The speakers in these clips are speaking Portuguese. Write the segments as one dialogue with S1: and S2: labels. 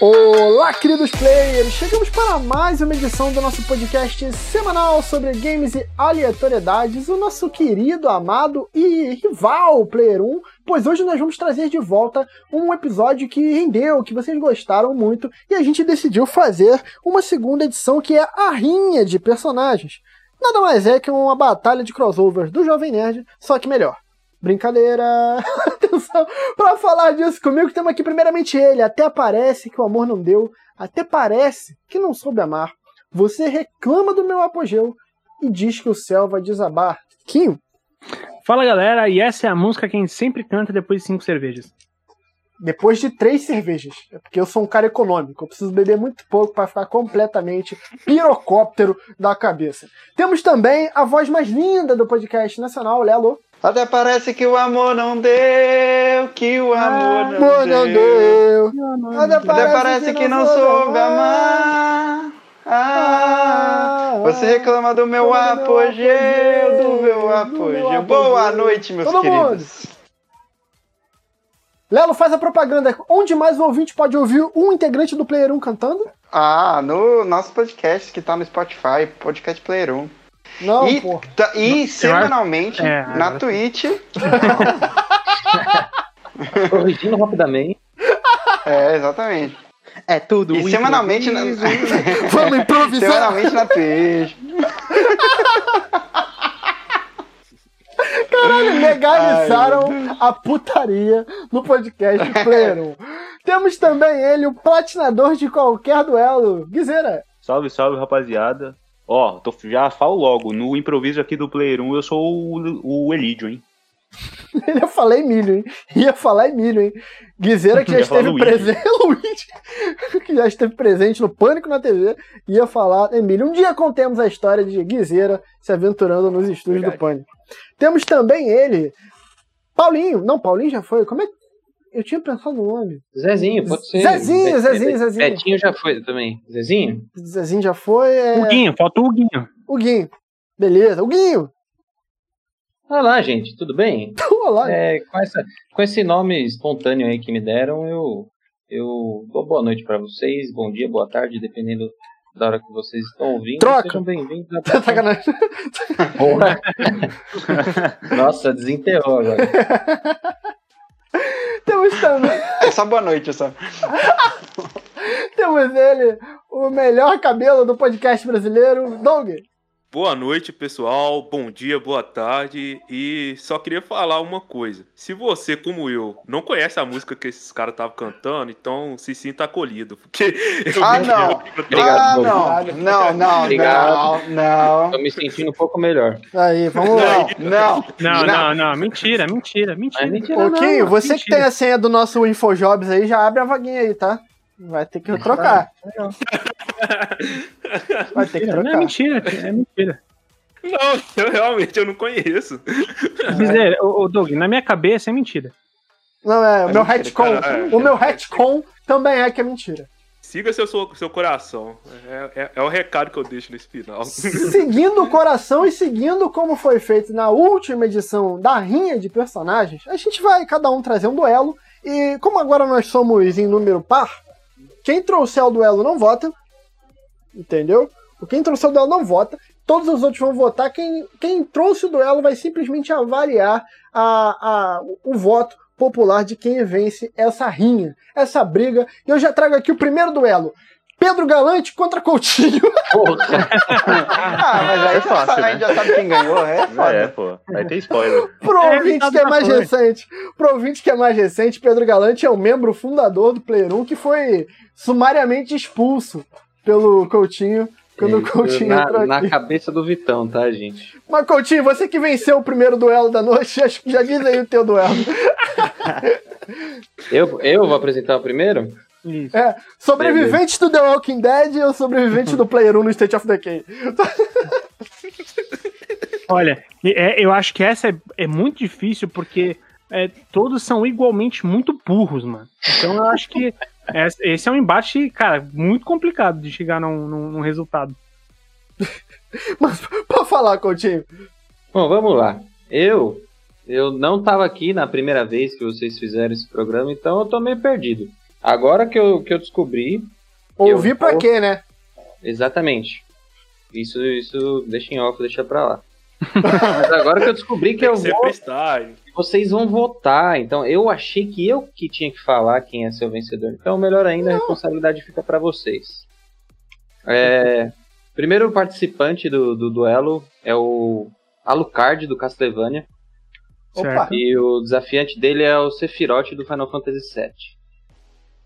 S1: Olá, queridos players! Chegamos para mais uma edição do nosso podcast semanal sobre games e aleatoriedades, o nosso querido, amado e rival Player 1, pois hoje nós vamos trazer de volta um episódio que rendeu, que vocês gostaram muito, e a gente decidiu fazer uma segunda edição que é a rinha de personagens. Nada mais é que uma batalha de crossovers do Jovem Nerd, só que melhor. Brincadeira! Atenção! Pra falar disso comigo, temos aqui primeiramente ele. Até parece que o amor não deu, até parece que não soube amar. Você reclama do meu apogeu e diz que o céu vai desabar. Quinho,
S2: Fala galera, e essa é a música que a gente sempre canta depois de cinco cervejas.
S1: depois de três cervejas, é porque eu sou um cara econômico, eu preciso beber muito pouco para ficar completamente pirocóptero da cabeça. Temos também a voz mais linda do podcast nacional, Lelo.
S3: Até parece que o amor não deu, que o amor não,
S1: Amor
S3: deu.
S1: não deu. Até
S3: Até parece que não soube amar. Ah, você reclama do meu
S1: Do meu apogeu,
S3: apogeu, do
S1: do
S3: meu
S1: meu
S3: apogeu.
S1: apogeu.
S3: Boa noite, meus
S1: Todo mundo.
S3: queridos.
S1: Lelo, faz a propaganda. Onde mais o ouvinte pode ouvir um integrante do Player 1 cantando?
S3: Ah, no nosso podcast que tá no Spotify, Podcast Player 1.
S1: Não,
S3: e
S1: porra.
S3: tá- e semanalmente
S2: É,
S3: na
S2: agora-
S3: Twitch.
S4: Corrigindo rapidamente.
S3: É, exatamente.
S4: É tudo.
S3: E semanalmente na,
S1: Vamos improvisar.
S3: semanalmente na Twitch.
S1: Legalizaram a putaria no podcast Player 1. Temos também ele, o platinador de qualquer duelo. Guizeira.
S5: Salve, salve, rapaziada. Ó, tô- já falo logo, no improviso aqui do Player 1 eu sou o, o Elidio, hein?
S1: Ele ia falar milho, hein? Ia falar milho, hein? Guizeira que já
S5: Ia falar
S1: esteve
S5: Luigi.
S1: presente. Luigi, que já esteve presente no Pânico na TV, ia falar Emílio. Um dia contemos a história de Guizeira se aventurando nos estúdios do Pânico. Temos também ele, Paulinho. Não, Paulinho já foi. Como é que. Eu tinha pensado no nome.
S4: Zezinho, pode ser.
S1: Zezinho,
S4: Be-
S1: Zezinho,
S4: Be-
S1: Zezinho.
S4: Betinho É, já foi também. Zezinho?
S1: Zezinho já foi. É...
S2: O Guinho, faltou o Guinho.
S1: O Guinho. Beleza, o Guinho. Então,
S4: Olá, gente, tudo bem?
S1: Olá.
S4: É, com, essa- com esse nome espontâneo aí que me deram, eu, eu dou boa noite pra vocês, bom dia, boa tarde, dependendo da hora que vocês estão ouvindo.
S1: Troca. Tá
S4: Sejam bem-vindos à
S1: Sacanagem.
S4: porra. Nossa, desenterrou agora.
S1: Temos também.
S3: É só boa noite, só.
S1: Temos ele, o melhor cabelo do podcast brasileiro, Doug.
S6: Boa noite, pessoal. Bom dia, boa tarde. E só queria falar uma coisa. Se você, como eu, não conhece a música que esses caras estavam cantando, então se sinta acolhido. Porque eu
S3: Ah,
S6: vi que
S3: não.
S6: eu fico até-
S4: Obrigado,
S3: ah,
S4: Bob.
S3: não. Não, não,
S4: Obrigado.
S3: não, não.
S4: Tô me sentindo um pouco melhor.
S1: Aí, vamos lá.
S3: Não, não.
S2: Não, não,
S3: Não.
S2: não, mentira, mentira, mentira.
S4: Mas mentira,
S1: Ô,
S4: não.
S1: Quinho, você que
S2: mentira.
S1: tem a senha do nosso InfoJobs aí, já abre a vaguinha aí, tá? Vai ter que trocar. Vai ter que
S2: Não, é
S1: trocar.
S2: mentira, é mentira.
S6: Não, eu realmente eu não conheço.
S2: Dizer, ô, ô, Doug, na minha cabeça é mentira.
S1: Não, é, o meu
S3: mentira,
S1: retcon.
S6: cara.
S1: O meu retcon também é que é mentira.
S6: Siga seu, seu, seu coração. É, é- é o recado que eu deixo nesse final.
S1: Seguindo o coração e seguindo como foi feito na última edição da Rinha de Personagens, a gente vai cada um trazer um duelo. E como agora nós somos em número par, quem trouxer o duelo não vota. Entendeu? O Quem trouxer o duelo não vota. Todos os outros vão votar. Quem, quem trouxe o duelo vai simplesmente avaliar a, a- o voto popular de quem vence essa rinha, essa briga. E eu já trago aqui o primeiro duelo. Pedro Galante contra Coutinho.
S4: Porra,
S3: Ah, mas aí
S5: É fácil,
S3: já sabe-
S5: né?
S3: a gente já sabe quem ganhou, é foda.
S5: É, pô. Aí tem spoiler.
S1: Pro
S2: É,
S1: ouvinte
S2: cuidado
S1: que é
S2: com a
S1: mais
S2: coisa.
S1: recente, pro ouvinte que é mais recente, Pedro Galante é um membro fundador do Player 1 que foi sumariamente expulso pelo Coutinho. Quando o Coutinho entrou
S4: na,
S1: aqui.
S4: na cabeça do Vitão, tá, gente?
S1: Mas, Coutinho, você que venceu o primeiro duelo da noite, acho que já diz aí o teu duelo.
S4: Eu, eu vou apresentar o primeiro?
S2: Isso.
S1: É, sobrevivente do The Walking Dead ou sobrevivente do Player 1 no State of Decay?
S2: Olha, é- eu acho que essa é, é muito difícil porque é, todos são igualmente muito burros, mano. Então eu acho que essa- esse é um embate, cara, muito complicado de chegar num, num- num resultado.
S1: Mas, pra falar, Coutinho.
S4: Bom, vamos lá. Eu eu não estava aqui na primeira vez que vocês fizeram esse programa, então eu tô meio perdido. Agora que eu, que eu descobri.
S1: Ouvir
S4: eu
S1: pra
S4: vou-
S1: quê, né?
S4: Exatamente. Isso, isso deixa em off, deixa pra lá. Mas agora que eu descobri que
S6: Tem
S4: eu
S6: que ser
S4: vou,
S6: freestyle.
S4: vocês vão votar. Então eu achei que eu que tinha que falar quem é seu vencedor. Então, melhor ainda, a responsabilidade fica pra vocês. É, primeiro participante do, do duelo é o Alucard do Castlevania.
S1: Opa,
S2: Certo.
S4: E o desafiante dele é o Sephiroth do Final Fantasy VII.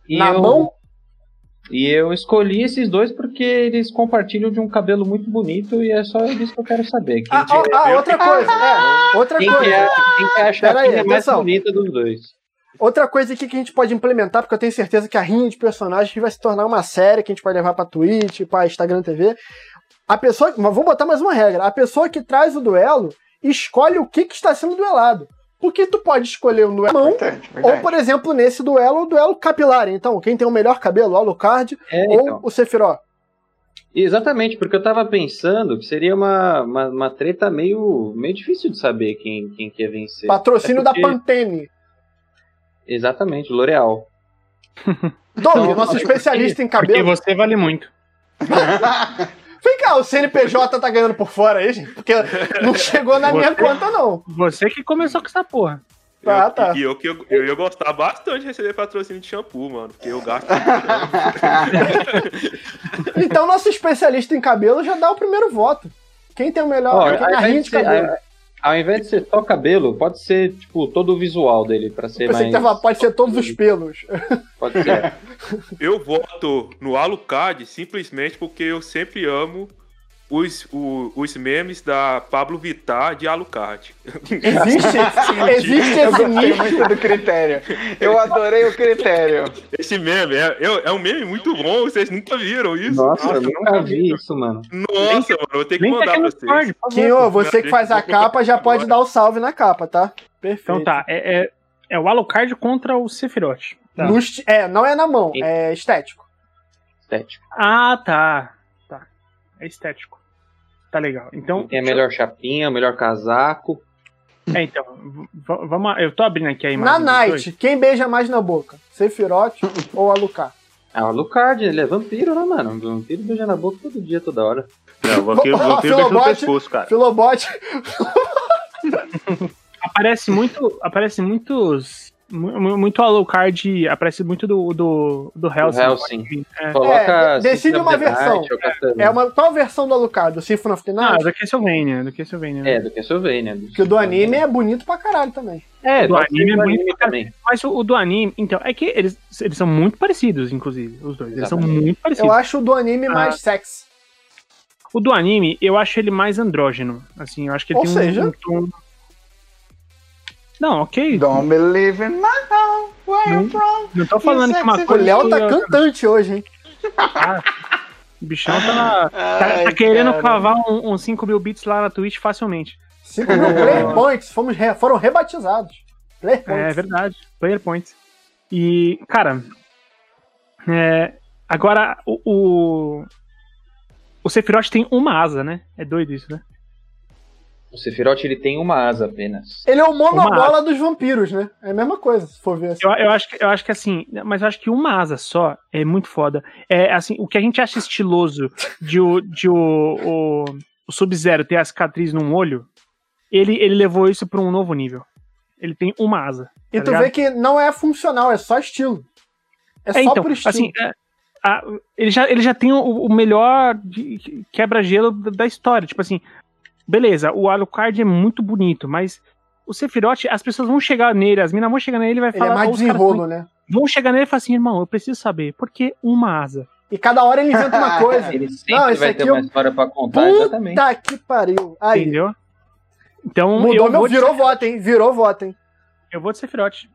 S4: E
S1: Na
S4: eu-
S1: mão?
S4: E eu escolhi esses dois porque eles compartilham de um cabelo muito bonito e é só disso que eu quero saber. Quem,
S1: Ah,
S4: que-
S1: ah, ah, outra coisa, é, outra
S4: quem que
S1: coisa.
S4: é, quem que é a
S1: Pera aí,
S4: chapinha mais
S1: atenção.
S4: bonita dos dois?
S1: Outra coisa aqui que a gente pode implementar, porque eu tenho certeza que a rinha de personagens vai se tornar uma série que a gente vai levar pra Twitch, pra Instagram TV. A pessoa, mas vou botar mais uma regra, a pessoa que traz o duelo escolhe o que, que está sendo duelado. Porque tu pode escolher um duelo à mão,
S3: Importante,
S1: ou
S3: verdade.
S1: por exemplo, nesse duelo, o duelo capilar. Então, quem tem o melhor cabelo, o Alucard
S4: É, então.
S1: ou o Sephiroth.
S4: Exatamente, porque eu tava pensando que seria uma, uma, uma treta meio, meio difícil de saber quem, quem que ia vencer.
S1: Patrocínio
S4: É
S1: da
S4: porque-
S1: Pantene.
S4: Exatamente, L'Oreal.
S1: Doug,
S4: Não,
S1: nosso
S4: porque-
S1: especialista em
S2: Porque
S1: cabelo.
S2: você vale muito.
S1: Vem cá, o CNPJ tá ganhando por fora aí, gente, porque não chegou na minha
S2: Você-
S1: conta, não.
S2: Você que começou com essa porra.
S1: Tá,
S5: Ah,
S6: eu,
S1: tá.
S6: E eu, que eu, eu ia gostar bastante de receber patrocínio de shampoo, mano. Porque eu gasto.
S1: Então, nosso especialista em cabelo já dá o primeiro voto. Quem tem o melhor
S4: Ó,
S1: quem tem a
S4: ao,
S1: rinha
S4: invés
S1: de
S4: de ser,
S1: cabelo.
S4: a- ao invés de ser só cabelo, pode ser tipo todo o visual dele pra ser
S1: Eu pensei
S4: mais.
S1: que tava, pode ser todos os pelos.
S4: Pode ser.
S6: eu voto no Alucard simplesmente porque eu sempre amo os, o- os memes da Pablo Vittar de Alucard.
S1: Existe, existe esse
S3: Eu gostei
S1: nicho.
S3: muito do critério. Eu adorei o critério.
S6: Esse meme é, é- é um meme muito bom, vocês nunca viram isso.
S4: Nossa, eu
S1: Então,
S4: nunca
S1: tá
S4: vi isso, mano.
S6: Nossa, mano, eu vou ter que
S2: Nem tá
S6: mandar
S2: aqui
S6: pra
S2: no
S6: vocês.
S2: Discord, por favor.
S1: Quinho, você que faz a capa já pode dar o salve na capa, tá? Perfeito.
S2: Então tá, é, é, é o Alucard contra o Sephiroth. Tá.
S1: Nos- é, não é na mão, é estético.
S4: Estético.
S2: Ah, tá. Tá. É estético. Tá legal. Então,
S4: Quem é melhor chapinha, melhor casaco.
S2: é, então v- v- vamos. Eu tô abrindo aqui a imagem.
S1: Na
S2: dos
S1: Night, quem beija mais na boca? Sephiroth ou Alucard?
S4: Ah, o Lucard, ele é vampiro, né, mano? Vampiro beija na boca todo dia, toda hora.
S5: Não, vampiro,
S1: Ó,
S5: vampiro deixa no
S1: Filobote.
S5: pescoço, cara.
S1: Filobot,
S2: Aparece muito. Aparece muitos. mu- mu- Muito Alucard. Aparece muito do, do, do Hellsing.
S4: Hellsing.
S2: É.
S4: Coloca.
S1: de- decide
S4: System of
S1: uma
S4: the
S1: versão.
S4: Night, ou Castlevania.
S1: é uma, qual a versão do Alucard? Do Symphony of the
S2: Não, é
S1: Night?
S2: do Castlevania. Do Castlevania. né?
S4: É, do Castlevania. Do
S1: Porque o do anime é bonito pra caralho também.
S4: É,
S2: do anime é
S4: do
S2: bonito pra
S4: também.
S2: Mas o, o do anime, então, é que eles, eles são muito parecidos, inclusive, os dois. Eles são
S4: Exatamente.
S2: muito parecidos.
S1: Eu acho o do anime
S2: Ah.
S1: mais sexy.
S2: O do anime, eu acho ele mais andrógeno. Assim, eu acho que ele
S1: Ou
S2: tem um-
S1: seja-
S2: um tom. Não, ok.
S3: Don't believe in my home, where
S1: Hum?
S3: you from?
S2: Não tô falando que uma
S1: O
S2: coisa.
S1: Léo tá
S2: que-
S1: cantante hoje, hein?
S2: O bichão tá, tá,
S3: Ai,
S2: tá querendo
S3: cara.
S2: cavar uns um, 5 mil bits lá na Twitch facilmente.
S1: 5 mil player points, fomos re- foram rebatizados. Player
S2: É
S1: points.
S2: verdade. Player points. E, cara. é, agora, o. o... O Sephiroth tem uma asa, né? É doido isso, né?
S4: O Sephiroth, ele tem uma asa apenas.
S1: Ele é o monobola dos vampiros, né? É a mesma coisa, se for ver assim.
S2: Eu, eu acho que, eu acho que assim, mas eu acho que uma asa só é muito foda. É assim, o que a gente acha estiloso de o, de o, o, o Sub-Zero ter a cicatriz num olho, ele, ele levou isso pra um novo nível. Ele tem uma asa.
S1: e
S2: tá
S1: tu
S2: ligado?
S1: vê que não é funcional, é só estilo. É,
S2: É,
S1: só
S2: então,
S1: por estilo.
S2: assim, é, a- ele, já, ele já tem o, o melhor de- quebra-gelo da da história. Tipo assim, beleza, o Alucard é muito bonito, mas o Sephiroth, as pessoas vão chegar nele, as minas vão chegar nele e vai
S1: ele
S2: falar...
S1: é mais
S2: "Ó, os caras são
S1: desenrolo, né?
S2: vão chegar nele e falar assim, irmão, eu preciso saber, por que uma asa?
S1: E cada hora ele inventa uma coisa.
S4: Ele sempre
S1: É. Não, esse
S4: vai
S1: aqui
S4: ter
S1: é
S4: uma
S1: um-
S4: história pra contar, exatamente.
S1: Puta que pariu. Aí,
S2: Entendeu? Então
S1: mudou
S2: eu,
S1: meu.
S2: vou de,
S1: Virou voto, hein? Virou voto, hein?
S2: eu vou de Sephiroth.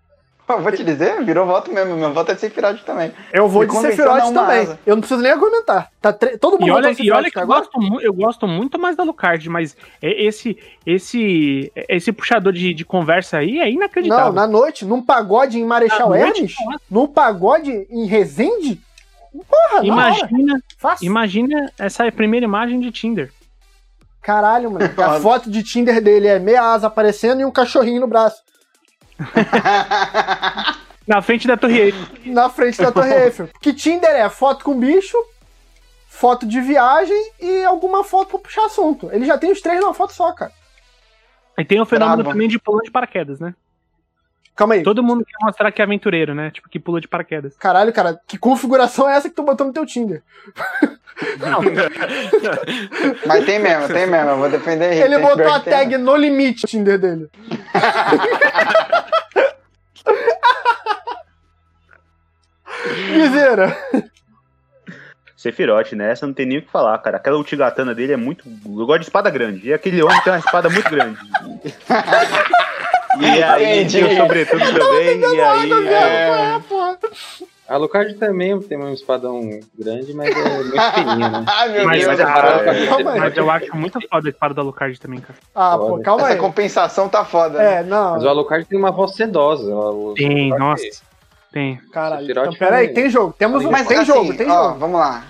S3: Pô, vou te dizer, virou voto mesmo. Meu voto é de Sephiroth também.
S1: Eu vou
S3: Me
S1: de
S3: convenceu a dar
S1: Sephiroth
S3: uma
S1: também.
S3: asa.
S1: Eu não preciso nem argumentar. Tá tre- Todo mundo
S2: E olha,
S1: votou no
S2: e olha
S1: Sephiroth
S2: que
S1: até
S2: eu gosto, mu- eu gosto muito mais da Lucard, mas é- esse esse esse puxador de, de conversa aí é
S1: Não,
S2: inacreditável.
S1: na noite, num pagode em Marechal
S2: Na noite,
S1: Hermes?
S2: nossa.
S1: Num pagode em Resende? Porra, na hora.
S2: imagina,
S1: Fácil.
S2: imagina essa primeira imagem de Tinder.
S1: Caralho, mano. A foto de Tinder dele é meia asa aparecendo e um cachorrinho no braço.
S2: Na frente da Torre Eiffel.
S1: na frente da Torre Eiffel. Que Tinder é foto com bicho, foto de viagem e alguma foto pra puxar assunto. Ele já tem os três numa foto só, cara.
S2: E tem o fenômeno
S3: Bravo.
S2: também de pular de paraquedas, né?
S1: Calma aí.
S2: Todo mundo quer mostrar que é aventureiro, né? Tipo, que pula de paraquedas.
S1: Caralho, cara, que configuração é essa que tu botou no teu Tinder?
S3: Mas tem mesmo, tem mesmo. Eu vou defender Henrique.
S1: Ele
S3: tem
S1: botou
S3: pior
S1: a
S3: que tem
S1: tag né? no limite Tinder dele. Miseira.
S5: Sefirote, né? Essa não tem nem o que falar, cara. Aquela ultigatana dele é muito. Eu gosto de espada grande. E aquele homem tem uma espada muito grande. E aí,
S3: Entendi.
S5: tinha o sobretudo também. E aí. é,
S1: É, porra.
S4: A Alucard também tem um espadão grande, mas é muito fininho, né?
S3: Ah, meu
S2: Mas é
S3: Deus.
S2: olha,
S3: cara.
S5: cara,
S1: Calma aí.
S2: Mas eu acho muito foda a espada do Alucard também, cara.
S1: Ah, pô, calma aí.
S3: Essa compensação tá foda. né?
S1: É, não.
S4: Mas o Alucard tem uma voz sedosa. o-
S2: Tem,
S4: o-
S2: nossa. Tem.
S1: Caralho,
S4: Sephiroth
S1: então peraí,
S4: foi-
S1: tem jogo. Temos um,
S3: Mas
S1: tem
S3: assim,
S1: jogo, tem
S3: ó,
S1: jogo.
S3: Vamos lá.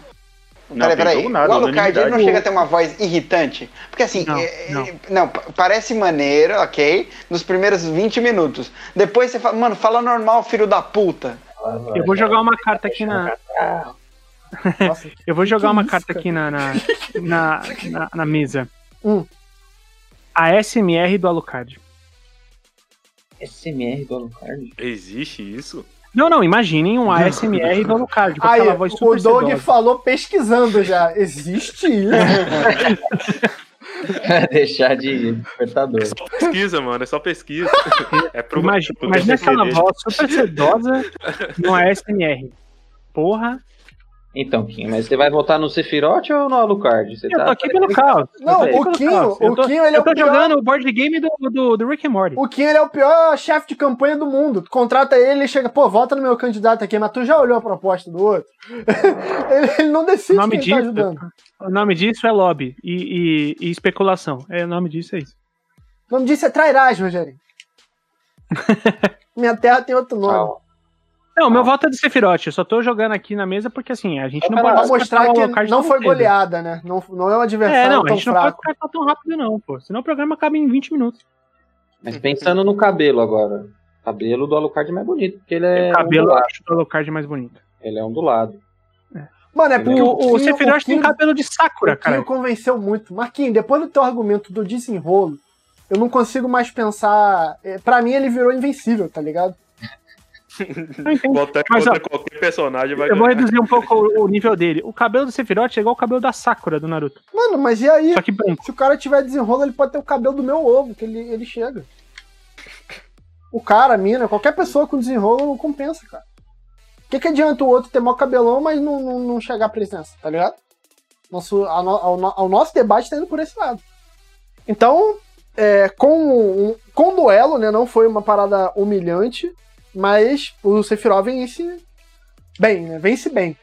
S5: Não,
S3: peraí,
S5: tem
S3: peraí.
S5: jogo nada,
S3: o Alucard ele não
S5: unanimidade.
S3: chega a ter uma voz irritante. Porque assim,
S2: Não,
S3: é- é-
S2: não.
S3: não, pa- parece maneiro, ok? Nos primeiros 20 minutos. Depois você fala, mano, fala normal, filho da puta.
S2: Eu vou jogar uma carta aqui na.
S1: Nossa,
S2: Eu vou jogar
S1: Que
S2: uma
S1: isso,
S2: carta
S1: cara?
S2: aqui na. Na, na, na- na mesa.
S1: Hum.
S2: A SMR do Alucard.
S4: SMR do Alucard?
S6: Existe isso?
S2: Não, não, imaginem um ASMR do Alucard, com
S1: Aí,
S2: aquela voz super
S1: o Doug
S2: sedosa.
S1: falou pesquisando já. Existe isso?
S4: Deixar de tá despertador.
S6: Pesquisa, mano, é só pesquisa. É pro
S2: Imagina,
S5: pro
S2: imagina
S5: PCD.
S2: aquela voz super sedosa no ASMR. Porra,
S4: Então, Kim, mas você vai votar no Sephiroth ou no Alucard? Você
S2: eu
S4: tá-
S2: tô aqui pelo caos.
S1: Não,
S2: Eu tô aqui
S1: o
S2: pelo
S1: Kinho-
S2: caos.
S1: o
S2: Eu tô-
S1: Kinho, ele é
S2: Eu
S1: o
S2: tô
S1: pior-
S2: jogando o board game do, do, do Rick and Morty.
S1: o Kim ele é o pior chefe de campanha do mundo. Tu contrata ele e chega, pô, vota no meu candidato aqui, mas tu já olhou a proposta do outro? ele, ele não
S2: O
S1: decide
S2: nome,
S1: quem tá
S2: disso,
S1: ajudando.
S2: o nome disso é lobby e, e- e especulação. É, o nome disso é isso.
S1: O nome disso é trairagem, Rogério. Minha terra tem outro nome.
S4: Calma.
S2: Não, meu voto é do Sephiroth. Eu só tô jogando aqui na mesa porque, assim, a gente não
S4: pra
S2: pode...
S1: pra mostrar
S2: descartar o
S1: que
S2: Alucard
S1: não
S2: tão
S1: foi
S2: cedo.
S1: goleada, né? Não, não é um
S2: É,
S1: adversário
S2: não, a
S1: tão
S2: gente não pode
S1: fraco.
S2: descartar tão rápido não, pô. Senão o programa acaba em 20 minutos.
S4: Mas pensando no cabelo agora. O cabelo do Alucard é mais bonito, porque ele é
S2: o cabelo eu
S4: ondulado.
S2: acho do Alucard mais bonito.
S4: Ele é ondulado.
S1: Mano, é porque o,
S2: O, o
S1: Kinho-
S2: Sephiroth tem
S1: Kinho-
S2: cabelo de Sakura,
S1: O Kinho
S2: cara.
S1: convenceu muito. Marquinhos, depois do teu argumento do desenrolo, eu não consigo mais pensar. é, Pra mim, ele virou invencível, tá ligado?
S2: Não entendi.
S6: Botar
S2: Mas,
S6: contra qualquer personagem vai
S2: Eu vou
S1: né?
S6: ganhar.
S2: reduzir um pouco o, o nível dele. O cabelo do Sephiroth é igual o cabelo da Sakura do Naruto.
S1: Mano, mas e aí?
S2: Só que branco.
S1: Se o cara tiver desenrolo, ele pode ter o cabelo do meu ovo, que ele, ele chega. O cara, a mina, qualquer pessoa com desenrolo compensa, cara. O que, que adianta o outro ter maior cabelão, mas não, não, não chegar à presença, tá ligado? Nosso, a no- ao, no- ao nosso debate tá indo por esse lado. Então, é, com, um, com duelo, né? Não foi uma parada humilhante, mas o Sephiroth vence bem, né? Vence bem.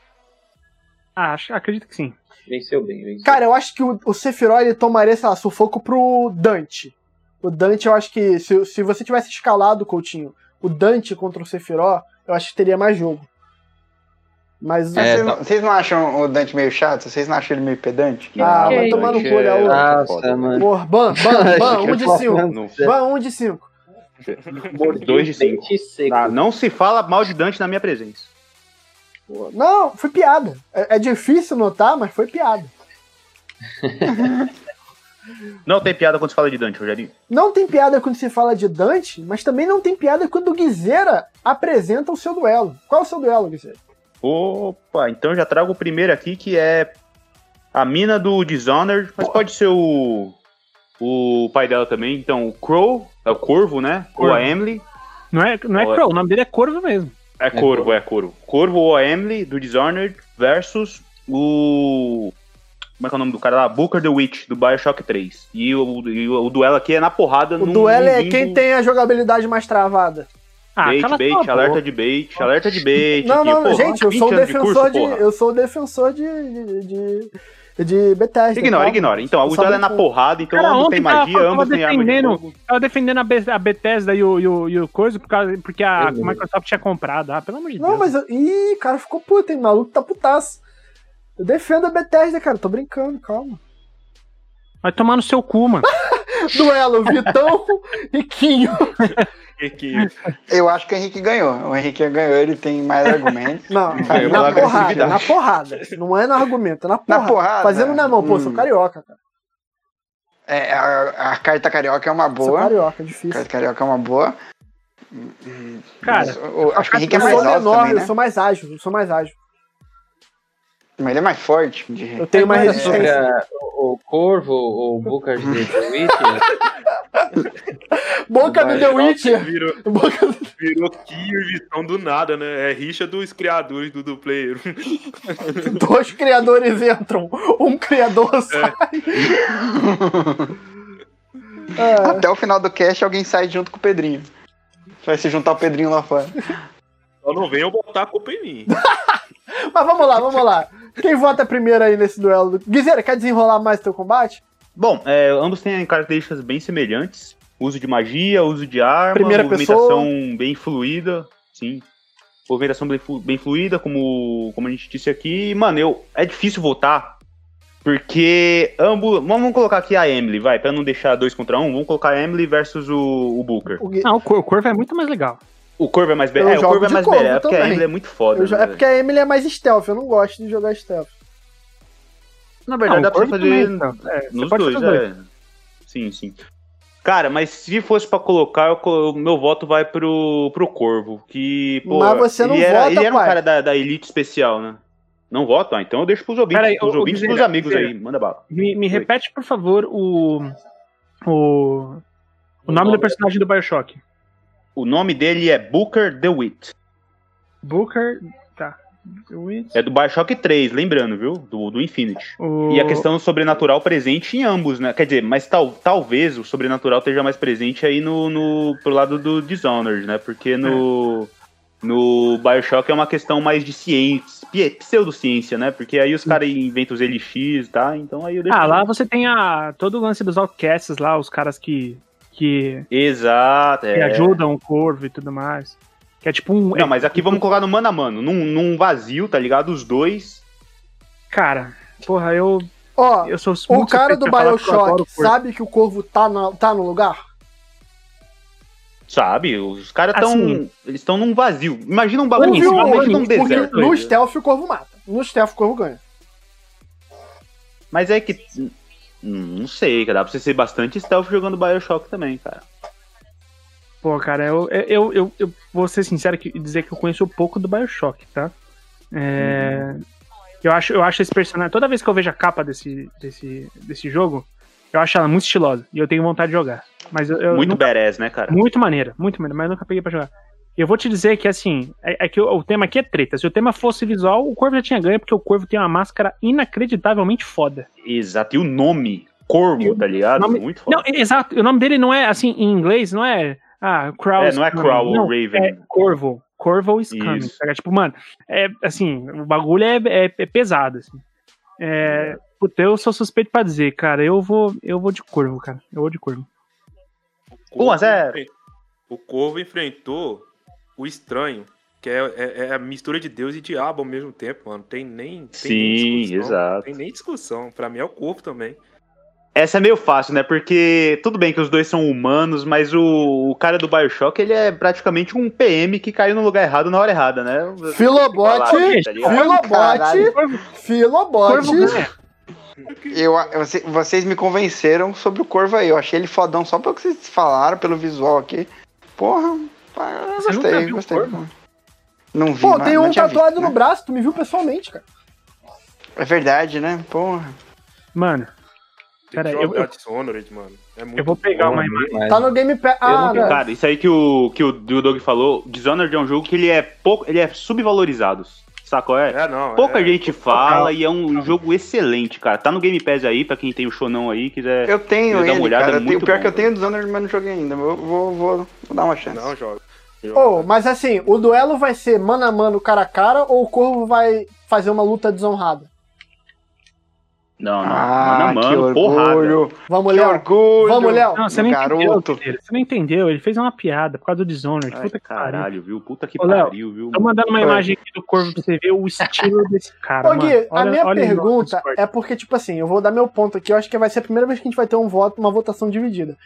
S2: Ah, acho, acredito que sim.
S4: Venceu bem, venceu.
S1: Cara, eu acho que o, o Sephiroth ele tomaria, sei lá, sufoco pro Dante. O Dante, eu acho que se, se você tivesse escalado, Coutinho, o Dante contra o Sephiroth, eu acho que teria mais jogo. Mas.
S3: Mas
S4: É,
S3: vocês,
S4: tá.
S3: não, vocês não acham o Dante meio chato? Vocês não acham ele meio pedante?
S1: Ah,
S2: vai
S1: tomar no
S5: Dante
S1: cu,
S5: é-
S1: Léo.
S5: Dante é
S4: Nossa,
S5: foda.
S4: mano.
S1: Porra, ban, ban, ban, um de cinco.
S5: Não,
S1: Ban, um de cinco.
S5: Dois de cinco.
S4: Dente seco.
S1: Tá,
S5: Ah, não se fala mal de Dante na minha presença.
S1: Não, foi piada. É, é difícil notar, mas foi piada.
S5: Não tem piada quando se fala de Dante, Rogerinho.
S1: Não tem piada quando se fala de Dante, mas também não tem piada quando o Guizeira apresenta o seu duelo. Qual é o seu duelo, Guizeira?
S5: Opa, então já trago o primeiro aqui que é a mina do Dishonored, mas pode ser o o pai dela também. Então, o Crow, é o Corvo, né? Ou a Emily.
S2: Não é, não é
S5: Olha.
S2: Crow, o nome dele é Corvo mesmo.
S5: É Corvo, é Corvo. Corvo ou a Emily do Dishonored versus o como é que é o nome do cara lá? Booker the Witch, do Bioshock 3. E o, e o- o duelo aqui é na porrada
S1: O
S5: num-
S1: duelo
S5: num
S1: é
S5: limbo.
S1: quem tem a jogabilidade mais travada.
S2: Ah,
S5: bait,
S2: cala
S5: bait,
S2: tua boca.
S5: alerta de bait, alerta de bait.
S1: Não,
S5: aqui,
S1: não,
S5: Tipo, porra,
S1: gente, eu
S5: 20
S1: sou um
S5: anos de curso,
S1: defensor de,
S5: porra.
S1: eu sou um defensor de de, de, de Bethesda.
S5: Ignora,
S1: tá?
S5: ignora. Então,
S1: Eu
S5: o
S1: só
S5: duelo é na
S1: defendo.
S5: porrada, então
S2: Cara,
S5: ambos têm
S2: ontem tava-
S5: magia,
S2: tava
S5: ambos têm arma de
S2: defendendo-
S5: fogo.
S2: Tava defendendo a, Be- a Bethesda e o, e o, e o coisa por causa- porque a
S4: Eu lembro.
S2: Microsoft tinha comprado. Ah, pelo amor de
S1: Não,
S2: Deus.
S1: mas eu, ih, cara, ficou puto, hein? Maluco tá putaço. Eu defendo a Bethesda, cara, tô brincando, calma.
S2: Vai tomar no seu cu, mano.
S1: Duelo Vitão e Quinho.
S6: Henrique.
S3: Eu acho que o Henrique ganhou. O Henrique ganhou, ele tem mais argumentos.
S1: Não,
S5: Ganhou pela
S1: na porrada,
S5: agressividade.
S1: na porrada. Não é no argumento, na porrada.
S3: Na porrada.
S1: Fazendo na mão, pô, sou
S3: Hum.
S1: carioca, cara.
S3: É, a, a carta carioca é uma
S1: Sou
S3: boa.
S1: carioca,
S3: A
S1: difícil.
S3: carta carioca é uma boa.
S2: Cara,
S3: Mas o- acho que o Henrique é
S1: eu
S3: mais
S1: sou
S3: alto
S1: menor,
S3: também,
S1: eu
S3: né?
S1: sou mais ágil, eu sou mais ágil.
S3: Mas ele é mais forte. de-
S1: Eu tenho mais
S4: Agora é sobre
S1: resistência.
S4: a- o, o Corvo ou o Bucas de The Witcher,
S1: Boca do The Witcher!
S6: Virou,
S1: Boca do...
S6: virou Ki e Vitão do nada, né? É rixa dos criadores do, do player.
S1: Dois criadores entram, um criador sai. É.
S3: Até o final do cast alguém sai junto com o Pedrinho. Vai se juntar o Pedrinho lá fora.
S6: Só não venham botar a culpa em mim.
S1: Mas vamos lá, vamos lá. Quem vota primeiro aí nesse duelo? Guizeira, quer desenrolar mais teu combate?
S5: Bom, é, ambos têm características bem semelhantes. Uso de magia, uso de arma,
S1: Primeira
S5: movimentação bem fluida, sim. Movimentação bem, flu- bem fluida, como, como a gente disse aqui. E, Mano, eu, é difícil votar, porque ambos... Vamos vamos colocar aqui a Emily, vai, pra não deixar dois contra um. Vamos colocar a Emily versus o, o Booker.
S1: O Gui-
S2: Não, o cor- o Corvo é muito mais legal.
S5: O Corvo é mais
S1: Eu
S5: bela. É, o
S1: jogo
S5: Corvo é
S1: de
S5: mais
S1: Corvo
S5: bela, é porque a
S1: também.
S5: Emily é muito foda.
S1: eu já-
S5: né,
S1: é porque a Emily é mais stealth, eu não gosto de jogar stealth.
S5: velho? Na
S2: Não,
S5: verdade, dá
S2: o
S5: pra você
S2: Corvo
S5: fazer
S2: também, então. É, você
S5: Nos
S2: pode
S5: dois,
S2: fazer os dois.
S5: é. Sim, sim. Cara, mas se fosse pra colocar, eu co- meu voto vai pro, pro Corvo. Que, pô,
S1: Mas você não
S5: ele era,
S1: vota,
S5: Ele era um
S1: pai.
S5: cara da, da elite especial, né? Não voto? Ah, então eu deixo pros ouvintes,
S2: Peraí,
S5: pros
S2: ô, ô,
S5: ouvintes e pros
S2: Guilherme,
S5: amigos aí. Manda bala.
S2: Me, me
S5: Oi.
S2: repete, por favor, o. O. O nome
S4: nome.
S2: do personagem do Bioshock.
S5: O nome dele é Booker DeWitt.
S2: Booker. Tá. Dewitt,
S5: É do Bioshock 3, lembrando, viu? Do, do Infinity.
S2: o-
S5: E a questão do sobrenatural presente em ambos, né? Quer dizer, mas tal, talvez o sobrenatural esteja mais presente aí no, no pro lado do Dishonored, né? Porque no no BioShock é uma questão mais de ciência, pi- pseudociência, né? Porque aí os caras inventam os elixir, tá? Então aí eu deixo
S2: Ah, lá você tem a, todo o lance dos outcasts lá, os caras que. que,
S5: Exato,
S2: que
S5: é.
S2: ajudam o corvo e tudo mais. Que é tipo um.
S5: Não, mas aqui vamos colocar no mano a mano, num, num vazio, tá ligado? Os dois.
S2: Cara, porra, eu.
S1: Ó,
S2: Eu sou
S1: o
S2: muito
S1: cara
S2: suspeito
S1: do
S2: pra falar porque eu adoro
S1: Bioshock
S2: o corvo.
S1: sabe que o corvo tá, na- tá no lugar?
S5: Sabe, os caras estão.
S2: Assim.
S5: eles estão num vazio. Imagina um bagulho,
S2: Ouviu,
S5: imagina um
S2: ouviu,
S5: deserto.
S1: Porque no
S2: né?
S5: aí.
S1: stealth o corvo mata. No stealth o corvo ganha.
S5: Mas é que. hum, Não sei, cara. Dá pra você ser bastante stealth jogando Bioshock também, cara.
S2: Pô, cara, eu, eu, eu, eu vou ser sincero que- e dizer que eu conheço pouco do Bioshock, tá? É, eu, acho, eu acho esse personagem. Toda vez que eu vejo a capa desse, desse, desse jogo, eu acho ela muito estilosa. E eu tenho vontade de jogar. Mas eu, eu
S5: Muito
S2: nunca-
S5: badass, né, cara?
S2: muito maneira, muito maneira, mas eu nunca peguei pra jogar. Eu vou te dizer que assim, é, é que o, o tema aqui é treta. Se o tema fosse visual, o Corvo já tinha ganho, porque o Corvo tem uma máscara inacreditavelmente foda.
S5: Exato. E o nome? Corvo, tá ligado?
S2: nome-
S5: Muito foda.
S2: Não, e- exato. O nome dele não é assim, em inglês, não é. Ah, Crow.
S5: é, não é
S2: Scum,
S5: Crow ou
S2: não,
S5: Raven.
S2: é Corvo. Corvo is coming.
S5: Isso.
S2: saca? Tipo, mano, é assim, o bagulho é, é- é pesado, assim. É, puta, eu sou suspeito pra dizer, cara. Eu vou, eu vou de corvo, cara. Eu vou de corvo.
S6: Corvo
S5: 1 a 0.
S6: enfren- O Corvo enfrentou o estranho, que é, é- é a mistura de Deus e diabo ao mesmo tempo, mano. Tem nem. Tem nem
S5: Sim,
S6: discussão.
S5: exato.
S6: Tem nem discussão. Pra mim é o Corvo também.
S5: Essa é meio fácil, né? Porque tudo bem que os dois são humanos, mas o, o cara do Bioshock, ele é praticamente um PM que caiu no lugar errado na hora errada, né?
S1: Filobote,
S5: Tá ligado?
S1: Filobote,
S3: Caralho.
S2: Corvo
S1: Filobote.
S2: ganha.
S3: Eu, eu- vocês- vocês me convenceram sobre o Corvo aí. Eu achei ele fodão só pelo que vocês falaram, pelo visual aqui. Porra, pá, eu
S2: Você nunca
S3: gostei,
S2: viu o
S3: gostei.
S2: Corvo?
S3: Não vi,
S1: Pô,
S3: mas
S1: tem
S3: não
S1: um
S3: tinha visto,
S1: tatuado no
S3: né?
S1: braço, tu me viu pessoalmente, cara.
S3: É verdade, né? Porra.
S2: Mano,
S6: Tem
S2: Pera,
S6: que
S2: eu-
S6: jogar
S2: eu-
S6: Dishonored, mano. É muito
S2: eu vou pegar
S6: bom.
S2: uma imagem.
S4: Mas-
S1: Tá no Game Pass.
S4: Eu não
S1: Ah,
S4: vi
S1: não.
S5: Cara, isso aí que o, que o Doug falou, Dishonored é um jogo que ele é pouco, ele é subvalorizado. Sacou? É,
S6: É, não.
S5: Pouca
S6: é.
S5: gente fala e é um jogo excelente, cara. Tá no Game Pass aí, pra quem tem o Shonão aí, quiser.
S3: Eu tenho
S5: Queria dar
S3: ele,
S5: uma olhada,
S3: cara.
S5: é
S3: Eu tenho,
S5: muito
S3: o pior
S5: bom,
S3: que eu tenho dos anos, mas não joguei ainda. Vou, vou, vou, vou dar uma chance.
S6: Não, joga. Joga.
S1: Oh, mas assim, o duelo vai ser mano a mano, cara a cara, ou o corvo vai fazer uma luta desonrada?
S5: Não, não.
S3: ah,
S5: mano, a
S3: que
S5: mano, porrada.
S3: orgulho.
S1: Vamos,
S3: Que
S1: Léo.
S3: orgulho.
S1: Vamos, Léo.
S2: Não, você não
S3: Garoto.
S2: entendeu. Guilherme. Você não entendeu. Ele fez uma piada por causa do Dishonored.
S5: Ai,
S2: Puta que pariu.
S5: caralho, viu? Puta que
S2: Ô, Léo,
S5: pariu, viu?
S2: Tô mandando uma
S3: Oi.
S2: imagem aqui do corvo pra você ver o estilo desse cara.
S1: Ô, Gui,
S2: mano.
S1: a
S2: Olha-
S1: minha
S2: olha o nosso
S1: pergunta
S2: Discord.
S1: é porque, tipo assim, eu vou dar meu ponto aqui, eu acho que vai ser a primeira vez que a gente vai ter um voto, uma votação dividida.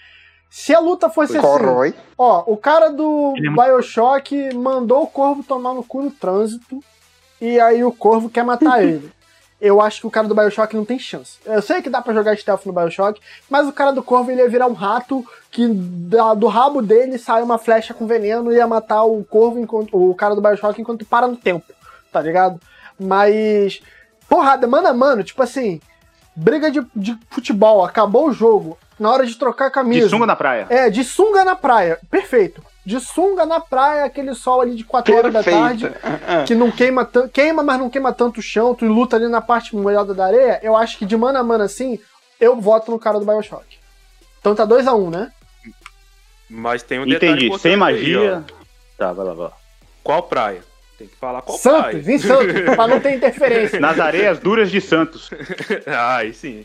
S1: Se a luta fosse assim,
S3: Corrói.
S1: ó, o cara do
S5: é
S2: Ele-
S1: Bioshock mandou o corvo tomar no cu no trânsito e aí o corvo quer matar ele. Eu acho que o cara do Bioshock não tem chance. Eu sei que dá pra jogar stealth no Bioshock, mas o cara do corvo ele ia virar um rato que da- do rabo dele sai uma flecha com veneno e ia matar o corvo enquanto o cara do Bioshock enquanto para no tempo, tá ligado? Mas porrada, mano a mano, tipo assim, briga de, de futebol, acabou o jogo, na hora de trocar a camisa.
S5: De sunga na praia.
S1: É, de sunga na praia. Perfeito. De sunga na praia, aquele sol ali de 4 horas da tarde,
S3: Perfeita. Ah, ah.
S1: que não queima tanto. Queima, mas não queima tanto o chão, tu luta ali na parte molhada da areia. Eu acho que de mano a mano assim, eu voto no cara do Bioshock. Então tá 2x1, um, né?
S6: Mas tem um detalhe
S5: Entendi. Sem
S6: importante aí,
S5: magia.
S6: ó.
S5: Tá, vai lá, vai lá.
S6: Qual praia? Tem que falar qual
S1: Santos, em Santos, pra não ter interferência.
S5: Nas areias duras de Santos.
S6: praia. Ai, sim.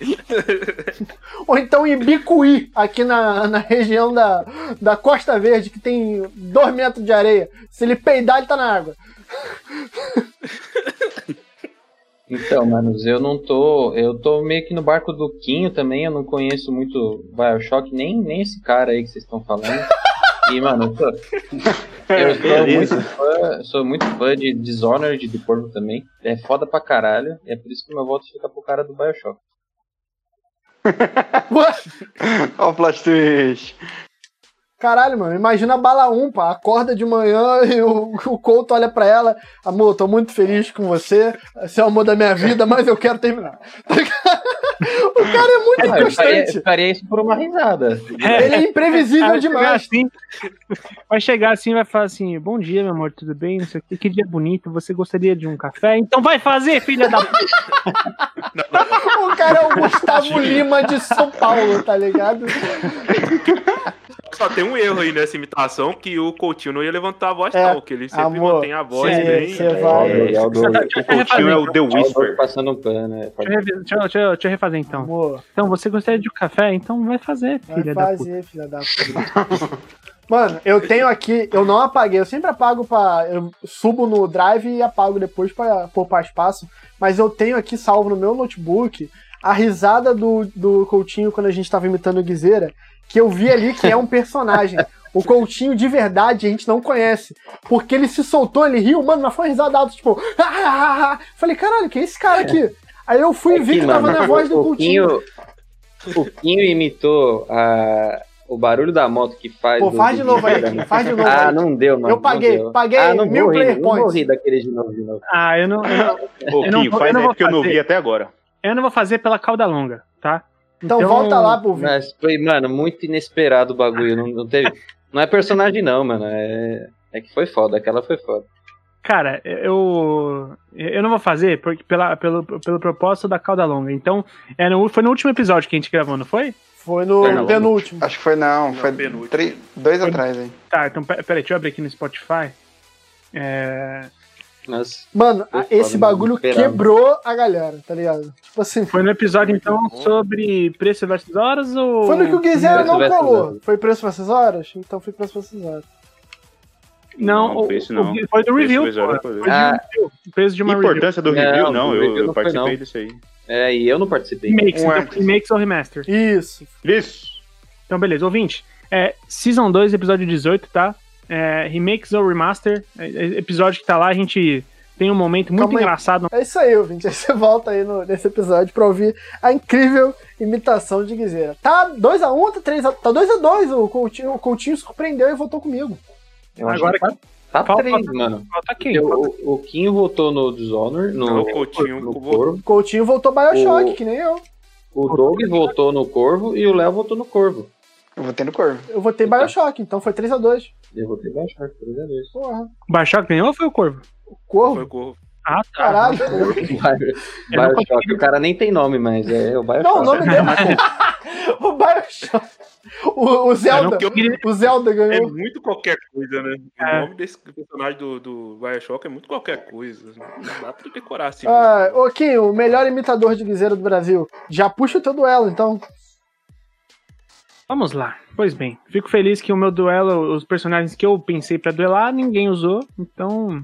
S1: Ou então em Bicuí, aqui na, na região da, da Costa Verde, que tem 2 metros de areia. Se ele peidar, ele tá na água.
S4: Então, manos, eu não tô. Eu tô meio que no barco do Quinho também, eu não conheço muito Bioshock, nem, nem esse cara aí que vocês estão falando. E, mano, eu, tô- eu sou,
S5: Beleza.
S4: é muito fã, sou muito fã de Dishonored do Corvo também. É foda pra caralho. E é por isso que meu voto fica pro cara do Bioshock.
S3: Ó, o plot twist.
S1: Caralho, mano, imagina a bala umpa, acorda de manhã e o, o Couto olha pra ela, amor, tô muito feliz com você, você é o amor da minha vida, mas eu quero terminar. o cara é muito
S4: Ah, eu, faria, eu
S1: constante,
S4: faria isso por uma risada.
S1: ele é imprevisível
S2: Aí vai chegar
S1: demais.
S2: assim- vai chegar assim e vai falar assim: Bom dia, meu amor, tudo bem? Não sei o que, que dia bonito, você gostaria de um café? Então vai fazer, filha da. puta."
S1: O cara é o Gustavo Lima de São Paulo, tá ligado?
S6: Só tem um erro aí nessa imitação que o Coutinho não ia levantar a voz,
S1: É,
S6: não. Que ele sempre
S1: amor,
S6: mantém a voz
S1: cê-
S6: bem. né?
S1: cê vai-
S4: É, é o do-
S5: O Coutinho é o The
S4: é o do
S5: Whisper.
S4: passando um pano. É,
S2: Deixa eu, rever- deixa eu- deixa eu- deixa eu refazer então.
S1: Amor,
S2: Então, você gostaria de um café? Então vai fazer,
S1: vai
S2: filha da puta.
S1: fazer, filha da puta. Mano, eu tenho aqui, eu não apaguei, eu sempre apago pra. Eu subo no drive e apago depois pra poupar espaço. mas eu tenho aqui salvo no meu notebook a risada do, do Coutinho quando a gente tava imitando o Guiseira, que eu vi ali que é um personagem. O Coutinho de verdade a gente não conhece. Porque ele se soltou, ele riu, mano, mas foi uma risada alta, tipo. Falei, caralho, que é esse cara aqui? Aí eu fui e vi É que tava na voz do
S4: o
S1: Coutinho.
S4: Quinho, o Quinho imitou a- o barulho da moto que faz.
S1: Pô,
S4: do-
S1: faz de
S4: do-
S1: novo aí,
S4: do-
S1: Quinho, faz de novo.
S4: Ah,
S1: aí.
S4: não deu, mano.
S1: Eu paguei,
S4: não deu.
S1: paguei
S4: ah, não
S1: mil
S4: vou rir,
S1: player
S4: Não vou
S1: points.
S4: rir daquele de novo, de novo.
S2: Ah, eu não, eu, não,
S5: Ô,
S2: Eu não
S5: Quinho,
S2: vou- eu
S5: faz
S2: não
S5: aí
S2: vou
S5: porque eu não
S2: fazer.
S5: vi até agora.
S2: eu não vou fazer pela cauda longa, tá?
S1: Então, volta lá
S2: né,
S1: pro vídeo.
S4: Mas foi, mano, muito inesperado o bagulho. Não, não teve. Não é personagem, não, mano. É, é que foi foda. Aquela foi foda.
S2: Cara, eu eu não vou fazer porque pela, pelo, pelo propósito da cauda longa. Então, é no- foi no último episódio que a gente gravou, não foi?
S1: Foi no
S4: Foi na longa.
S1: penúltimo.
S3: Acho que foi não. Foi
S6: penúltimo.
S3: três, dois
S2: Foi-
S3: atrás, hein?
S2: Tá, então pe- peraí, deixa eu abrir aqui no Spotify. É,
S4: Mas
S1: Mano,
S4: Foi
S1: esse
S4: foda,
S1: bagulho
S4: inesperado.
S1: quebrou a galera, tá ligado? Tipo assim,
S2: Foi no episódio, então, sobre preço versus horas ou.
S1: Foi no que o Guizera
S4: Preço
S1: não
S4: versus
S1: colou.
S4: horas.
S1: Foi preço versus horas? Então foi preço versus horas.
S2: Não,
S5: Não,
S2: o-
S5: foi esse
S2: o-
S5: não.
S2: Gui- foi do
S5: Esse
S2: review.
S5: episódio
S2: pô.
S5: foi
S2: Foi
S5: do
S2: de
S4: Ah.
S2: review. Preço de uma review.
S5: Importância do
S4: Não,
S5: review,
S4: do
S5: não.
S4: review
S5: Eu, eu
S4: não foi,
S5: participei
S4: não.
S5: disso aí.
S4: é, e eu não participei.
S2: Remakes,
S3: Um
S2: então,
S3: arco.
S2: remakes ou remaster.
S1: Isso.
S5: Isso.
S2: Então, beleza, ouvinte. É, Season 2, episódio 18, tá? É, remakes ou remaster. é, é, episódio que tá lá, a gente tem um momento muito
S1: Calma aí.
S2: engraçado.
S1: É isso aí, ouvinte. Aí você volta aí no- nesse episódio pra ouvir a incrível imitação de Guizeira. Tá 2x1, tá 3x. Tá 2x2. O Coutinho, o Coutinho surpreendeu e votou comigo.
S4: Eu acho
S2: Agora tá
S4: que tá, tá
S2: falta-
S4: três, mano.
S2: Falta quem?
S4: Porque O, o Quinho votou no Dishonor, no,
S6: Não, o Coutinho
S4: no
S6: votou.
S4: Corvo.
S1: O Coutinho votou Bioshock,
S4: O-
S1: que nem eu.
S4: O Doug votou no Corvo e o Léo votou no Corvo.
S3: Eu vou tendo corvo.
S1: Eu votei
S4: Então.
S1: Bioshock, então foi 3x2.
S4: Eu votei Bioshock, por exemplo. isso.
S1: Porra.
S2: O Bioshock ganhou ou foi o Corvo?
S1: O Corvo.
S6: Foi corvo.
S2: Ah, tá.
S1: Caralho.
S2: Eu não
S4: Bioshock, o cara nem tem nome, mas é o Bioshock.
S1: Não, o nome dele. o Bioshock. O, o Zelda.
S6: Eu não-
S1: O Zelda
S6: É
S1: ganhou.
S6: muito qualquer coisa, né?
S2: É.
S6: O nome desse personagem do, do Bioshock é muito qualquer coisa. Não dá pra decorar assim.
S1: Ah, ô, Kim, o melhor imitador de Guizeira do Brasil. Já puxa o teu duelo, então.
S2: Vamos lá. Pois bem, fico feliz que o meu duelo, os personagens que eu pensei pra duelar, ninguém usou. Então,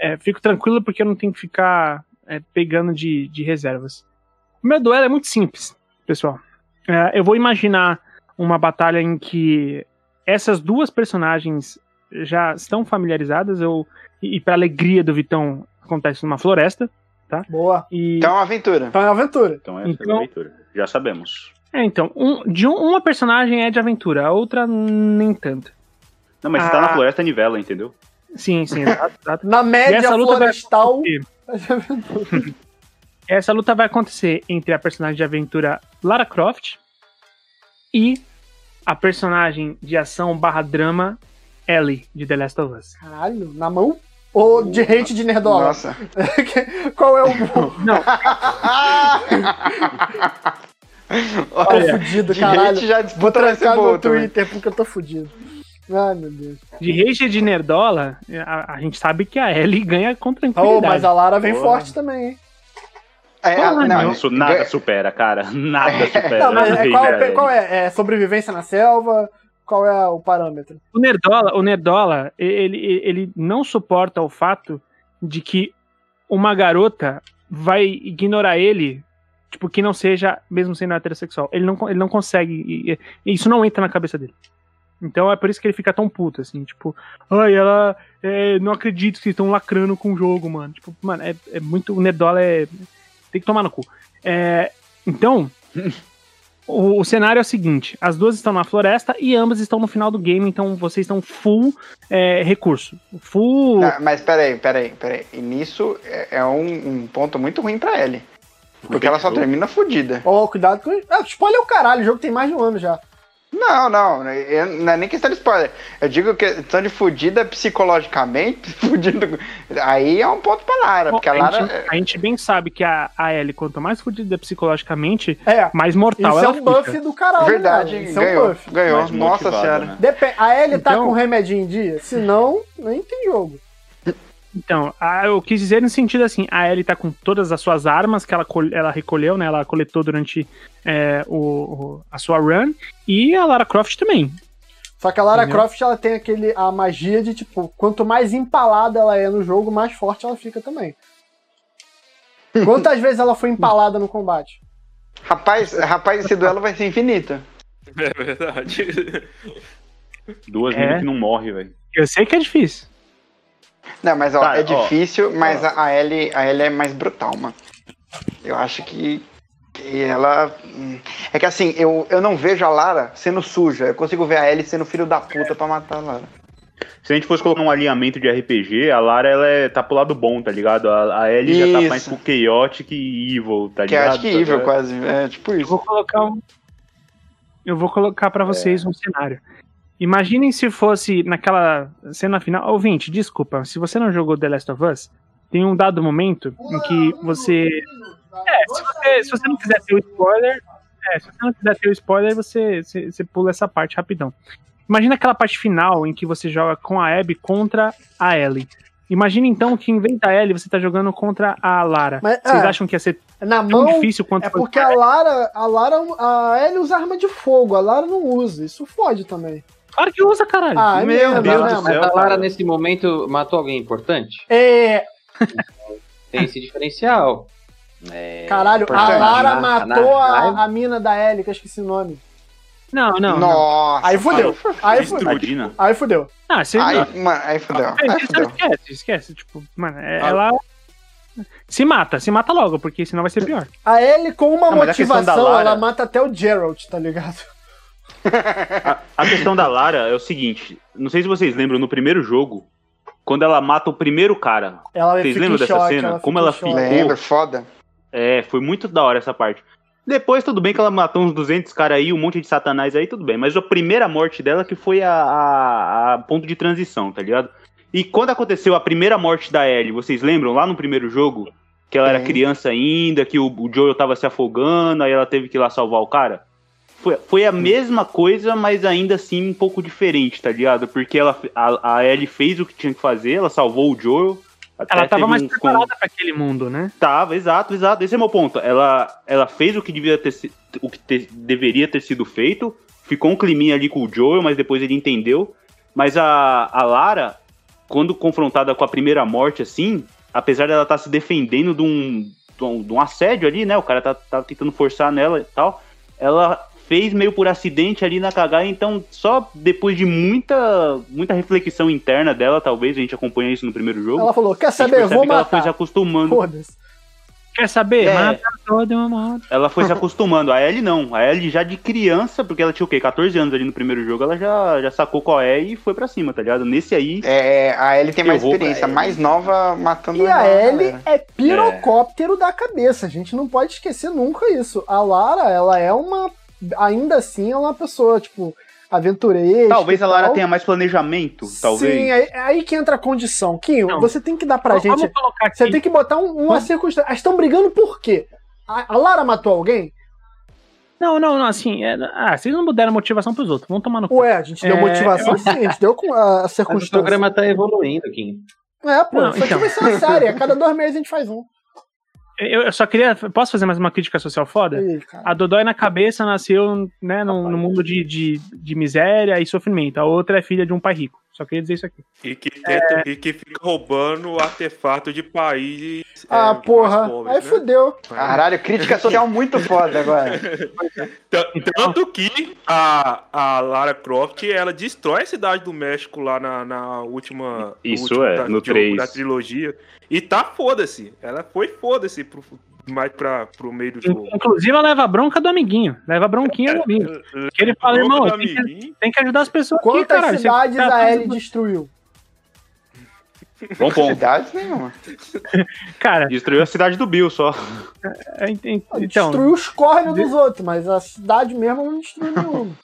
S2: é, fico tranquilo porque eu não tenho que ficar é, pegando de, de reservas. O meu duelo é muito simples, pessoal. É, eu vou imaginar um uma batalha em que essas duas personagens já estão familiarizadas. Eu, e, e pra alegria do Vitão, acontece numa floresta.
S1: Boa.
S2: E,
S3: Então é uma aventura.
S1: Então é uma aventura.
S5: Então essa é
S2: Então-
S5: a leitura. Já sabemos.
S2: É, então, um- de um- uma personagem é de aventura, a outra nem tanto.
S5: Não, mas se tá
S2: Ah.
S5: na floresta, nivela, entendeu?
S2: Sim, sim, exato, exato.
S1: Na
S2: E
S1: média
S2: essa luta vai
S1: florestal.
S2: acontecer.
S1: essa aventura.
S2: Essa luta vai acontecer entre a personagem de aventura Lara Croft e a personagem de ação barra drama Ellie, de The Last of Us.
S1: Caralho, na mão? Ou de hate de nerdola?
S3: Nossa.
S1: Qual é o Tô
S3: Olha,
S1: fudido,
S3: de
S1: caralho.
S3: hate já
S1: Vou
S3: disputa nesse
S1: trancar meu
S3: bolo também.
S1: Twitter porque eu tô fudido. Ai, meu Deus.
S2: De Rage e de Nerdola, a, a gente sabe que a Ellie ganha com
S1: Oh,
S2: tranquilidade.
S1: mas a Lara vem
S5: Porra.
S1: forte também, hein?
S3: É,
S2: Porra,
S3: não,
S5: Não, su-
S3: É.
S5: nada supera, cara. Nada supera.
S1: Não, mas é,
S5: Ei,
S1: qual, é,
S5: velho.
S1: qual é? É sobrevivência na selva? Qual é o parâmetro?
S2: O Nerdola, o Nerdola ele, ele não suporta o fato de que uma garota vai ignorar ele, tipo, que não seja, mesmo sendo heterossexual. Ele não, ele não consegue. e- e isso não entra na cabeça dele. Então é por isso que ele fica tão puto, assim, tipo, ai, ela. é, não acredito que vocês estão lacrando com o jogo, mano. Tipo, mano, é, é muito. O Nerdola é. Tem que tomar no cu. É, então, o, o cenário é o seguinte: as duas estão na floresta e ambas estão no final do game, então vocês estão full é, recurso. Full.
S3: Não, mas peraí, peraí, peraí. E nisso é, é um, um ponto muito ruim pra ele. Porque ela só termina fodida.
S1: Ó, cuidado com. Ah, spoiler é o caralho, o jogo tem mais de um ano já.
S3: Não, não. eu- não é nem questão de spoiler. Eu digo que questão de fodida psicologicamente. Fudido. Aí é um ponto pra Lara.
S2: Bom,
S3: Porque a
S2: a,
S3: Lara.
S2: gente, a gente bem sabe que a, a Ellie, quanto mais fodida psicologicamente,
S1: É.
S2: mais mortal
S1: Isso é
S2: ela
S1: um buff
S2: fica.
S1: do caralho,
S3: verdade,
S1: né, cara? Isso é um
S3: ganhou.
S1: buff.
S3: Ganhou.
S5: Mais
S3: Nossa
S5: motivada,
S3: senhora.
S5: né?
S1: Depen- a Ellie tá
S2: Então-
S1: com remedinho em dia? Se não, nem tem jogo.
S2: Então, a- eu quis dizer no sentido assim, a Ellie tá com todas as suas armas que ela, col- ela recolheu, né? Ela coletou durante é, o, o- a sua run, e a Lara Croft também.
S1: Só que a Lara
S2: Entendeu?
S1: Croft ela tem aquele, a magia de, tipo, quanto mais empalada ela é no jogo, mais forte ela fica também. Quantas vezes ela foi empalada no combate?
S3: Rapaz, rapaz, esse duelo vai ser infinito.
S6: É verdade.
S5: Duas
S2: É.
S5: meninas que não morre, velho.
S2: Eu sei que é difícil.
S3: Não, mas ó,
S5: Cara,
S3: é
S5: ó,
S3: difícil, mas a- a Ellie, a Ellie é mais brutal, mano. Eu acho que, que ela. hum, É que assim, eu, eu não vejo a Lara sendo suja. Eu consigo ver a Ellie sendo filho da puta pra matar a Lara.
S5: Se a gente fosse colocar um alinhamento de RPG, a Lara ela é, tá pro lado bom, tá ligado? A, a Ellie já tá
S3: Isso.
S5: mais pro Chaotic e Evil, tá ligado?
S3: que eu acho que
S5: Tá
S3: evil,
S5: ligado?
S3: quase. É tipo
S2: Eu vou
S3: isso.
S2: colocar um. Eu vou colocar para vocês um cenário. Imaginem se fosse naquela cena final. Ouvinte, desculpa, se você não jogou The Last of Us, tem um dado momento em que você. É, se você, se você não quiser ter o spoiler. É, se você não quiser ter o spoiler, você, você, você pula essa parte rapidão. Imagina aquela parte final em que você joga com a Abby contra a Ellie. Imagina então que em vez da Ellie você tá jogando contra a Lara.
S1: Mas,
S2: Vocês
S1: é,
S2: acham que ia ser
S1: na
S2: tão
S1: mão.
S2: difícil quanto
S1: É
S2: foi?
S1: porque a Lara, a Lara, a Ellie usa arma de fogo, a Lara não usa, isso fode também.
S2: Claro que usa, caralho.
S1: Ah,
S5: Meu
S1: merda,
S5: Deus
S1: né,
S5: do
S1: mano?
S5: céu.
S4: Mas a Lara,
S5: cara.
S4: nesse momento, matou alguém importante?
S1: É,
S4: Tem esse diferencial. É,
S1: caralho, a
S3: importante.
S1: Lara
S5: né?
S4: Na-
S1: matou
S4: na raiva.
S1: a, a mina da Ellie, que eu esqueci o nome.
S2: Não, não. não.
S3: Nossa.
S1: Aí fudeu, aí fudeu,
S5: Tadina.
S1: aí fudeu.
S2: Ah, você.
S3: Aí,
S2: não.
S3: mano, aí fudeu.
S2: É,
S3: Aí
S2: você não
S3: fudeu.
S2: esquece, esquece. Tipo, mano, é-
S6: Ah.
S2: ela. Se mata, se mata logo, porque senão vai ser pior.
S1: A Ellie com uma
S5: Não, mas a questão
S1: motivação,
S5: da Lara-
S1: ela mata até o Geralt, tá ligado?
S5: A, a questão da Lara é o seguinte: não sei se vocês lembram, no primeiro jogo, quando ela mata o primeiro cara,
S1: Ela
S5: Vocês
S1: fica em
S5: lembram dessa
S1: choque,
S5: cena?
S1: fica
S5: Como
S1: em
S5: ela
S1: choque.
S5: fica?
S3: Lembra, foda.
S5: É, foi muito da hora essa parte. Depois, tudo bem que ela matou uns 200 caras aí, um monte de satanás aí, tudo bem. Mas a primeira morte dela que foi a, a- a ponto de transição, tá ligado? E quando aconteceu a primeira morte da Ellie, vocês lembram lá no primeiro jogo? Que ela era
S3: Sim.
S5: criança ainda, que o, o Joel tava se afogando, aí ela teve que ir lá salvar o cara? Foi, foi a mesma coisa, mas ainda assim um pouco diferente, tá ligado? Porque ela, a, a Ellie fez o que tinha que fazer, ela salvou o Joel. até
S2: Ela tava
S5: É, teve um
S2: mais
S5: uns-
S2: preparada pra aquele mundo, né?
S5: Tava, exato, exato. Esse é o meu ponto. Ela, ela fez o que devia ter si- o que te- deveria ter sido feito. Ficou um climinha ali com o Joel, mas depois ele entendeu. Mas a, a Lara, quando confrontada com a primeira morte, assim, apesar dela estar se defendendo de tá um, de um, de um assédio ali, né? O cara tá, tá tentando forçar nela e tal. Ela fe- fez meio por acidente ali na cagada, então só depois de muita, muita reflexão interna dela, talvez, a gente acompanha isso no primeiro jogo.
S1: Ela falou: quer
S5: a gente
S1: saber? Eu
S5: percebe
S1: vou
S5: que ela foi se
S1: matar.
S5: acostumando.
S1: Foda-se.
S2: Quer saber?
S5: É.
S2: Mata toda uma moto.
S5: Ela foi se acostumando. A Ellie não. A Ellie já de criança, porque ela tinha o quê? 14 anos ali no primeiro jogo, ela já, já sacou qual é e foi pra cima, tá ligado? Nesse aí,
S3: É, a Ellie tem
S5: Eu
S3: mais
S5: vou pra
S3: experiência,
S5: Ellie.
S3: mais nova matando né?
S1: E a Ellie
S3: galera.
S1: é pirocóptero da cabeça. A gente não pode esquecer nunca isso. A Lara, ela é uma. Ainda assim, ela é uma pessoa, tipo, aventureira.
S5: talvez
S1: e
S5: a Lara
S1: tal.
S5: tenha mais planejamento,
S1: Sim,
S5: talvez.
S1: aí, aí que entra a condição. Quinho,
S2: Não.
S1: você tem que dar pra
S2: Vamos
S1: gente.
S2: colocar aqui.
S1: Você tem que botar um- uma circunstância. Elas estão brigando por quê? A, a Lara matou alguém?
S2: Não, não, não, assim, é- ah, vocês não deram motivação pros outros, vão tomar no cu.
S1: Ué, a gente deu
S2: É,
S1: motivação sim, a gente deu com a
S4: Mas o
S1: circunstância.
S4: programa tá evoluindo, Kim.
S1: É, pô,
S2: Não,
S1: isso aqui
S2: então.
S1: vai ser uma série. A cada dois meses a gente faz um.
S2: Eu, eu só queria. Posso fazer mais uma crítica social foda?
S1: Ih, cara.
S2: A Dodói na cabeça nasceu né, num, num mundo de, de, de miséria e sofrimento. A outra é filha de um pai rico. Só queria dizer isso aqui.
S6: E que,
S1: É.
S6: tenta, e que fica roubando artefato de países. é,
S1: Ah,
S6: mais
S1: porra.
S6: pobres,
S1: Aí
S6: né?
S1: fudeu.
S3: Caralho, crítica social muito foda agora.
S6: T- Tanto que a, a Lara Croft ela destrói a cidade do México lá na, na última.
S5: Isso
S6: último
S5: é,
S6: da-
S5: no
S6: jogo
S5: três.
S6: Da trilogia. E tá foda-se. Ela foi foda-se pro, mais pra, pro meio do jogo.
S2: Inclusive, ela leva bronca do amiguinho. Leva bronquinha do amigo. Que ele fala, irmão,
S6: Jogo do
S2: tem que,
S6: amiguinho.
S2: tem que ajudar as pessoas aqui,
S1: Quantas
S2: caralho. Você- tá
S1: cidades
S2: cara,
S1: a
S2: faz-
S1: Ellie destruiu?
S5: Bom ponto.
S3: Cidades nenhuma.
S2: Cara,
S5: Destruiu a cidade do Bill só.
S2: é, ent- ent-
S1: Ela
S2: então,
S1: destruiu os córneos
S2: de-
S1: dos outros, mas a cidade mesmo não destruiu nenhuma.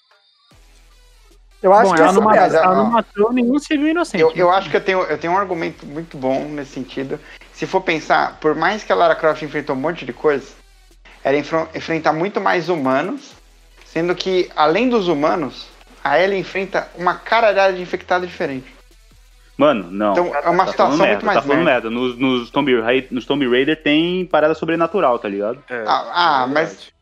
S1: Eu acho
S2: bom,
S1: que
S2: ela,
S1: essa
S2: não matou,
S3: merda,
S2: ela não
S3: não.
S2: matou nenhum civil inocente. né?
S3: Eu, eu acho que eu tenho, eu tenho um argumento muito bom nesse sentido. Se for pensar, por mais que a Lara Croft enfrentou um monte de coisa, ela enfro- enfrenta muito mais humanos, sendo que, além dos humanos, a Ellie enfrenta uma caralhada de infectados diferente.
S5: Mano, não.
S3: Então, é uma
S5: Tá
S3: situação
S5: falando merda,
S3: muito mais
S5: tá falando
S3: merda.
S5: merda. Nos, nos, Tomb Raider, nos Tomb Raider tem parada sobrenatural, tá ligado?
S6: É,
S3: Ah, ah, mas-
S6: verdade.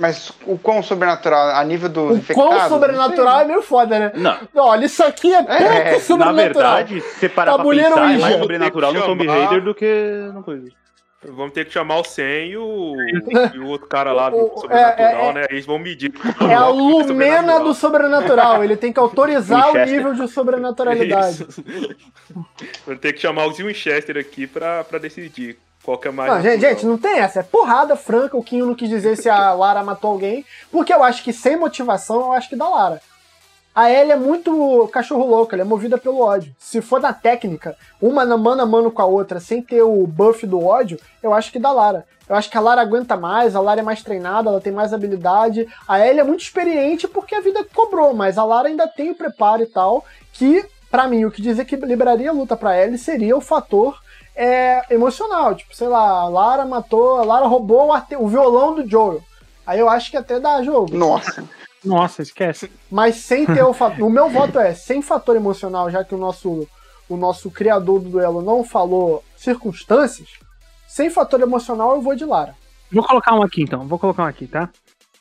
S3: Mas o quão sobrenatural, a nível dos
S1: O
S3: infectados...
S1: quão sobrenatural é
S3: não
S1: meio foda, né?
S5: Não,
S1: Não, Olha, isso aqui é pouco
S3: É, na
S5: na
S1: sobrenatural.
S5: verdade, se você parar pra
S1: Tabuleiro
S5: pensar, é
S1: Ouija.
S5: mais sobrenatural no Tomb
S6: Chamar-
S5: Raider do que no coisa.
S6: Vamos ter que chamar o Sen e o, e o outro cara lá
S1: O-
S6: do
S1: o-
S6: Sobrenatural,
S1: é, é,
S6: né? Eles vão medir.
S1: É a lumena do sobrenatural. Ele tem que autorizar o
S5: Winchester.
S1: nível de sobrenaturalidade.
S6: Isso. Vamos ter que chamar os Winchester aqui pra, pra decidir qual que é mais.
S1: Não, gente,
S6: natural.
S1: gente, não tem essa. É porrada franca. O Kinho não quis dizer se a Lara matou alguém. Porque eu acho que sem motivação, eu acho que da Lara. A Ellie é muito cachorro louco, ela é movida pelo ódio. Se for na técnica, uma na mano a mano com a outra, sem ter o buff do ódio, eu acho que da Lara. Eu acho que a Lara aguenta mais, a Lara é mais treinada, ela tem mais habilidade. A Ellie é muito experiente porque a vida cobrou, mas a Lara ainda tem o preparo e tal. Que, pra mim, o que dizer que liberaria a luta pra Ellie seria o fator é, emocional. Tipo, sei lá, a Lara matou, a Lara roubou o, arte- o violão do Joel. Aí eu acho que até dá jogo.
S3: Nossa,
S2: Nossa, esquece.
S1: Mas sem ter o fator. O meu voto é, sem fator emocional, já que o nosso, o nosso criador do duelo não falou circunstâncias, sem fator emocional eu vou de Lara.
S2: Vou colocar um aqui então, vou colocar um aqui, tá?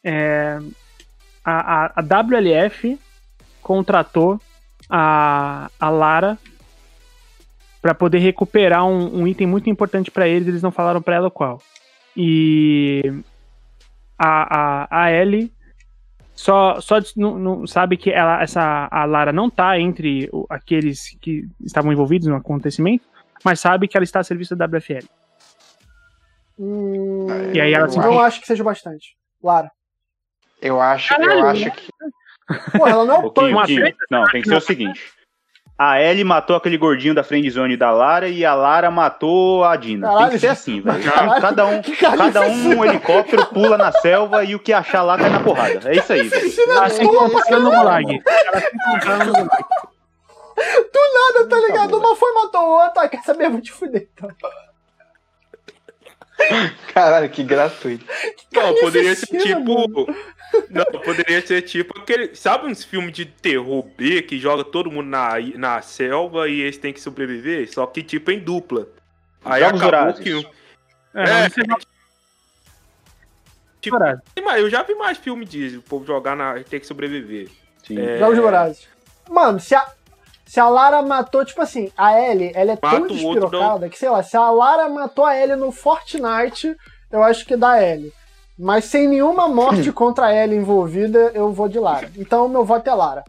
S2: É, a, a- a WLF contratou a, a Lara pra poder recuperar um, um item muito importante pra eles, eles não falaram pra ela qual. E a, a, a Ellie só, só dis- não, não sabe que ela, essa, a Lara não tá entre o- aqueles que estavam envolvidos no acontecimento, mas sabe que ela está a serviço da WFL.
S1: Hum,
S2: E aí ela se
S1: não acho que seja bastante. Lara.
S3: eu acho, eu
S2: Caralho,
S3: acho que...
S1: Porra, ela não é o
S5: Ô,
S1: punk.
S5: Kinho,
S2: uma
S5: Kinho,
S2: frente-
S5: Não, tem que ser o seguinte. A Ellie matou aquele gordinho da friendzone da Lara e a Lara matou a Dina. Tem
S1: Caralho.
S5: que ser assim, velho.
S1: Caralho. é
S5: Cada um,
S1: Que cara
S5: cada um
S1: difícil.
S5: num helicóptero pula na selva e o que achar lá cai na porrada. É isso aí, velho.
S1: Esse não é
S2: Ela se encontrando no gulag.
S1: nada, tá ligado? Uma foi matou o outro. Ah, quer saber? Vou te fuder. Então.
S3: Caralho, que gratuito.
S6: Não, poderia ser
S1: Carnificina,
S6: tipo. Não, poderia ser tipo aquele. Sabe uns filmes de terror B que joga todo mundo na, na selva e eles têm que sobreviver? Só que tipo em dupla. Aí
S5: Jogos
S6: acabou
S5: Vorazes.
S6: que o filme.
S2: É,
S6: É.
S2: você vai-
S6: Tipo,
S2: Caralho.
S6: Mas Eu já vi mais filme disso, o povo jogar na. tem que sobreviver.
S5: Sim.
S6: É,
S1: Jogos Vorazes. Mano, se a, se a Lara matou, tipo assim, a Ellie, ela é
S6: Mata o
S1: tão
S6: outro,
S1: despirocada que, sei lá, se a Lara matou a Ellie no Fortnite, eu acho que dá Ellie. Mas sem nenhuma morte contra ela envolvida, eu vou de Lara. Então meu voto é Lara.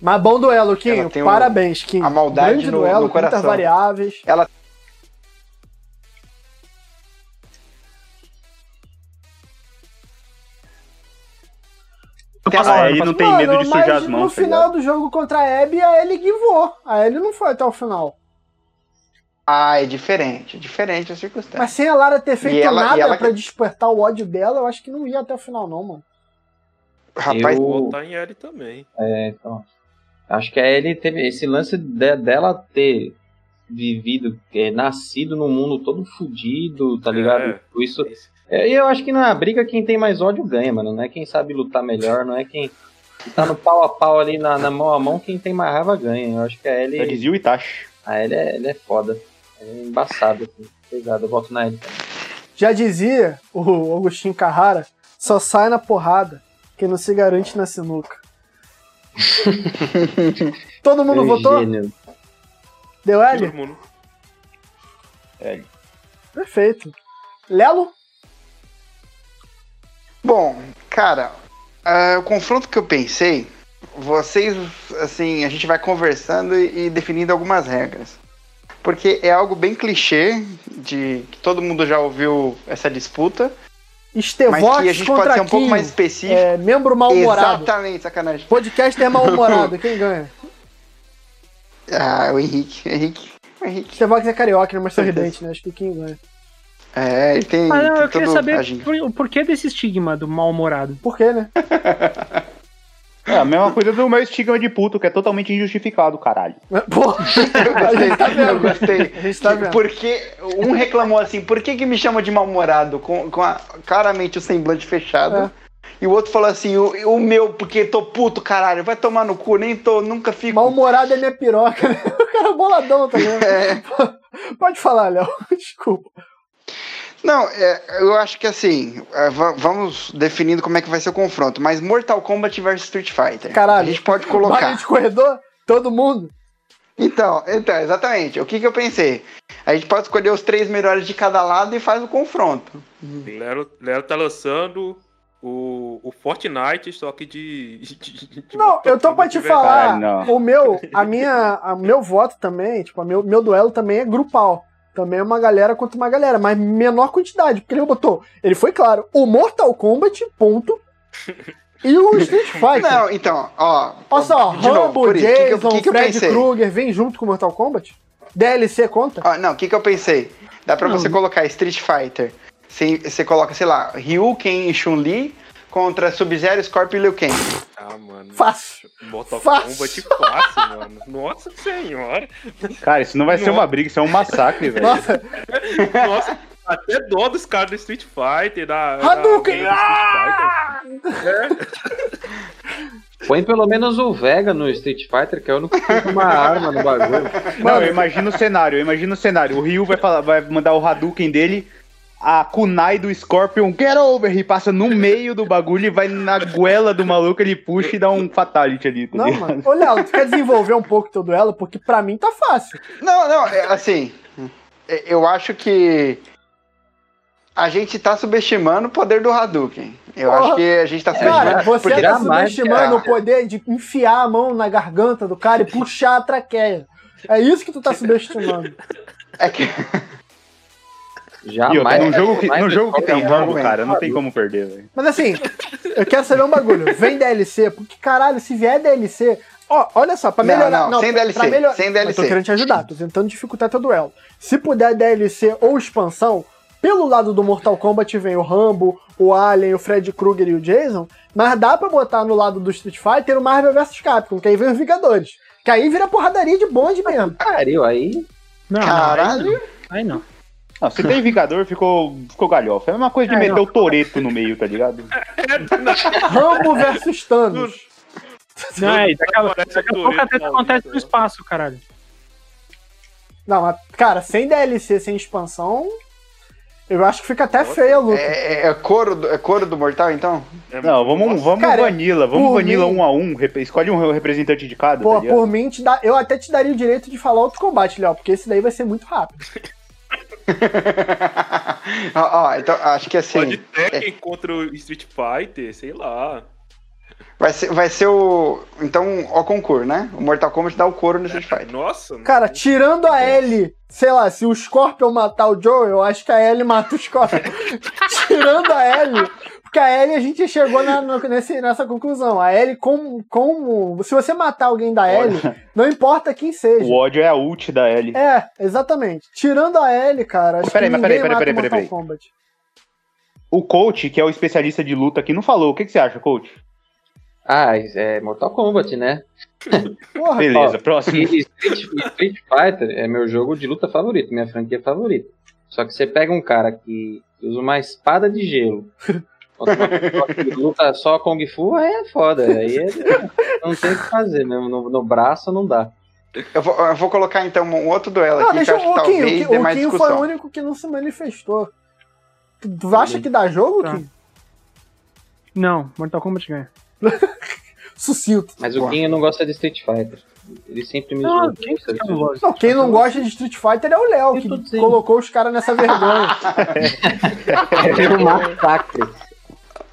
S1: Mas bom duelo, Kim.
S3: Ela tem um-
S1: Parabéns, Kim.
S3: a maldade
S1: Grande
S3: no-
S1: duelo,
S3: no coração.
S1: muitas variáveis.
S3: Tem a-
S5: Ah, ele não tem
S1: Mano,
S5: medo de sujar
S1: mas
S5: as mãos.
S1: No
S5: tá ligado?
S1: final do jogo contra a Abby, a Ellie guivou. A Ellie não foi até o final.
S3: Ah, é diferente. É diferente a circunstância.
S1: Mas sem a Lara ter feito
S3: ela- e
S1: nada
S3: ela-
S1: pra despertar o ódio dela, eu acho que não ia até o final, não, mano.
S3: Rapaz,
S6: Vou
S4: Eu-
S6: votar em L também.
S4: É, então. Acho que a Ellie teve esse lance de- dela ter vivido, é, nascido num mundo todo fudido, tá
S6: É.
S4: ligado? Isso. é, E eu acho que na briga quem tem mais ódio ganha, mano. Não é quem sabe lutar melhor, não é quem tá no pau a pau ali na, na mão a mão, quem tem mais raiva ganha. Eu acho que a
S5: Já
S4: Ellie,
S5: dizia o Itachi.
S4: a Ellie, é, ela é foda. Ela É embaçada, assim. Pesada, eu voto na Ellie. também.
S1: Já dizia o Agostinho Carrara, só sai na porrada quem não se garante na sinuca. Todo mundo
S4: Um
S1: votou?
S4: gênio.
S1: Deu L?
S6: Todo mundo.
S1: Perfeito. Lelo?
S3: Bom, cara, ah, o confronto que eu pensei, vocês, assim, a gente vai conversando e, e definindo algumas regras. Porque é algo bem clichê, de que todo mundo já ouviu essa disputa, mas que a
S1: Estevox
S3: gente pode
S1: contra
S3: ser
S1: Kim.
S3: um pouco mais específico.
S1: é, membro mal-humorado.
S3: Exatamente, sacanagem.
S1: Podcast é mal-humorado. Quem ganha?
S3: Ah, o Henrique, Henrique, o Henrique.
S1: Estevox é carioca, né? Mas sorridente, né? Acho que quem ganha.
S3: É, ele tem,
S2: Ah, não,
S3: tem
S2: eu queria
S3: todo- a
S2: saber
S3: gente-
S2: por- o porquê desse estigma do mal-humorado.
S1: Por quê, né?
S5: É a mesma coisa do meu estigma de puto, que é totalmente injustificado, caralho.
S1: Pô, a gente tá
S3: Eu
S1: vendo.
S3: gostei.
S1: A gente tá vendo.
S3: Porque um reclamou assim, por que, que me chama de mal-humorado? Com, com a- claramente o semblante fechado.
S1: É.
S3: E o outro falou assim, o, o meu, porque tô puto, caralho, vai tomar no cu, nem tô, nunca fico.
S1: Mal-humorado é minha piroca. né? O cara é boladão também.
S3: É.
S1: Pode falar, Léo. Desculpa.
S3: Não, é, eu acho que assim, é, va- vamos definindo como é que vai ser o confronto, mas Mortal Kombat versus Street Fighter.
S1: Caralho.
S3: A gente pode
S1: Baile
S3: colocar.
S1: de corredor? Todo mundo?
S3: Então, então, exatamente. O que, que eu pensei? A gente pode escolher os três melhores de cada lado e faz o confronto.
S6: Lero, Lero tá lançando o, o Fortnite, só que de. de- de-
S1: Não, eu tô pra te
S6: de
S1: falar.
S5: Ah, não.
S1: O meu, a minha, a meu voto também, tipo, a meu, meu duelo também é grupal. Também é uma galera contra uma galera, mas menor quantidade, porque ele botou, ele foi claro, o Mortal Kombat, ponto, e o Street Fighter.
S3: Não, então, ó.
S1: Olha só,
S3: de novo,
S1: Rambo,
S3: por isso, o que que eu-
S1: Jason,
S3: o que que eu
S1: Fred
S3: pensei?
S1: Krueger, vem junto com o Mortal Kombat? DLC conta?
S3: Ah, não, o que, que eu pensei? Dá pra
S2: Não.
S3: você colocar Street Fighter. Você, você coloca, sei lá, Ryu, Ken e Chun-Li contra Sub-Zero, Scorpio e Liu Kang.
S6: Ah, mano.
S1: Fácil.
S6: Mortal
S1: Fácil.
S6: Kombat fácil, mano. Nossa senhora.
S5: Cara, isso não vai ser uma briga, isso é um massacre, velho.
S1: Nossa,
S6: Nossa, até dó dos caras do Street Fighter. Da, da-
S1: Hadouken! Ah!
S6: do Street Fighter.
S4: Põe pelo menos o Vega no Street Fighter, que é o único que tem uma arma no bagulho.
S5: Não, eu imagino o cenário, eu imagino o cenário. O Ryu vai, falar, vai mandar o Hadouken dele, a Kunai do Scorpion, get over, e passa no meio do bagulho e vai na goela do maluco, ele puxa e dá um fatality ali, tá
S1: não,
S5: ligado?
S1: mano. Ô, Léo, tu quer desenvolver um pouco teu duelo? Porque pra mim tá fácil.
S3: Não, não, é, assim. é, Eu acho que. A gente tá subestimando o poder do Hadouken. Eu
S1: Porra.
S3: acho que a gente tá subestimando.
S1: Cara, você
S3: porque-
S1: tá
S4: jamais,
S1: subestimando
S3: cara.
S1: o poder de enfiar a mão na garganta do cara e puxar a traqueia. É isso que tu tá subestimando.
S3: é que-
S5: E outra,
S1: é
S4: Jamais.
S5: num jogo que,
S4: jamais
S5: num jogo que tem
S4: qualquer
S5: Rambo,
S4: arma.
S5: cara, não tem como perder, velho.
S1: Mas assim, eu quero saber um bagulho. Vem DLC, porque caralho, se vier DLC. Ó, olha só, pra
S3: Não,
S1: melhorar.
S3: não, sem DLC, sem
S1: Mas
S3: DLC.
S1: Tô querendo te ajudar, tô tentando dificultar teu duelo. Se puder DLC ou expansão, pelo lado do Mortal Kombat vem o Rambo, o Alien, o Fred Krueger e o Jason, mas dá pra botar no lado do Street Fighter o Marvel vs Capcom, que aí vem os Vingadores. Que aí vira porradaria de bonde mesmo.
S4: Pariu, aí.
S2: Não,
S3: Caralho.
S2: Aí não.
S5: Não, se tem Vingador, ficou, ficou galhofa. É a mesma coisa de
S2: É,
S5: meter
S2: não.
S5: o Toreto no meio, tá ligado?
S6: É,
S1: Rambo versus Thanos.
S2: Não, é, daqui a,
S6: Parece
S2: daqui a
S6: o
S2: pouco até
S6: Toretto
S2: acontece no
S6: maluco,
S2: espaço, caralho.
S1: Não, mas, cara, sem DLC, sem expansão, eu acho que fica até feio a luta.
S3: É, é- é couro do, é couro do mortal, então?
S6: É,
S5: Não, vamos, vamos
S1: Cara,
S5: Vanilla, vamos
S1: por
S5: Vanilla
S1: mim-
S5: um a um, rep- escolhe um representante de cada,
S1: Pô,
S5: tá ligado?
S1: por mim, te dá- eu até te daria o direito de falar outro combate, Léo, porque esse daí vai ser muito rápido.
S3: ó, ó, então acho que assim.
S6: Pode Tekken contra o Street Fighter, sei lá.
S3: Vai ser, vai ser o. Então, ó, concurso, né? O Mortal Kombat dá o couro no Street Fighter.
S6: Nossa,
S1: Cara, tirando a L, sei lá, se o Scorpion matar o Joe, eu acho que a L mata o Scorpion. tirando a L, porque a L a gente chegou na, no- nesse- nessa conclusão. A L, como, como. Se você matar alguém da L, não importa quem seja.
S5: O ódio é a ult da L.
S1: É, exatamente. Tirando a L, cara, acho
S5: Peraí,
S1: que
S5: mas
S1: ninguém
S5: peraí, peraí,
S1: mata
S5: peraí,
S1: o
S5: peraí,
S1: Mortal
S5: peraí.
S1: Kombat.
S5: O coach, que é o especialista de luta aqui, não falou. O que, que você acha, coach?
S4: Ah, é Mortal Kombat, né?
S1: Porra,
S5: Beleza, próximo.
S4: E Street, Street Fighter é meu jogo de luta favorito, minha franquia favorita. Só que você pega um cara que usa uma espada de gelo. contra uma pessoa que luta só Kung Fu, aí é foda. Aí é- não tem o que fazer mesmo. No, no braço não dá.
S3: Eu vou, eu vou colocar então um outro duelo
S1: Não,
S3: aqui que
S1: deixa um
S3: eu acho
S1: o
S3: que
S1: Kim.
S3: talvez
S1: O
S3: dê
S1: Kim, o
S3: mais
S1: Kim foi o
S3: discussão.
S1: único que não se manifestou. Tu- Tu acha que dá jogo,
S2: Tá.
S1: Kim?
S2: Não, Mortal Kombat ganha.
S1: Sucinto.
S4: Mas o
S3: Boa.
S4: Kinho não gosta de Street Fighter. Ele sempre me zoa.
S2: Ah, quem que não gosta?
S1: Não, quem não gosta de Street Fighter é o Léo,
S4: Eu tô
S1: que
S4: dizendo.
S1: colocou os caras nessa vergonha.
S4: É um massacre.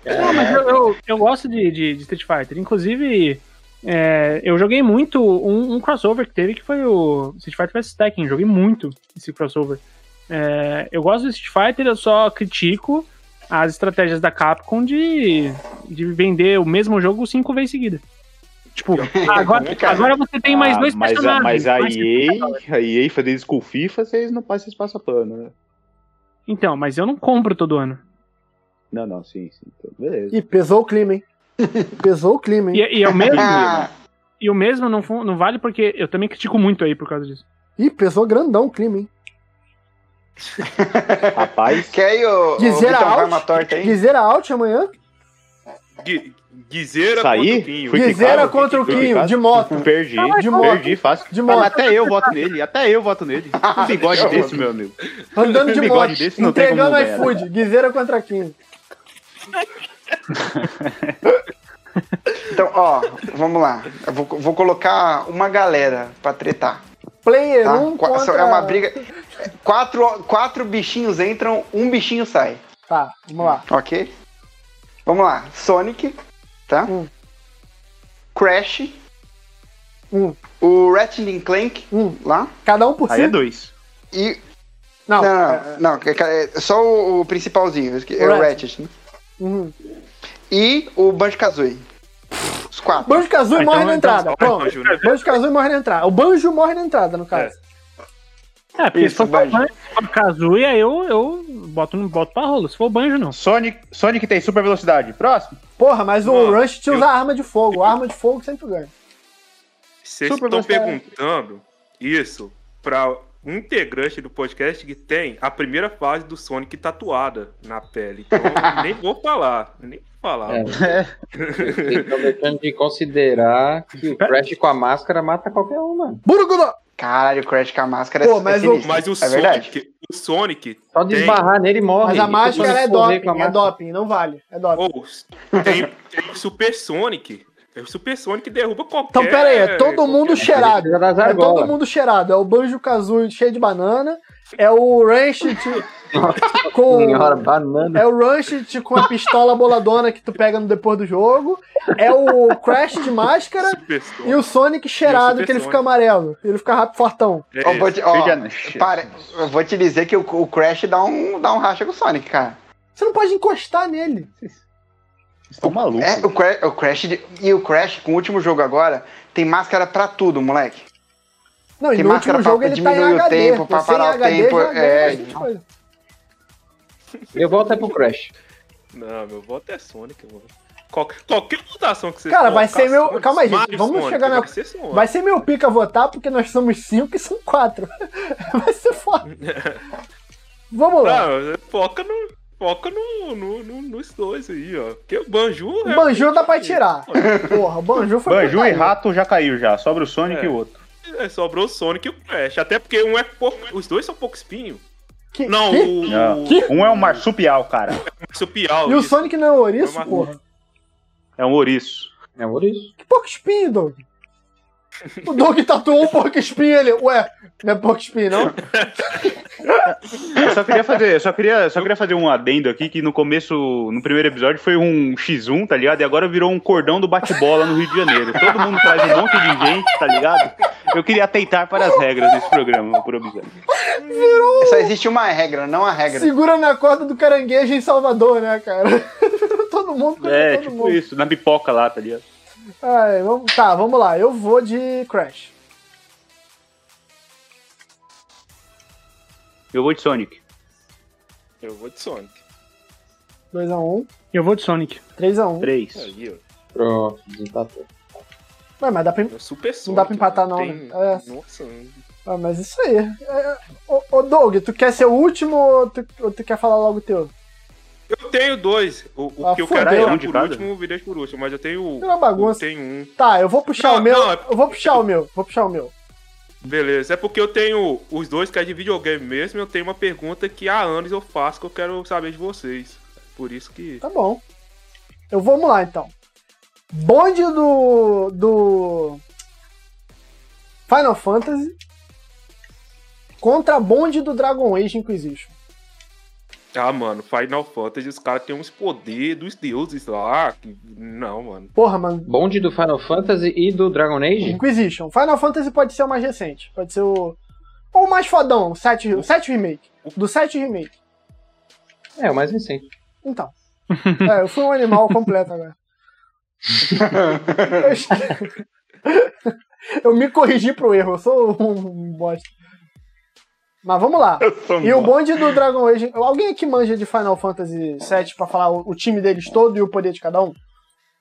S2: Não, mas eu, eu, eu gosto de, de- de Street Fighter. Inclusive, é, eu joguei muito um, um crossover que teve que foi o Street Fighter vs Tekken. Joguei muito esse crossover. É, eu gosto do Street Fighter, eu só critico as estratégias da Capcom de, de vender o mesmo jogo cinco vezes seguida. Tipo, agora,
S3: Cara,
S2: agora você tem mais
S5: Ah,
S2: dois
S5: mas a,
S2: personagens.
S5: mas a
S2: mais
S5: EA, a EA fazendo isso com o FIFA, vocês não passam, vocês passam pano, né?
S2: Então, mas eu não compro todo ano.
S5: Não, não, sim, sim. então, beleza.
S1: Ih, pesou o clima, hein? Pesou o clima, hein?
S2: E, e é o mesmo,
S3: Ah,
S2: e o mesmo não, fu- não vale porque eu também critico muito aí por causa disso.
S4: é-
S1: Ih, pesou grandão o clima, hein?
S5: Rapaz,
S3: quer aí o, o
S1: Dizer
S3: Vitão vai
S1: out?
S3: uma torta aí?
S1: Guizeira out amanhã?
S6: Gui- Guizeira
S5: Saí?
S6: contra o Pinho.
S5: Fui quicado,
S1: Guizeira
S5: fui
S1: contra o
S5: quicado.
S1: Quinho, de moto.
S5: perdi.
S2: Tá,
S1: Ah, mas
S5: de
S1: como?
S5: perdi, fácil.
S1: De
S5: Ah,
S1: moto.
S5: mas até eu voto nele, até eu voto nele. Um bigode desse, meu amigo.
S1: Andando de
S5: um Bigode
S1: moto,
S5: desse não tem como
S1: entregando
S5: não ganhar,
S1: iFood. Guizeira contra Kim.
S3: Então, ó, vamos lá. Eu vou, vou colocar uma galera pra tretar.
S1: Player
S3: Tá?
S1: 1 um
S3: Qua-
S1: contra...
S3: É uma briga. Quatro, quatro bichinhos entram, um bichinho sai.
S1: Tá, vamos lá.
S3: Ok? Vamos lá. Sonic, tá?
S1: Hum.
S3: Crash.
S1: Hum.
S3: O Ratchet and Clank,
S1: Hum,
S3: lá.
S1: cada um por si?
S5: Aí é dois.
S3: E.
S1: Não.
S3: Não, não,
S1: é-
S3: não. não, que- que- é só o, o principalzinho. esque- É o
S1: Ratchet.
S3: Ratchet. né?
S1: Uhum.
S3: E o Banjo Kazooie. Os quatro.
S1: Banjo Kazooie
S2: Ah,
S1: morre
S2: então-
S1: na
S5: é
S2: então
S1: entrada.
S6: só
S1: Pronto.
S6: Banjo, né?
S1: Banjo Kazooie morre na entrada. O Banjo morre na entrada, no caso.
S2: É, porque
S3: Isso,
S2: se for só
S3: Banjo.
S2: Banjo, se for Kazuya, eu, eu boto, boto pra rolo. Se for Banjo, não.
S5: Sonic, Sonic tem super velocidade. Próximo.
S1: Porra, mas o
S6: Mano,
S1: Rush tinha
S6: eu-
S1: usar arma de fogo. Arma de fogo sempre ganha.
S6: Vocês
S5: Super
S6: estão
S5: gostado.
S6: perguntando isso pra um integrante do podcast que tem a primeira fase do Sonic tatuada na pele. Então, eu nem vou falar. Nem vou falar.
S4: É. Vocês estão deixando tá de considerar que o Crash com a máscara mata qualquer um, mano.
S1: Burugudó!
S3: Caralho, o Crash com a máscara
S1: Pô,
S3: é,
S1: mas
S3: mas
S1: o-
S3: é sinistro.
S6: Mas o
S3: é verdade.
S6: Sonic, o Sonic
S4: Só de
S6: Tem.
S4: esbarrar nele e
S1: Mas
S4: morre.
S1: a
S4: E quando
S1: máscara é
S4: ele correr
S1: doping,
S4: com a
S1: é
S4: máscara-
S1: doping, não vale. É doping.
S6: Ou tem, tem o Super Sonic. O Super Sonic derruba qualquer.
S1: Então, pera aí, é todo mundo
S6: qualquer-
S1: cheirado.
S4: Precisa das
S1: É todo
S4: argolas.
S1: mundo cheirado. É o Banjo Kazooie cheio de banana. É o Ranchet com.
S4: Senhora, banana.
S1: É o Ranchet com a pistola boladona que tu pega no depois do jogo. É o Crash de máscara.
S6: Super Sonic.
S1: E o Sonic cheirado,
S6: Super
S1: que ele
S6: Sonic.
S1: fica amarelo. Ele fica rápido fortão.
S6: É
S3: Ó, vou
S6: isso.
S3: te- ó,
S5: Veja, né?
S3: para- eu vou te dizer que o, o Crash dá um, dá um racha com o Sonic, cara.
S1: Você não pode encostar nele.
S5: Vocês estão malucos.
S3: É, o, Cra- o Crash. de- e o Crash, com o último jogo agora, tem máscara pra tudo, moleque.
S1: Não, e
S3: Tem
S1: no último
S3: máscara pra
S1: jogo ele tá em
S3: diminuir o
S1: HD.
S3: tempo, pra
S1: Você em
S3: parar o
S1: HD
S3: tempo,
S1: já ganha
S3: é,
S1: bastante
S3: então.
S1: coisa.
S4: Eu volto é pro Crash.
S6: Não, meu voto é Sonic, mano. Qual- qualquer mutação que você
S1: Cara, vai ser meu-
S6: Sonic,
S1: calma aí, gente,
S6: Mario,
S1: vamos
S6: Sonic,
S1: chegar na-
S6: Vai ser Sonic.
S1: Vai ser meu pica votar, porque nós somos cinco e são quatro. Vai ser foda. Vamos lá.
S6: Não, foca no. Foca no, no- no- nos dois aí, ó. Porque o Banjo.
S1: O
S6: é-
S1: Banjo dá pra tirar. Porra, o Banjo foi
S5: Banjo e
S1: putaria.
S5: Rato já caiu já. Sobra o Sonic
S6: É.
S5: e o outro.
S6: é, sobrou o Sonic e o Crash. Até porque um é pouco. Os dois são pouco espinho.
S1: Que-
S6: Não,
S1: que-
S6: o.
S5: Não.
S6: o-
S5: Um é um marsupial, cara.
S6: o Piau.
S1: E o
S6: isso.
S1: Sonic não é ouriço,
S6: Foi uma-
S1: porra?
S5: É um ouriço.
S4: É por isso.
S1: Que pouco espinho, Doug. O Doug tatuou um porco espinho ele. Ué, não é porco espinho, não?
S5: Eu só queria fazer, eu só queria, só queria fazer um adendo aqui que no começo, no primeiro episódio foi um X1, tá ligado? E agora virou um cordão do bate-bola no Rio de Janeiro. Todo mundo traz um monte de gente, tá ligado? Eu queria atentar para as regras desse programa, por observar.
S3: Só existe uma regra, não a regra.
S1: Segura na corda do caranguejo em Salvador, né, cara? todo mundo contra
S5: É,
S1: todo
S5: tipo
S1: mundo.
S5: isso, na pipoca lá, tá ligado?
S1: Ai, vamos- tá, vamos lá. Eu vou de Crash.
S5: Eu vou de Sonic.
S6: Eu vou de Sonic.
S1: 2x1,
S2: Eu vou de Sonic.
S1: 3x1.
S5: Três.
S6: Aí, ó.
S4: Pronto, desempatou.
S1: Ué, mas dá pra.
S6: É o Super Sonic.
S1: dá pra empatar, não,
S6: tem-
S1: né? É.
S6: Nossa,
S1: Ah, mas isso aí. É, ô, ô, Doug, tu quer ser o último ou tu, ou tu quer falar logo o teu?
S6: eu tenho dois. O, o é
S1: Ah,
S6: que eu
S1: fudeu.
S6: quero tirar
S5: Um de
S6: por
S5: cada?
S6: último, eu virei por último, mas eu tenho.
S1: É uma bagunça.
S6: Eu tenho um.
S1: Tá, eu vou puxar
S6: Não,
S1: o meu.
S6: não, é-
S1: Eu vou puxar o meu. Vou puxar o meu.
S6: Beleza, é porque eu tenho os dois que é de videogame mesmo. Eu tenho uma pergunta que há anos eu faço que eu quero saber de vocês. Por isso que.
S1: Tá bom. Eu vamos lá então. Bonde do. do. Final Fantasy contra bonde do Dragon Age Inquisition.
S6: Ah, mano, Final Fantasy, os caras têm uns poderes dos deuses lá. que- Não, mano.
S1: Porra, mano.
S4: Bonde do Final Fantasy e do Dragon Age?
S1: Inquisition. Final Fantasy pode ser o mais recente. Pode ser o. Ou o mais fodão, o 7, o 7 Remake. Do 7 Remake.
S4: É, o mais recente.
S1: Então. É, eu fui um animal completo agora. Eu esque- eu me corrigi pro erro, eu sou um bosta. Mas vamos lá.
S6: um
S1: E o bonde do Dragon Age. Alguém aqui manja de Final Fantasy VII pra falar o, o time deles todo e o poder de cada um?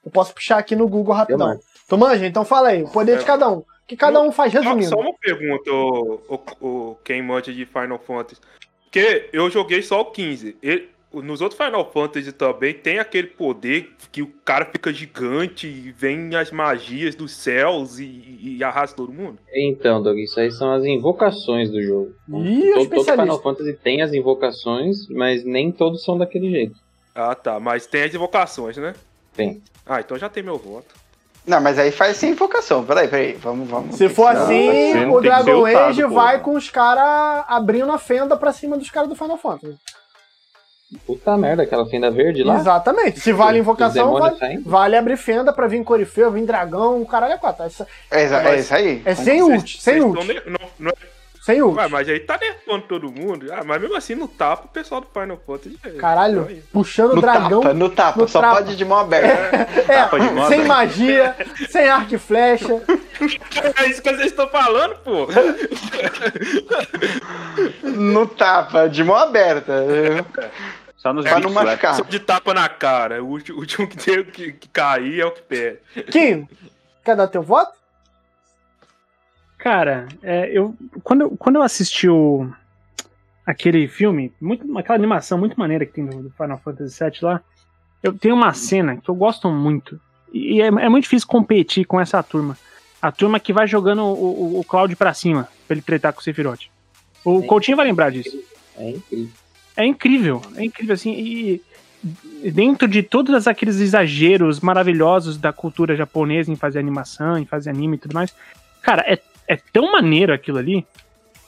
S1: Eu posso puxar aqui no Google rapidão.
S4: manjo.
S1: Tu manja? Então fala aí, o poder de cada um. O que cada um faz
S6: Só,
S1: resumindo.
S6: só uma pergunta, o, o, quem manja de Final Fantasy. Porque eu joguei só o 15. Ele- nos outros Final Fantasy também tem aquele poder que o cara fica gigante e vem as magias dos céus e, e arrasa todo mundo.
S4: Então, Doug, isso aí são as invocações do jogo.
S1: Ih, é
S4: todo, todo
S1: especialista.
S4: Final Fantasy tem as invocações, mas nem todos são daquele jeito.
S6: Ah, tá. Mas tem as invocações, né?
S4: Tem.
S6: Ah, então já tem meu voto.
S3: Não, mas aí faz sem invocação. Peraí, peraí. Vamos, vamos.
S1: Se for
S3: Não,
S1: assim,
S5: você não
S1: o
S5: tem que ser
S1: Dragon
S5: otário,
S1: Age
S5: porra.
S1: vai com os caras abrindo a fenda pra cima dos caras do Final Fantasy.
S4: Puta merda, aquela fenda verde lá.
S1: Exatamente. Se vale invocação,
S4: demônios
S1: vale,
S4: saem.
S1: vale abrir fenda pra vir Corifeu, vir Dragão, o caralho é quatro. Essa-
S3: É, exa- é isso aí.
S1: É sem ult, sem
S6: Vocês
S1: ult,
S6: tão ne- não, não é-
S1: sem ult.
S6: Ué, mas aí tá nerfando todo mundo. Ah, mas mesmo assim não tapa o pessoal do Final Fantasy.
S1: Caralho,
S6: Então,
S1: puxando o
S3: No
S1: dragão
S3: tapa, no tapa.
S1: no
S3: só
S1: tapa.
S3: pode de mão aberta.
S5: Tapa de
S1: É,
S5: moda.
S1: sem magia, sem arco e flecha.
S6: É isso que vocês estão falando, pô.
S3: no tapa, de mão aberta.
S5: Só nos
S3: Pra não
S5: bicos, né?
S3: machucar.
S6: Só de tapa na cara. O último, o último que tem que, que cair é o que perde.
S1: Kim, quer dar teu voto?
S2: Cara, é, eu, quando, eu- quando eu assisti o, aquele filme, muito, aquela animação muito maneira que tem do, do Final Fantasy VII lá, eu tenho uma cena que eu gosto muito. E e é, é muito difícil competir com essa turma. A turma que vai jogando o, o, o Cloud pra cima, pra ele tretar com o Sephiroth. O
S4: Sim.
S2: Coutinho vai lembrar disso.
S4: É incrível.
S2: É incrível, é incrível, assim, e dentro de todos aqueles exageros maravilhosos da cultura japonesa em fazer animação, em fazer anime e tudo mais, cara, é, é tão maneiro aquilo ali.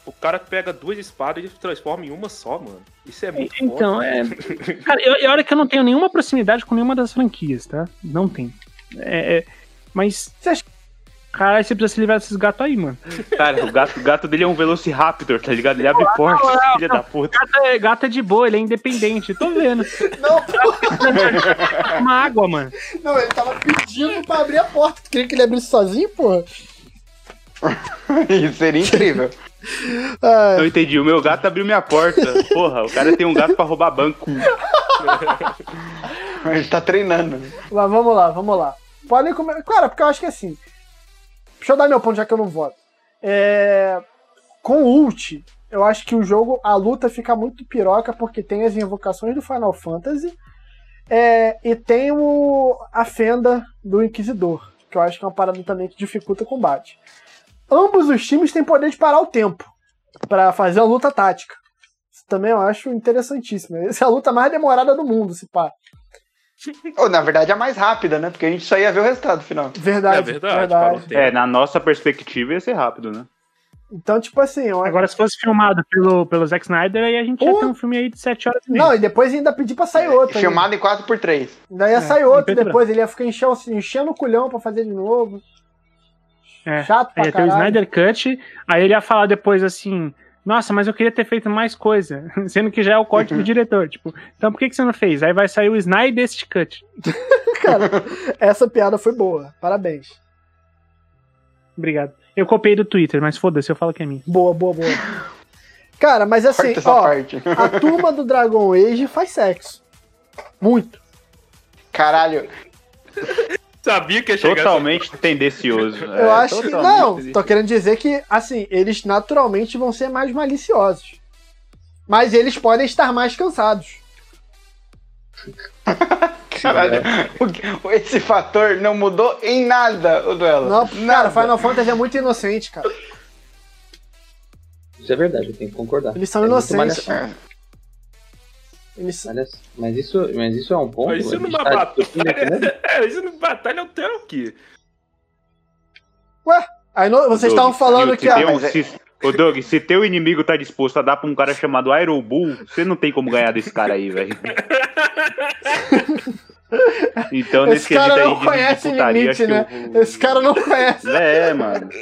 S6: O cara pega duas espadas e transforma em uma só, mano. Isso é muito
S2: Então,
S6: foda.
S2: é... Cara, eu, é hora que eu não tenho nenhuma proximidade com nenhuma das franquias, tá? Não tem. É, é, mas...
S1: Você acha-
S2: Caralho, você precisa se livrar desses gatos aí, mano.
S5: Cara, o gato, o gato dele é um Velociraptor, tá ligado? Ele abre porta, filha da puta.
S2: Gato é, gato é de boa, ele é independente, tô vendo.
S1: Não,
S2: Uma água, mano.
S1: não, ele tava pedindo pra abrir a porta. Tu queria que ele abrisse sozinho, porra?
S3: Isso seria incrível.
S1: Ah,
S5: Eu entendi, o meu gato abriu minha porta. Porra, o cara tem um gato pra roubar banco.
S3: A gente tá treinando.
S1: mas vamos lá, vamos lá. Podem comer. Cara, porque eu acho que assim. Deixa eu dar meu ponto, já que eu não voto. É, Com ult, eu acho que o jogo, a luta fica muito piroca, porque tem as invocações do Final Fantasy é, e tem o, a fenda do Inquisidor, que eu acho que é uma parada também que dificulta o combate. Ambos os times têm poder de parar o tempo pra fazer a luta tática. Isso também eu acho interessantíssimo. Essa é a luta mais demorada do mundo, se pá.
S3: Ou, na verdade, a mais rápida, né? Porque a gente só ia ver o resultado final.
S1: Verdade.
S6: é verdade, parou o tempo.
S5: É, na nossa perspectiva ia ser rápido, né?
S1: Então, tipo assim, eu-
S2: Agora, se fosse filmado pelo, pelo Zack Snyder, aí a gente ia
S1: Pô.
S2: ter um filme aí de 7 horas e meia.
S1: Não, e depois ainda pedir pra
S3: É,
S1: sair outro. ainda.
S3: Filmado em 4x3.
S1: Daí ia
S2: É,
S1: sair outro
S2: impetuoso.
S1: depois, ele ia ficar enchendo, enchendo o culhão pra fazer de novo.
S2: É,
S1: Chato
S2: Aí
S1: pra
S2: ia ter o
S1: caralho.
S2: Snyder Cut, aí ele ia falar depois assim: Nossa, mas eu queria ter feito mais coisa, sendo que já é o código do diretor. Tipo, então por que, que você não fez? Aí vai sair o Snyder Cut.
S1: Cara, essa piada foi boa. Parabéns.
S2: Obrigado. Eu copiei do Twitter, mas foda-se, eu falo que é minha.
S1: Boa, boa, boa. Cara, mas assim,
S3: Corta essa
S1: ó,
S3: parte.
S1: a turma do Dragon Age faz sexo. Muito.
S3: Caralho.
S6: Sabia que ia chegar.
S5: Totalmente tendencioso.
S3: É,
S5: é.
S1: Eu acho que. Não, tô querendo dizer que, assim, eles naturalmente vão ser mais maliciosos. Mas eles podem estar mais cansados.
S3: Caralho. O- Esse fator não mudou em nada o duelo.
S1: Não,
S3: nada.
S1: cara, Final Fantasy é muito inocente, cara.
S4: Isso é verdade, eu tenho que concordar.
S1: Eles são
S4: É muito
S1: inocentes.
S4: malhação.
S1: Eles...
S4: Olha, mas isso, mas isso é um ponto.
S6: Mas isso
S4: a gente
S6: numa
S4: tá discutindo aqui, né?
S6: É, isso no Batalha Altera o quê?
S1: Aí no- vocês estavam falando que. ah,
S5: Se
S1: a-
S5: teu-
S3: mas é-
S5: se- Ô, Doug, se teu inimigo tá disposto a dar pra um cara chamado Iron Bull, você não tem como ganhar desse cara aí, velho. Então,
S1: Esse
S5: nesse quesito
S1: cara
S5: aí
S1: não
S5: de
S1: conhece
S5: putaria, acho
S1: limite, né?
S5: que eu vou-
S1: Esse cara não conhece.
S5: É, mano.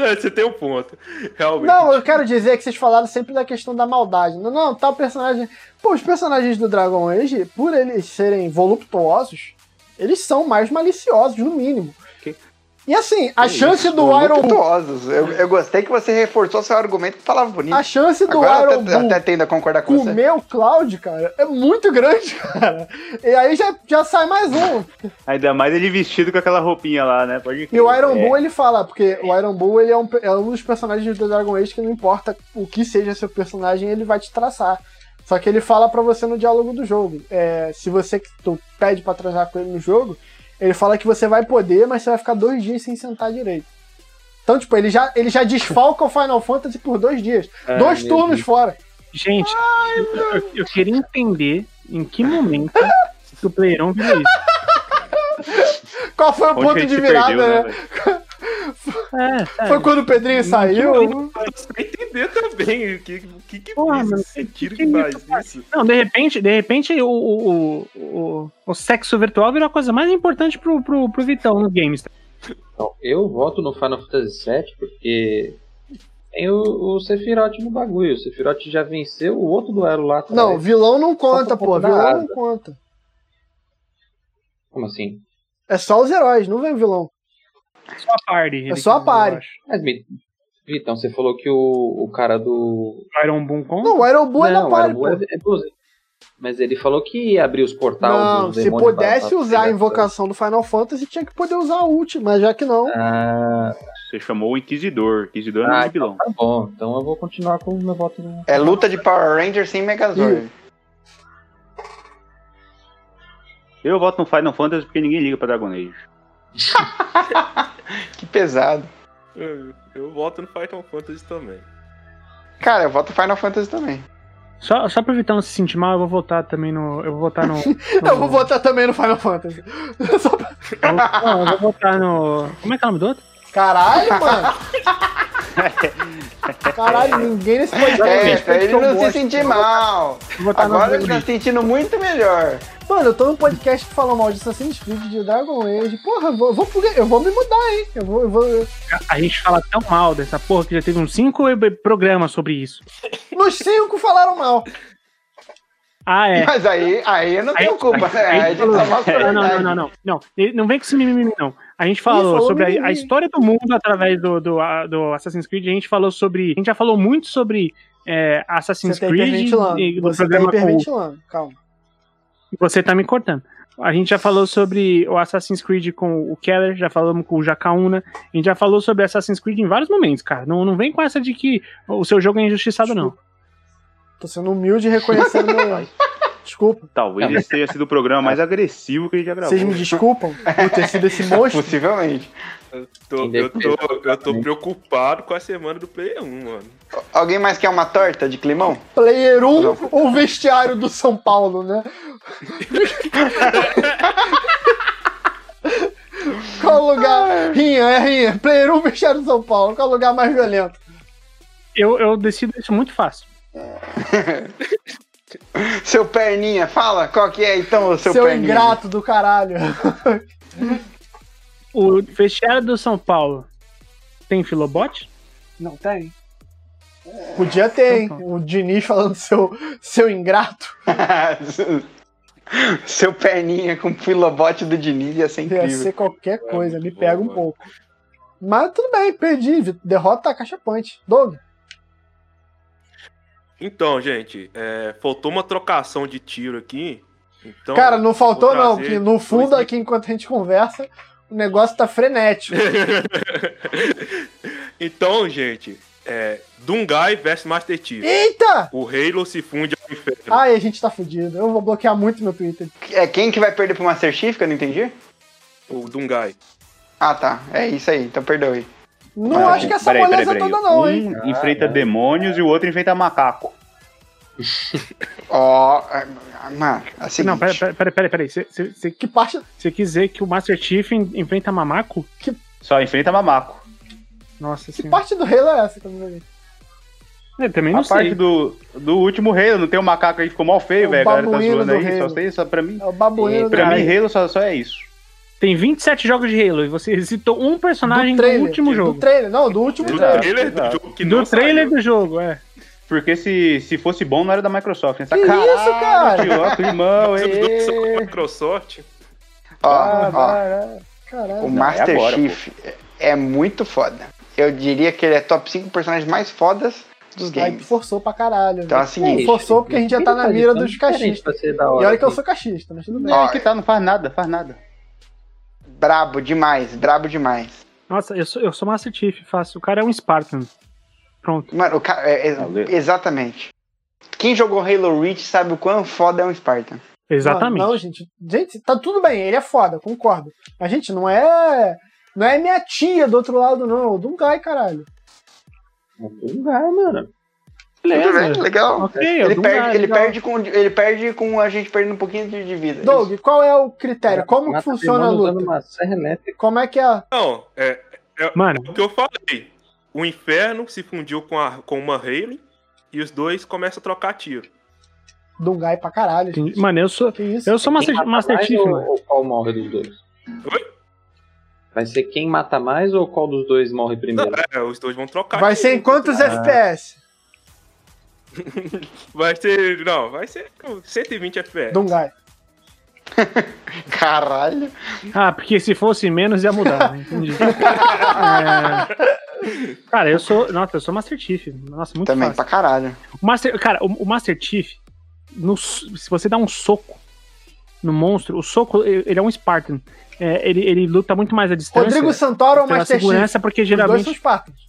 S6: É, Você tem um ponto. Realmente.
S1: Não, eu quero dizer que vocês falaram sempre da questão da maldade. Não, não, tal personagem. Pô, os personagens do Dragon Age, por eles serem voluptuosos, eles são mais maliciosos, no mínimo.
S5: Que-
S1: E assim, a chance do Iron Bull.
S3: Voluptuosos. Eu, eu gostei que você reforçou seu argumento que falava bonito.
S1: A chance do
S3: Agora eu
S1: Iron
S3: até,
S1: Bull
S3: até tendo a concordar com você.
S1: comer o Cloud, cara, é muito grande, cara. E aí já, já sai mais um.
S5: Ainda mais ele vestido com aquela roupinha lá, né? Pode
S1: E
S5: crer.
S1: o Iron
S5: É.
S1: Bull, ele fala, porque o Iron Bull ele é, um, é um dos personagens do Dragon Age que não importa o que seja seu personagem, ele vai te traçar. Só que ele fala pra você no diálogo do jogo. É, se você que tu pede pra transar com ele no jogo, ele fala que você vai poder, mas você vai ficar dois dias sem sentar direito. Então, tipo, ele já, ele já desfalca o Final Fantasy por dois dias.
S5: É,
S4: Ah,
S1: dois
S4: meu
S1: turnos
S4: Deus.
S1: fora.
S2: Gente, eu, eu queria entender em que momento que o Playerão viu isso.
S1: Qual foi o
S5: É, Onde que
S1: é ponto
S5: a gente
S1: de
S5: se
S1: virada,
S5: perdeu,
S1: né?
S5: né? velho?
S2: É, é.
S1: Foi quando o Pedrinho
S2: um-
S1: saiu.
S6: Eu só entender também o que o que, que
S2: Porra,
S6: fez
S2: mano,
S6: esse tiro
S2: que
S6: que,
S2: que
S6: faz
S2: isso faz?
S6: isso.
S2: Não, de repente, de repente o, o, o, o- o sexo virtual virou a coisa mais importante pro, pro, pro Vitão nos games.
S4: Então, eu voto no Final Fantasy VII porque tem o, o Sephiroth no bagulho. O Sephiroth já venceu o outro duelo lá atrás.
S1: Não, vilão não conta,
S4: Só pra
S1: pô.
S4: contar
S1: Vilão
S4: a
S1: não
S4: asa.
S1: conta.
S4: Como assim?
S1: É só os heróis, não vem vilão.
S2: Só a party. ele
S1: É só a
S2: quis,
S1: party.
S2: eu acho.
S4: Mas, me- Vitão, você falou que o, o cara do.
S2: Iron Boom com.
S1: Não, o Iron Bull é da
S4: não,
S1: party,
S4: era o-
S1: pô.
S4: é- é do- Mas ele falou que ia abrir os portais.
S1: Não,
S4: os
S1: se
S4: demônios pra-
S1: pudesse
S4: pra-
S1: usar a invocação do Final Fantasy, tinha que poder usar a ult, mas já que não.
S4: Ah,
S5: Você chamou o Inquisidor. Inquisidor não
S4: Ah,
S5: é um vilão.
S4: tá bom. Então eu vou continuar com o meu voto. no-
S3: É luta de Power Rangers sem Megazord.
S5: Eu voto no Final Fantasy porque ninguém liga pra Dragon Age.
S3: Que pesado.
S6: Eu, É, eu voto no Final Fantasy também.
S3: Cara, eu voto Final Fantasy também.
S2: Só, só pro Vitão se sentir mal, eu vou votar também no. Eu vou votar no. no-
S1: Eu vou votar também no Final Fantasy. Só pra-
S2: Não, eu vou votar no. Como é que é o nome do outro?
S1: Caralho, mano! Caralho, ninguém nesse
S3: É,
S1: podcast.
S3: pra ele
S1: eu
S3: não se
S1: gosto.
S3: sentir mal.
S2: Eu Vou votar
S3: Agora
S2: no.
S3: ele tá se sentindo muito melhor.
S1: Mano, eu tô num podcast que falou mal de Assassin's Creed, de Dragon Age. Porra, eu vou, eu vou, pro- eu vou me mudar, hein? Eu vou, eu vou...
S2: A gente fala tão mal dessa porra que já teve uns cinco e- programas sobre isso.
S1: Nos cinco falaram mal.
S2: Ah, é.
S3: Mas aí, aí eu não
S2: Aí-
S3: tenho culpa,
S1: É,
S3: né?
S2: aí- É,
S3: Aí a gente só mostra a
S2: Não, não, não,
S3: verdade.
S2: não, não. Não, ele- não vem com esse mimimi, não. A gente falou,
S1: falou
S2: sobre a- a,
S1: mimimi.
S2: história do mundo através do, do, a- do Assassin's Creed. A gente falou sobre. A gente já falou muito sobre é, Assassin's
S1: Você tá
S2: Creed. e
S1: hiperventilando.
S2: do
S1: Você tá
S2: programa com o-
S1: hiperventilando. Calma.
S2: Você tá me cortando. A gente já falou sobre o Assassin's Creed com o Keller, já falamos com o Jacaúna, a gente já falou sobre Assassin's Creed em vários momentos, cara. Não, não vem com essa de que o seu jogo é injustiçado, não.
S1: Tô sendo humilde e reconhecendo meu... Desculpa.
S5: Talvez esse tenha sido o programa mais agressivo que a gente já gravou.
S1: É. Vocês me desculpam por ter sido
S6: É
S1: esse monstro?
S3: Possivelmente.
S6: Tô- eu,
S4: Independente.
S6: tô, eu tô preocupado com a semana do Play 1, mano.
S3: Alguém mais quer uma torta de climão?
S1: um, Player 1, o vestiário do São Paulo, né? Qual o lugar? Rinha, é Rinha. Player 1 vestiário de São Paulo. Qual o lugar mais violento?
S2: Eu, eu decido isso muito fácil.
S3: Seu perninha, fala qual que é então o seu,
S1: Seu,
S3: perninha.
S1: ingrato do caralho.
S2: O vestiário do São Paulo tem filobote?
S1: Não tem. Podia ter, hein? O Diniz falando seu, seu ingrato.
S3: seu perninha com o filobote do Diniz ia ser
S1: Ia
S3: incrível.
S1: ser qualquer coisa, me
S6: É muito
S1: pega
S6: bom,
S1: um
S6: mano.
S1: pouco. Mas tudo bem, perdi. vi- Derrota a caixa punch. Doug,
S6: Então, gente, é, faltou uma trocação de tiro aqui. Então,
S1: Cara, não faltou
S6: vou
S1: não,
S6: trazer
S1: que no fundo
S6: dois-
S1: aqui, enquanto a gente conversa, o negócio tá frenético.
S6: então, gente, é, Dungai versus Master Chief.
S1: Eita!
S6: O Halo se funde ao inferno.
S1: Ai, a gente tá fudido. Eu vou bloquear muito meu Twitter.
S3: É quem que vai perder pro Master Chief, que eu não entendi?
S6: O Dungai.
S3: Ah, tá. É isso aí, então perdoe.
S1: Não
S5: Ah,
S1: acho que essa
S5: peraí, peraí,
S1: moleza
S5: peraí.
S1: toda não, hein?
S5: Um enfrenta
S2: Ah, é.
S5: demônios e o outro enfrenta macaco.
S3: Ó, ah, mano, assim.
S2: Não, peraí, peraí, peraí. Pera, pera. Você, você, você,
S1: Que parte.
S2: você quis dizer que o Master Chief en- enfrenta Mamaco?
S5: Só enfrenta mamaco.
S2: Nossa
S1: Que
S2: senhora.
S1: parte do Halo é essa que eu não vi?
S2: Eu também não
S5: A parte
S2: sei.
S5: do, do último rei, não tem o macaco aí que ficou mal
S1: É
S5: feio,
S1: o
S5: velho. A galera tá
S1: babuíno
S5: zoando
S1: do
S5: aí.
S1: reino.
S5: Só tem, só pra mim.
S1: É o babuíno
S5: Pra
S1: do
S5: mim, Halo só, só é isso.
S2: Tem 27 jogos de Halo e você citou um
S1: do,
S2: personagem do,
S1: trailer. tipo,
S2: último
S1: Do
S2: jogo.
S1: trailer, não, do último
S6: Do
S1: trailer.
S5: Exato,
S6: trailer do
S5: exato.
S6: jogo que não
S2: Do trailer
S6: saiu.
S2: do jogo, é.
S5: Porque se, se fosse bom, não era da Microsoft, né? Tá
S1: Que isso, cara?
S5: Tirou a irmão,
S6: Os
S5: ê,
S6: dois
S5: ê.
S6: são da Microsoft.
S3: ó,
S5: Ah,
S3: ó,
S5: vai,
S3: o
S1: Caralho.
S5: Não, é
S3: Master
S5: agora,
S3: Chief é é muito foda. Eu diria que ele é top 5 personagens mais fodas dos
S5: é
S1: Aí tu
S3: games.
S1: forçou pra caralho.
S3: Então é
S5: Tá
S3: o
S1: velho.
S3: seguinte.
S1: forçou porque a gente já tá na mira dos cachistas. E olha que eu sou cachista, mas tudo
S5: vai.
S1: bem.
S3: Ó,
S5: É que tá, não faz nada, faz nada.
S3: Brabo demais, brabo demais.
S2: Nossa, eu sou, eu sou Master Chief, faço. O cara é um Spartan. Pronto.
S3: Mano, o cara. é- é-
S5: Valeu.
S3: exatamente. Quem jogou Halo Reach sabe o quão foda é um Spartan.
S2: Exatamente.
S1: Não, não, gente. Gente, tá tudo bem, ele é foda, concordo. Mas, gente, não é. Não é minha tia do outro lado, não. É Do Dungai, caralho.
S4: Dungai, É um mano.
S3: Tudo
S2: Beleza.
S3: bem, É, né? legal.
S2: é. Ok, eu
S3: Ele
S2: dou um
S3: perde,
S2: lugar,
S3: ele,
S2: legal.
S3: perde com, ele perde com a gente perdendo um pouquinho de de vida.
S1: Doug, qual é o critério? Como que
S4: Mata
S1: funciona a
S4: demônio usando
S1: luta?
S4: Uma serra elétrica.
S1: Como é que é?
S6: Não, é,
S2: Mano,
S6: é o que eu falei. O inferno se fundiu com, a, com uma Halo e os dois começam a trocar tiro.
S1: Dungai pra caralho.
S2: tem- mano, eu sou.
S1: Que isso?
S2: Eu sou um Master,
S4: Quem mata
S2: Master
S4: mais
S2: Chief,
S4: ou,
S2: mano.
S4: ou qual morre dos dois?
S6: Oi?
S4: Vai ser quem mata mais ou qual dos dois morre primeiro?
S6: É, os dois vão trocar.
S1: Vai
S6: tiro.
S1: ser em quantos FPS?
S6: Vai ser. Não, vai ser com 120 FPS.
S1: Dungai.
S3: Caralho.
S2: Ah, porque se fosse menos ia mudar, né? Entendi. É, Cara, eu sou. Nossa, eu sou Master Chief. Nossa, muito
S3: Também
S2: fácil.
S3: pra caralho.
S2: O Master, cara, o, o Master Chief, no s- se você dá um soco no monstro, o soco, ele ele é um Spartan. É, ele, ele luta muito mais à distância.
S1: Rodrigo Santoro ou
S2: pela
S1: Master Chief?
S2: segurança, porque
S1: Os dois são
S2: geralmente.
S1: Spartans.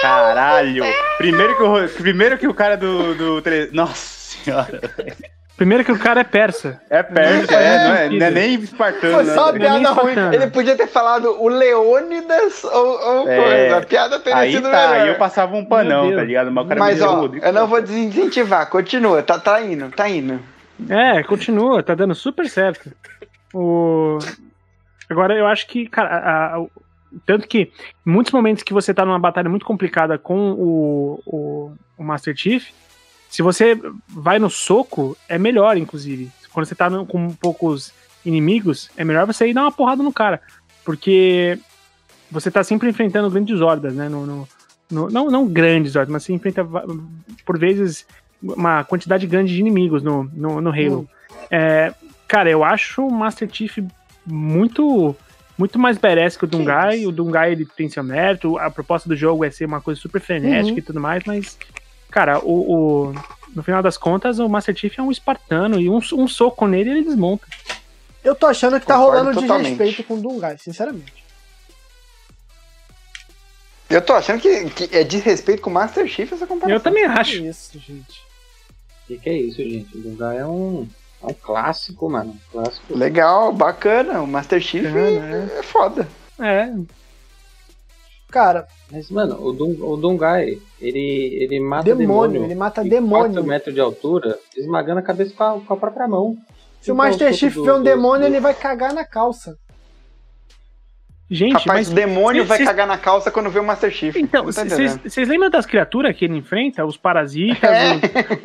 S5: Caralho! Primeiro que, o, primeiro que o cara do. do tre- Nossa senhora!
S2: Primeiro que o cara é persa.
S5: É perto, é, não é, não é nem
S1: Foi
S5: espartano.
S1: só a
S5: né?
S2: Não é nem
S1: piada ruim.
S2: espartano.
S3: Ele podia ter falado o Leônidas ou, ou
S5: É.
S3: coisa. A piada teria
S5: Aí
S3: sido
S5: tá,
S3: melhor.
S5: aí eu passava um panão,
S2: Meu
S5: tá
S2: Deus.
S5: ligado? Mas o cara
S3: Mas
S5: me então.
S3: ó,
S5: derruba.
S3: eu não vou desincentivar, continua, tá, tá indo, tá indo.
S2: É, continua, tá dando super certo. O... Agora eu acho que, cara, a- a- o- tanto que em muitos momentos que você tá numa batalha muito complicada com o, o, o Master Chief, se você vai no soco, é melhor, inclusive. Quando você tá no- com poucos inimigos, é melhor você ir dar uma porrada no cara. Porque você tá sempre enfrentando grandes hordas, né? No, no- no- não, não grandes hordas, mas você enfrenta va- por vezes uma quantidade grande de inimigos no, no, no Halo. É, cara, eu acho o Master Chief muito muito mais badass que o Dungai. O Dungai ele tem seu mérito, a proposta do jogo é ser uma coisa super frenética
S1: Uhum.
S2: e tudo mais, mas cara, o, o- no final das contas o Master Chief é um espartano e um, um soco nele ele desmonta.
S1: Eu tô achando que tá
S3: Concordo
S1: rolando
S3: totalmente.
S1: desrespeito com o Dungai, sinceramente.
S3: Eu tô achando que, que é desrespeito com o Master Chief essa comparação.
S2: Eu também
S1: Que
S2: acho.
S1: isso, gente.
S4: O que, que é isso, gente? O Dungai é um, é um clássico, mano. Um clássico.
S3: é Legal, bacana, o Master Chief
S2: Bacana,
S3: é, é foda.
S2: É,
S1: Cara,
S4: Mas, mano, o, Dun, o Dungai, ele, ele mata
S1: demônio,
S4: demônio.
S1: ele mata
S4: de
S1: demônio.
S4: 4 metros de altura, esmagando a cabeça com a, com a própria mão.
S1: Se o
S4: Então,
S1: Master
S4: todo
S1: Chief
S4: do-
S1: vê um
S4: do-
S1: demônio,
S4: do-
S1: ele vai cagar na calça.
S2: Gente,
S3: Rapaz,
S2: mas.
S3: o demônio
S2: cê-
S3: vai
S2: cê-
S3: cagar na calça quando vê o Master Chief.
S2: Então,
S3: Não tá
S2: vocês
S3: entendendo.
S2: vocês lembram das criaturas que ele enfrenta? Os parasitas,
S3: É.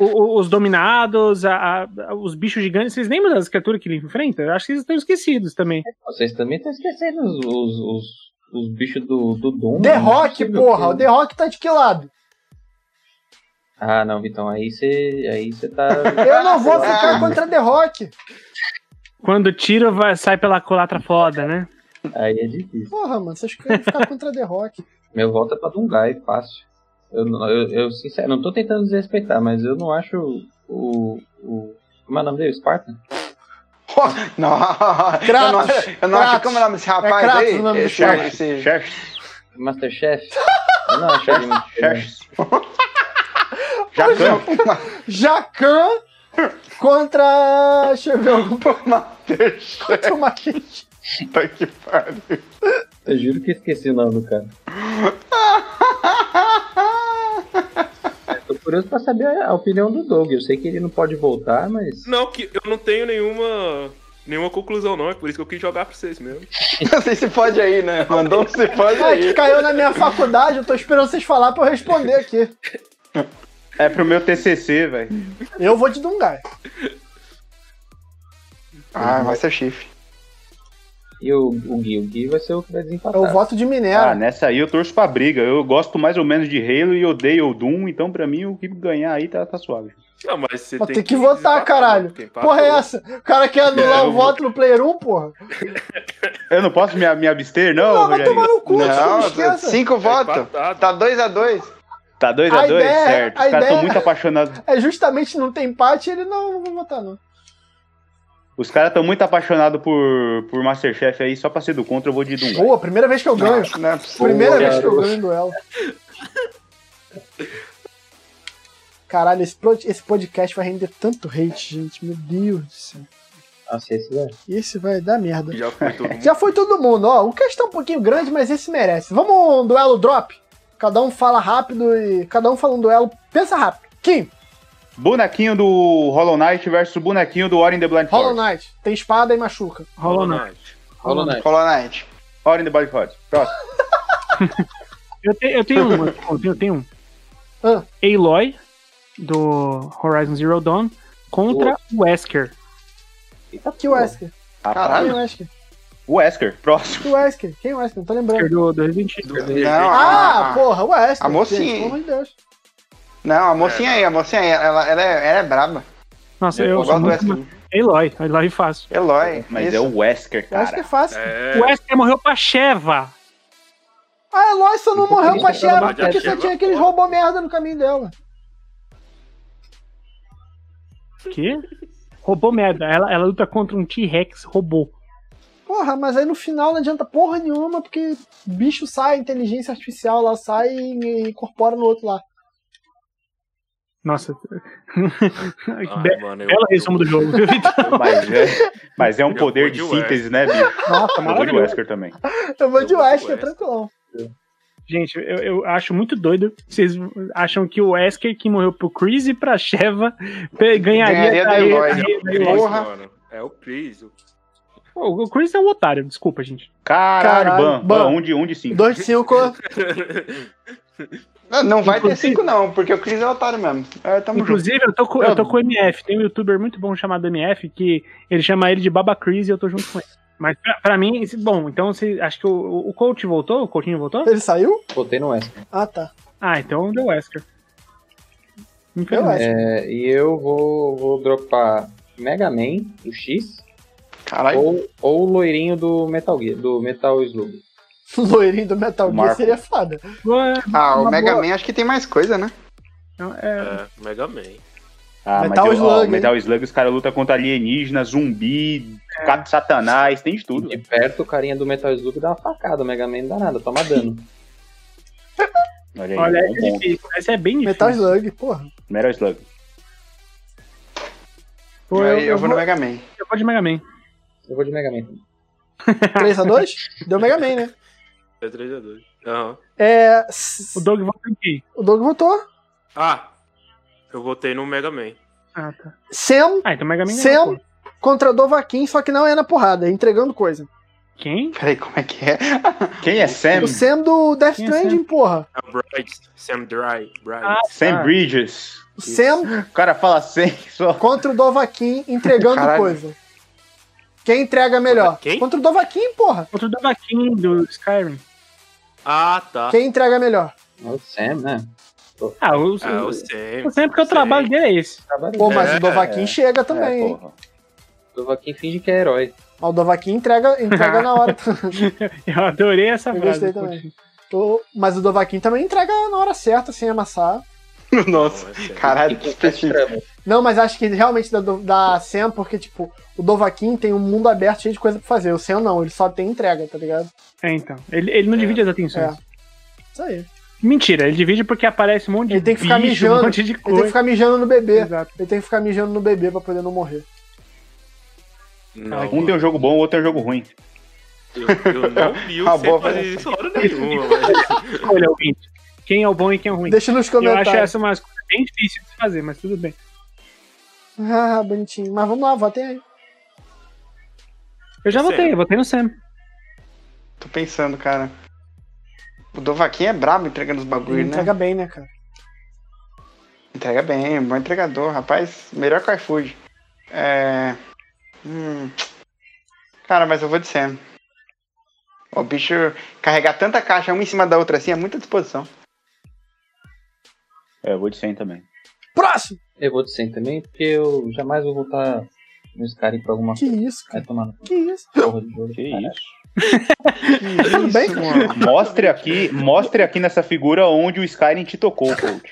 S2: os, o- o- os dominados, a- a- os bichos gigantes. Vocês lembram das criaturas que ele enfrenta? Eu acho que vocês estão esquecidos também.
S4: Vocês também estão esquecendo os, os, os, os bichos do, do Doom.
S1: The
S4: mano.
S1: Rock,
S4: Não é possível,
S1: porra, o
S4: cara.
S1: The Rock tá de que lado?
S4: Ah, não, Vitão, aí você aí você tá...
S1: Eu não vou ficar contra The Rock.
S2: Quando o tiro vai, sai pela colatra foda, né?
S4: Aí é difícil.
S1: Porra, mano, vocês querem ficar contra The Rock.
S4: Meu volta pra Dungai, fácil. Eu, não- eu, eu sincero, não tô tentando desrespeitar, mas eu não acho o... o como é o nome dele? Spartan?
S3: Não, eu não,
S1: Kratos,
S3: acho- eu não acho
S1: Kratos.
S3: como é o nome desse rapaz
S1: Kratos
S3: aí.
S1: o nome do
S3: esse,
S1: cara.
S3: esse-
S5: Chefes,
S4: Masterchef? Eu não acho ele muito né?
S2: É.
S4: diferente.
S5: chefes. Jacan,
S1: Jacan contra. Deixa eu ver algum
S3: Master Chief,
S1: contra o Master Chief.
S3: tá que pariu.
S4: Eu juro que esqueci o nome do cara. É, Tô curioso pra saber a opinião do Doug. Eu sei que ele não pode voltar, mas.
S6: Não, que eu não tenho nenhuma. Nenhuma conclusão, não. É por isso que eu quis jogar pra vocês mesmo.
S3: Não sei se pode aí, né? Mandou um se pode
S1: Ai, que
S3: aí.
S1: caiu na minha faculdade, eu tô esperando vocês falar pra eu responder aqui.
S5: é pro meu TCC, velho.
S1: Eu vou de Dungai.
S3: Ah, Master Chief.
S4: E o, o Gui? O Gui vai ser o que vai
S1: É o
S4: desempatar.
S1: voto de Minera.
S5: Ah, nessa aí eu torço pra briga. Eu gosto mais ou menos de Halo e odeio o Doom, então pra mim o que ganhar aí tá, tá suave.
S6: Não, mas você
S1: Mas
S6: tem
S1: tem que votar,
S6: desempatar,
S1: caralho.
S6: né? Porque empatou.
S1: Porra, é essa? O cara quer anular
S5: eu
S1: o
S5: vou-
S1: voto no Player 1, porra?
S5: Eu não posso me, me abster, não,
S1: Não, vai
S5: Rogério?
S1: tomar no cu, não,
S3: Não,
S1: esqueça.
S3: cinco
S6: Tá
S3: votos.
S6: empatado.
S3: Tá 2 a 2
S5: Tá 2x2?
S1: A ideia- é
S5: certo.
S1: a
S5: Os caras
S1: ideia-
S5: estão muito apaixonados.
S1: É justamente não tem empate, ele não, não vou votar, não.
S5: Os caras estão muito apaixonados por, por Masterchef aí, só pra ser do contra, eu vou de Dunga.
S1: Boa, primeira vez que eu ganho.
S3: Não é possível.
S1: Primeira vez que eu
S4: garoto.
S1: ganho em duelo. Caralho, esse, pod- esse podcast vai render tanto hate, gente. Meu Deus do céu.
S4: Nossa, Ah, esse vai.
S1: Esse vai dar merda.
S6: Já foi todo mundo.
S1: Já foi todo mundo, ó. O cast tá um pouquinho grande, mas esse merece. Vamos um duelo drop? Cada um fala rápido e cada um fala um duelo. Pensa rápido. Kim,
S5: Bonequinho do Hollow Knight versus bonequinho do Ori in the Blind
S1: Hollow
S5: Forest.
S1: Knight, tem espada e machuca.
S2: Hollow Knight.
S4: Hollow Knight.
S3: Hollow Knight.
S5: Ori in the Blind Forest. Próximo.
S2: Eu, te- eu tenho um, eu tenho, eu tenho um.
S1: Ah.
S2: Aloy, do Horizon Zero Dawn, contra o Wesker.
S1: Que Wesker? Quem
S3: Caralho.
S1: é o Wesker?
S5: Ah, Wesker. Próximo.
S1: Que Wesker? Quem é o Wesker? Não tô lembrando.
S2: Do, do Resident Evil.
S3: Não,
S1: Ah,
S3: a-
S1: porra, o Wesker.
S3: a mocinha,
S1: Gente, pelo amor de Deus.
S3: Não, a mocinha aí, a mocinha aí, ela, ela, é, ela é braba.
S2: Nossa, eu,
S3: Eu
S2: sou
S3: gosto do
S2: muito... mais-
S3: Wesker.
S2: Aloy, Aloy fácil.
S3: Eloy.
S5: Mas
S3: isso.
S5: é o Wesker,
S1: O Wesker é
S5: cara.
S1: fácil.
S6: É,
S2: O Wesker morreu pra Sheva.
S1: A Eloy só não
S4: Por que
S1: morreu
S4: que
S1: pra
S4: eles tentaram
S1: Sheva
S6: matar
S1: porque
S6: a
S1: só
S6: Sheva?
S1: tinha aqueles roubou merda no caminho dela.
S2: Que? Roubou merda. Ela, ela luta contra um T-Rex robô.
S1: Porra, mas aí no final não adianta porra nenhuma porque bicho sai, inteligência artificial lá sai e e incorpora no outro lá.
S2: Nossa.
S6: ah,
S2: que be-
S6: mano, eu-
S2: belo resumo do jogo. viu, Vitor?
S5: Mas é, mas é um
S6: Eu
S5: poder
S6: vou
S5: de
S6: de
S5: síntese, né, bicho?
S2: Nossa,
S5: Eu vou de
S2: maravilhoso.
S5: Wesker também.
S1: Eu vou
S6: Eu
S1: de
S6: vou de
S1: Wesker,
S6: Wesker.
S1: tranquilão.
S2: Gente, eu, eu acho muito doido. Vocês acham que o Wesker que morreu pro Chris e pra Sheva pe- ganharia
S3: Ganharia da Eloy.
S2: da
S6: Chris,
S2: Eloy.
S3: Porra.
S6: mano. É o Chris. o-
S2: O o Chris é um otário, desculpa, gente.
S5: Caralho,
S1: Caralho,
S5: ban,
S1: ban.
S5: ban. Um de, um de cinco.
S1: 2 de 5.
S3: Não, não vai ter
S2: Inclusive-
S3: cinco não, porque o Chris é otário mesmo. É, tamo junto.
S2: Inclusive, eu tô, com, eu tô com o MF. Tem um youtuber muito bom chamado MF que ele chama ele de Baba Chris e eu tô junto com ele. Mas pra, pra mim, esse- bom, então você, acho que o, o coach voltou? O coachinho voltou?
S1: Ele saiu?
S4: Botei no Wesker.
S1: Ah, tá.
S2: Ah, então deu Wesker.
S1: Eu
S2: Infelizmente.
S1: Wesker.
S4: É, e eu vou, vou dropar Mega Man, o X,
S3: Caralho.
S4: ou, ou o loirinho do Metal Gear, do Metal Slug.
S1: Loirinho do Metal Gear
S5: Marco.
S1: seria foda.
S2: Boa.
S3: Ah, o
S2: uma
S3: Mega
S2: boa.
S3: Man acho que tem mais coisa, né?
S2: Então, é,
S6: É, Mega Man.
S5: Ah,
S1: Metal
S5: mas eu, ó,
S1: Slug,
S5: Metal Slug, os caras lutam contra alienígena, zumbi,
S2: É.
S5: gato satanás, tem de tudo.
S4: De perto, o carinha do Metal Slug dá uma facada, o Mega Man não dá nada, toma dano.
S5: Olha aí,
S2: olha,
S5: Olha,
S2: é
S5: bom ponto.
S2: difícil. Essa é bem difícil.
S1: Metal Slug, porra.
S5: Metal Slug.
S2: Pô,
S3: Aí
S2: eu,
S3: É, eu, vou no Mega Man.
S2: eu vou de Mega Man.
S4: Eu vou de Mega Man.
S1: 3 a 2? Deu Mega Man, né?
S6: É 3 a 2. Aham.
S1: É,
S2: O Doug volta aqui.
S1: o Doug votou.
S6: Ah, eu votei no Mega Man.
S2: Ah, tá.
S1: Sam
S2: Ah, então Mega Man
S1: Sam?
S2: ganhou, pô.
S1: contra Dovaquin, só que não é na porrada, é entregando coisa.
S2: Quem?
S3: Peraí, como é que é?
S5: Quem é Sam?
S1: O Sam do Death
S2: Quem é
S1: Stranding, porra.
S6: É o Bright, Sam Dry. Bright.
S2: Ah,
S5: Sam
S2: tá.
S5: Bridges.
S1: O Sam
S5: O cara fala Sam só.
S1: contra o Dovaquin entregando
S3: Caralho.
S1: coisa. Quem entrega melhor?
S6: Quem?
S1: Contra o Dovaquin, porra.
S2: Outro do Vaquinho do Skyrim.
S6: Ah, tá.
S1: Quem entrega melhor?
S4: É o Sam, né?
S2: Ah, o,
S6: Ah,
S2: o,
S6: o Sam.
S2: Sam, porque o
S6: Sam.
S2: trabalho dele é esse.
S4: Trabalho
S1: Pô,
S4: dele.
S1: mas o Dovaquin
S5: é.
S1: chega também,
S5: É,
S1: hein?
S5: porra.
S4: O Vaquim finge que é herói.
S1: Mas o Dovaquin entrega, entrega na hora.
S2: Eu adorei essa
S1: Eu
S2: frase.
S1: gostei também. Tô- Mas o Dovaquin também entrega na hora certa, sem amassar.
S3: Nossa, caralho, que específico.
S1: Não, mas acho que realmente da, do- da Sam, porque, tipo, o Dovaquin tem um mundo aberto cheio de coisa pra fazer. O Sam não, ele só tem entrega, tá ligado?
S2: É, então. Ele, ele não divide as atenções.
S1: É. Isso aí.
S2: Mentira, ele divide porque aparece um monte de
S1: Ele tem que ficar
S2: bicho,
S1: mijando.
S2: um monte de
S1: Ele tem que
S2: coisa.
S1: ficar mijando no bebê.
S2: Exato.
S1: Ele tem que ficar mijando no bebê pra poder não morrer.
S6: Não,
S5: Um tem um jogo bom, o outro tem um jogo ruim.
S6: eu, eu não vi o
S3: Ah,
S6: Sam
S3: boa,
S6: fazer isso hora nenhuma. mas-
S2: Escolha, ouvinte. Quem é o bom e quem é o ruim.
S1: Deixa nos
S2: Eu acho
S1: comentários.
S2: essa uma coisa bem difícil de fazer, mas tudo bem. é
S1: Ah, bonitinho. Mas vamos lá, votem aí.
S2: Eu já
S6: Sam.
S2: votei, eu votei no Sam.
S3: Tô pensando, cara. O Dovaquim é brabo entregando os
S1: Ele
S3: bagulhos, né?
S1: entrega bem, né, cara?
S3: Entrega bem, bom entregador, rapaz. Melhor que o iFood. É. Hum. Cara, mas eu vou de Sam. O bicho carregar tanta caixa uma em cima da outra assim é muita disposição.
S5: É, eu vou de Sam também.
S1: Próximo!
S4: Eu vou de Sam também, porque eu jamais vou votar no Skyrim pra alguma
S1: Que
S4: coisa.
S1: isso, cara?
S4: Vai tomar no
S1: Que isso?
S4: porra de jogo.
S5: Que
S1: É.
S4: Caralho.
S5: isso.
S1: Tudo bem?
S3: mano.
S5: Mostre aqui, mostre aqui nessa figura onde o Skyrim te tocou, coach.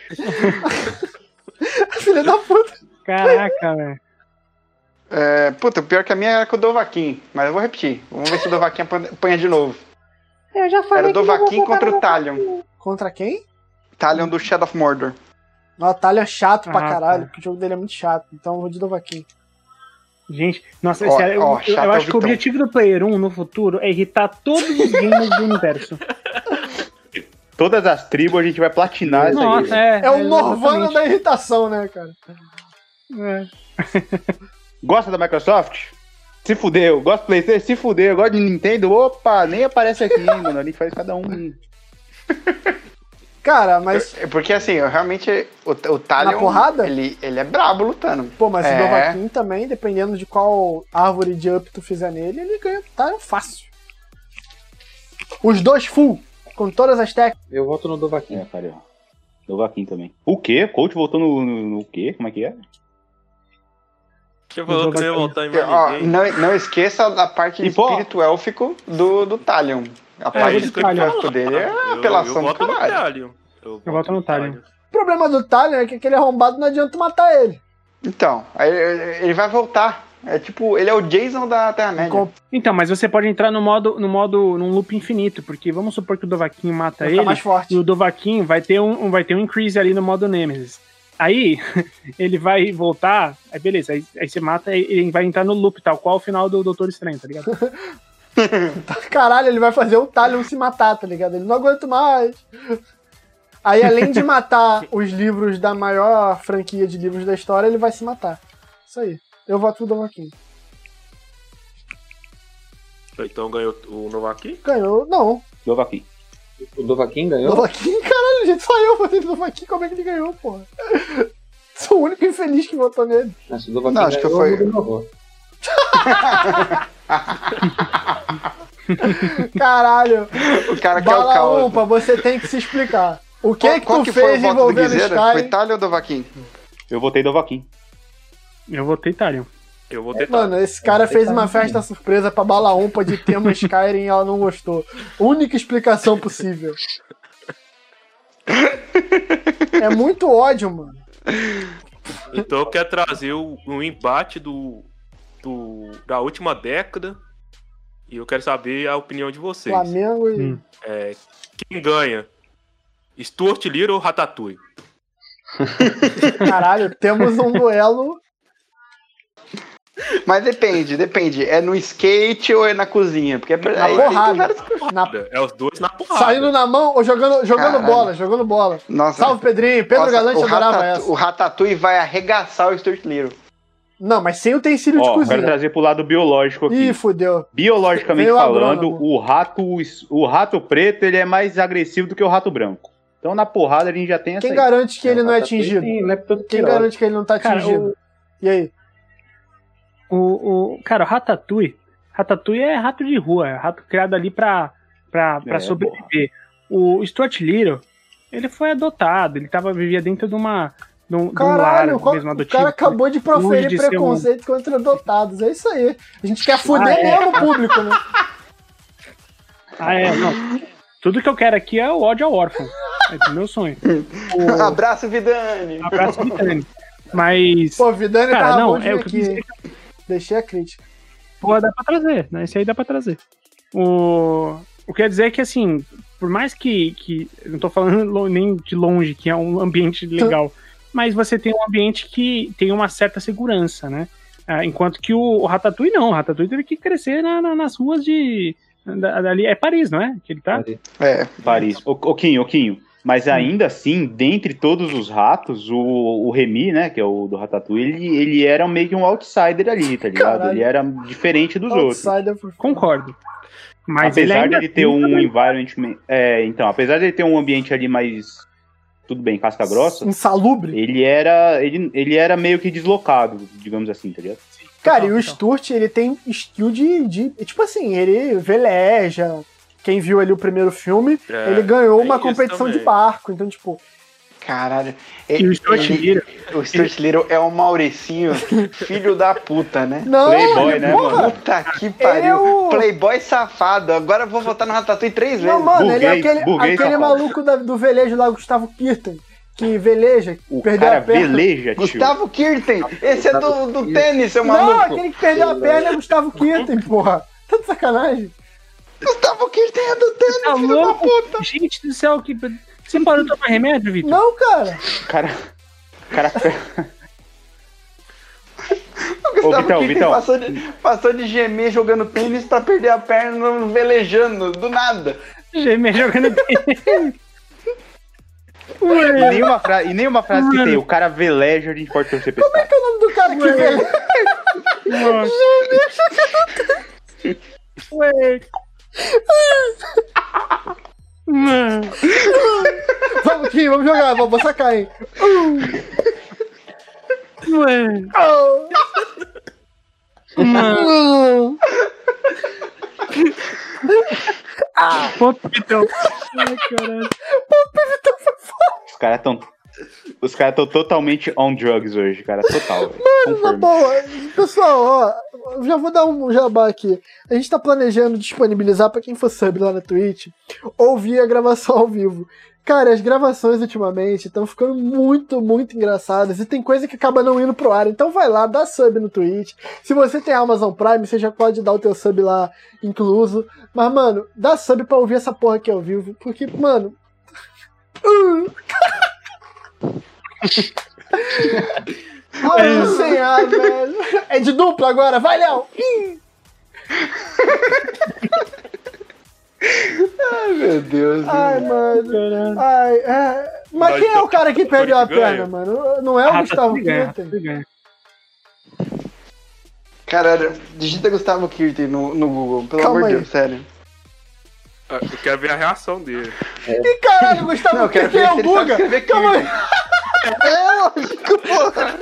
S1: Filha da puta.
S2: Caraca, velho.
S3: É, puta, o pior que a minha era com o Dovaquim, mas eu vou repetir. Vamos ver se o Dovaquim apan- apanha de novo.
S7: Eu já falei
S3: Era o
S7: que não vou
S3: Dovaquim
S7: votar
S3: contra
S7: no
S3: o Talion.
S1: Contra quem?
S3: Talion do Shadow of Mordor.
S1: O Atalho é chato pra
S2: Ah,
S1: caralho,
S2: tá.
S1: porque o jogo dele é muito chato. Então eu vou de Dovaquin.
S2: Gente, nossa,
S3: Ó,
S2: sério, eu-
S3: ó,
S2: eu,
S3: chato é o
S2: acho que o
S3: Vitão.
S2: objetivo do Player 1 no futuro é irritar todos os gamers do universo.
S5: Todas as tribos a gente vai platinar essa aí.
S2: Nossa, é.
S1: É o Norvana
S2: exatamente.
S1: da irritação, né, cara?
S2: É.
S5: Gosta da Microsoft? Se fudeu. Gosta do Playstation? Se fudeu. Gosta de Nintendo? Opa, nem aparece aqui, mano. A gente faz cada um.
S1: Cara, mas,
S3: É porque assim, eu realmente. O, o Talion.
S1: porrada?
S3: Ele, ele é brabo lutando.
S1: pô, mas o
S3: É.
S1: Dovaquin também, dependendo de qual árvore de up tu fizer nele, ele ganha Atalho fácil. Os dois full, com todas as técnicas.
S4: Eu voto no Dovaquim.
S5: É, cara. Do Vaquim também. O quê? Coach voltou no, no, no quê? Como é que é?
S6: Você falou que não ia voltar em
S3: E, ó,
S6: mais ninguém.
S3: não, não esqueça da parte
S5: E, pô,
S3: espírito élfico do, do Talion. A
S6: É,
S3: parte
S6: isso que eu ia
S3: espírito élfico dele é
S6: Eu-
S3: apelação
S6: Eu
S3: do
S6: voto no
S3: caralho.
S6: Talion. Eu
S2: voto no Talion.
S1: O problema do Talion é que aquele arrombado não adianta matar ele.
S3: Então, aí ele vai voltar. É tipo, ele é o Jason da Terra-média.
S1: Com-
S2: Então, mas você pode entrar no modo, no modo, num loop infinito, porque vamos supor que o Dovaquinho mata
S1: Vai
S2: Tá ele,
S1: ficar mais forte.
S2: e o Dovaquinho vai ter um, um- vai ter um increase ali no modo Nemesis. Aí ele vai voltar, aí beleza, aí, aí você mata e ele vai entrar no loop, tal qual o final do Doutor Estranho, tá ligado?
S1: Caralho, ele vai fazer o Talion se matar, tá ligado? Ele não aguenta mais. Aí, além de matar os livros da maior franquia de livros da história, ele vai se matar. Isso aí. Eu voto pro Dovaquinho.
S6: Então ganhou o Novaki?
S1: Ganhou. Não.
S5: Do Vaquim.
S4: O Dovaquim ganhou?
S1: Dovaquinho, caralho, gente. Só eu votei no Dovaquinho. Como é que ele ganhou, porra? Sou o único infeliz que votou nele.
S4: Não, se o Dovaquim
S3: Não,
S4: ganhou,
S3: acho que
S4: eu
S3: foi-
S4: mudo meu voto.
S1: Caralho.
S3: O cara que é o
S1: Bala
S3: caos.
S1: Umpa, você tem que se explicar. O que é
S3: Qual-
S1: que
S3: qual
S1: tu fez envolvendo
S3: Guiseira? Foi
S1: Sky?
S3: Talion ou do Vaquim?
S5: Eu votei do Vaquim.
S2: Eu votei Talion.
S6: Eu votei Talion.
S1: Mano, esse cara fez uma festa surpresa pra balaompa de tema Skyrim e ela não gostou. Única explicação possível. É muito ódio, mano.
S6: Então eu quero trazer o, um embate do, do- da última década. E eu quero saber a opinião de vocês.
S1: Flamengo e.
S2: Hum.
S6: Quem ganha? Stuart Little ou Ratatouille?
S1: Caralho, temos um duelo
S3: Mas depende, depende. É no skate ou é na cozinha? Porque é
S1: Na porrada. Na-
S6: É os dois na porrada.
S1: Saindo na mão ou jogando, jogando
S3: Caralho.
S1: bola, jogando bola.
S3: Nossa,
S1: Salve, Pedrinho. Pedro
S3: nossa,
S1: Galante
S3: o
S1: adorava
S3: Ratatu-
S1: essa.
S3: O Ratatouille vai arregaçar o Stuart Little.
S1: Não, mas sem utensílio de
S5: Ó, quero
S1: cozinha.
S5: trazer pro lado biológico aqui.
S1: Ih, fudeu.
S5: Biologicamente
S1: Veio o
S5: falando,
S1: agrônomo.
S5: o rato, o rato preto ele é mais agressivo do que o rato branco. Então na porrada ele já tem essa.
S1: Quem
S5: aí.
S1: garante que ele não é
S5: tá
S1: atingido?
S4: Sim,
S1: Quem
S4: leptospirose.
S1: garante que ele não tá
S2: Cara,
S1: atingido? E aí?
S2: O, o, cara, o Ratatouille. Ratatouille é rato de rua, é rato criado ali pra, pra, pra
S5: É,
S2: sobreviver. O Stuart Little, ele foi adotado, ele tava, vivia dentro de uma. De um, de um
S1: Caralho,
S2: lar
S1: o, co-
S2: mesmo
S1: o
S2: adotivo.
S1: cara acabou de proferir
S2: de ser um-
S1: preconceito contra adotados. É isso aí. A gente quer fuder
S2: Ah, é.
S1: mesmo o público, né?
S2: Ah, é, não. Tudo que eu quero aqui é o ódio ao órfão. É do meu sonho. O
S3: Abraço, Vidani!
S2: abraço britânico. Mas.
S1: Pô, Vidani
S2: Cara,
S1: tava bom
S2: não,
S1: de
S2: é
S1: vir
S2: o que eu
S1: aqui,
S2: quis
S1: hein? Deixei a crítica.
S2: Pô, dá pra trazer, né? Esse aí dá pra trazer. O, o que eu ia dizer é que, assim, por mais que, que. eu Não tô falando lo- nem de longe, que é um ambiente legal. Mas você tem um ambiente que tem uma certa segurança, né? Ah, enquanto que o, o Ratatouille não. O Ratatouille teve que crescer na- na- nas ruas de. da- dali, é Paris, não é? Que ele tá?
S3: É,
S5: Paris. Ô, ô, Quinho, ô, Quinho.
S1: Hum.
S5: Mas ainda assim, dentre todos os ratos, o, o Remy, né, que é o do Ratatouille, ele, ele era meio que um outsider ali, tá ligado?
S1: Caralho.
S5: Ele era diferente dos outros.
S1: Outsider.
S2: Concordo. Mas ele
S5: apesar
S2: ainda
S5: dele ter
S2: assim
S5: um
S2: também-
S5: environment. me- É, então, apesar dele ter um ambiente ali mais. Tudo bem, casca grossa.
S1: Insalubre.
S5: Ele era. Ele, ele era meio que deslocado, digamos assim, tá ligado?
S1: Cara, e
S2: Então,
S1: o
S2: então.
S1: Sturt, ele tem estilo de, de. Tipo assim, ele veleja. Quem viu ali o primeiro filme,
S6: É,
S1: ele ganhou
S6: tem
S1: uma
S6: isso
S1: competição de
S6: também.
S1: barco. Então, tipo,
S3: caralho.
S2: E o Stuart
S3: Ele-
S2: Little,
S3: o Stuart Little é um Mauricinho, filho da puta, né?
S1: não,
S5: Playboy,
S1: ele,
S5: né,
S1: porra,
S5: mano?
S3: Puta que
S1: ele é
S3: pariu.
S1: o.
S3: Playboy safado. Agora eu vou votar no Ratatouille três vezes.
S1: Não, mano, ele é
S5: Burguês,
S1: aquele,
S5: burguês,
S1: aquele
S5: safado.
S1: maluco da- do velejo lá, Gustavo Kirten, que veleja,
S5: O
S1: perdeu
S5: cara
S1: a perna.
S5: veleja, tio.
S3: Gustavo Kirten. Esse é do, do tênis, seu
S1: Não,
S3: maluco.
S1: aquele que perdeu a perna é Gustavo Kirten, porra. Tá de sacanagem.
S3: Gustavo Kirten é do tênis,
S2: tá
S3: filho da
S2: louco? Gente do céu, que. Você parou de tomar remédio, Vitor?
S1: Não, cara.
S5: O cara. O cara.
S3: Gustavo
S5: Ô, Vitão,
S3: Kirten
S5: Vitão.
S3: Passou, de, passou de gemer jogando tênis pra perder a perna velejando, do nada.
S2: Gêmea jogando tênis.
S5: E nenhuma, fra... e nenhuma frase que tem. O cara veleja, a gente pode torcer pra esse cara.
S1: O nome do cara é que veleja.
S2: Ué. Mano.
S1: Vamos, Kim, vamos jogar, vou, vou sacar, hein.
S2: Ué.
S1: Oh. Hum.
S2: Mano. Ponto, Vitão. Ai, caralho.
S5: Os caras tão. Os caras tão totalmente on drugs hoje, cara. Total. velho.
S1: Na
S5: Confirmo.
S1: boa, pessoal, ó, eu já vou dar um jabá aqui. A gente tá planejando disponibilizar pra quem for sub lá na Twitch, ouvir a gravação ao vivo. Cara, as gravações ultimamente estão ficando muito, muito engraçadas e tem coisa que acaba não indo pro ar. Então vai lá, dá sub no Twitch. Se você tem Amazon Prime, você já pode dar o teu sub lá incluso. Mas, mano, dá sub pra ouvir essa porra aqui ao vivo, porque, mano. Hum. Ai, meu senhor, velho. É de dupla agora, vai, Léo!
S3: Meu Deus.
S1: Ai, mano. Ai, é... Mas
S6: Vai
S1: quem é
S6: ter-
S1: o cara que perdeu a
S6: Vai que ganha.
S1: perna, mano? Não é o Gustavo
S2: Ratatouille ganha,
S1: Kirten?
S2: Ratatouille ganha.
S3: Caralho, digita Gustavo Kirten no, no Google, pelo
S1: Calma
S3: amor de
S1: aí.
S3: Deus, sério.
S6: Ah, Eu quero ver a reação dele.
S1: Ih, caralho, Gustavo
S3: Não, eu quero
S1: Kirten
S3: ver
S1: é
S3: se
S1: o
S3: ele
S1: Guga!
S3: sabe escrever
S1: Calma aí!
S3: É, lógico, porra.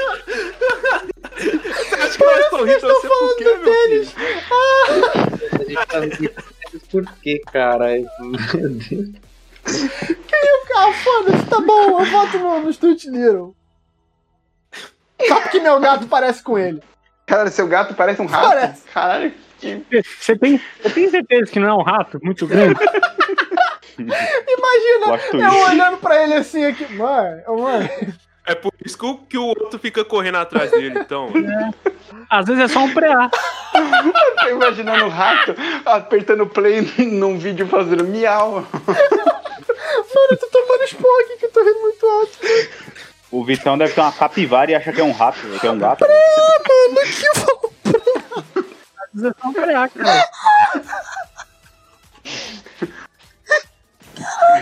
S6: Acho que nós tô rindo, eu sei por quê, meu filho.
S4: A gente tá vendo por que, cara? Meu Deus.
S1: Ah, foda-se, tá bom, eu voto no, no Stuart Little. Só porque meu gato parece com ele.
S3: Caralho, seu gato parece um rato.
S1: Parece.
S3: Caralho, que...
S2: Você tem, você tem certeza que não é um rato muito grande?
S5: Eu
S1: Imagina,
S5: acho
S1: eu
S5: isso.
S1: olhando pra ele assim aqui. Mano, ô, mano.
S6: É por isso que o- que o outro fica correndo atrás dele, então.
S2: Às vezes é só um preá.
S3: Eu tô imaginando um rato apertando play num vídeo fazendo miau.
S1: Mano, eu tô tomando esporro aqui que eu tô rindo muito alto.
S5: O Vitão deve ter uma capivara e acha que é um rato, que é um gato.
S1: Ah, Mano, que
S2: Deserção nuclear, um cara.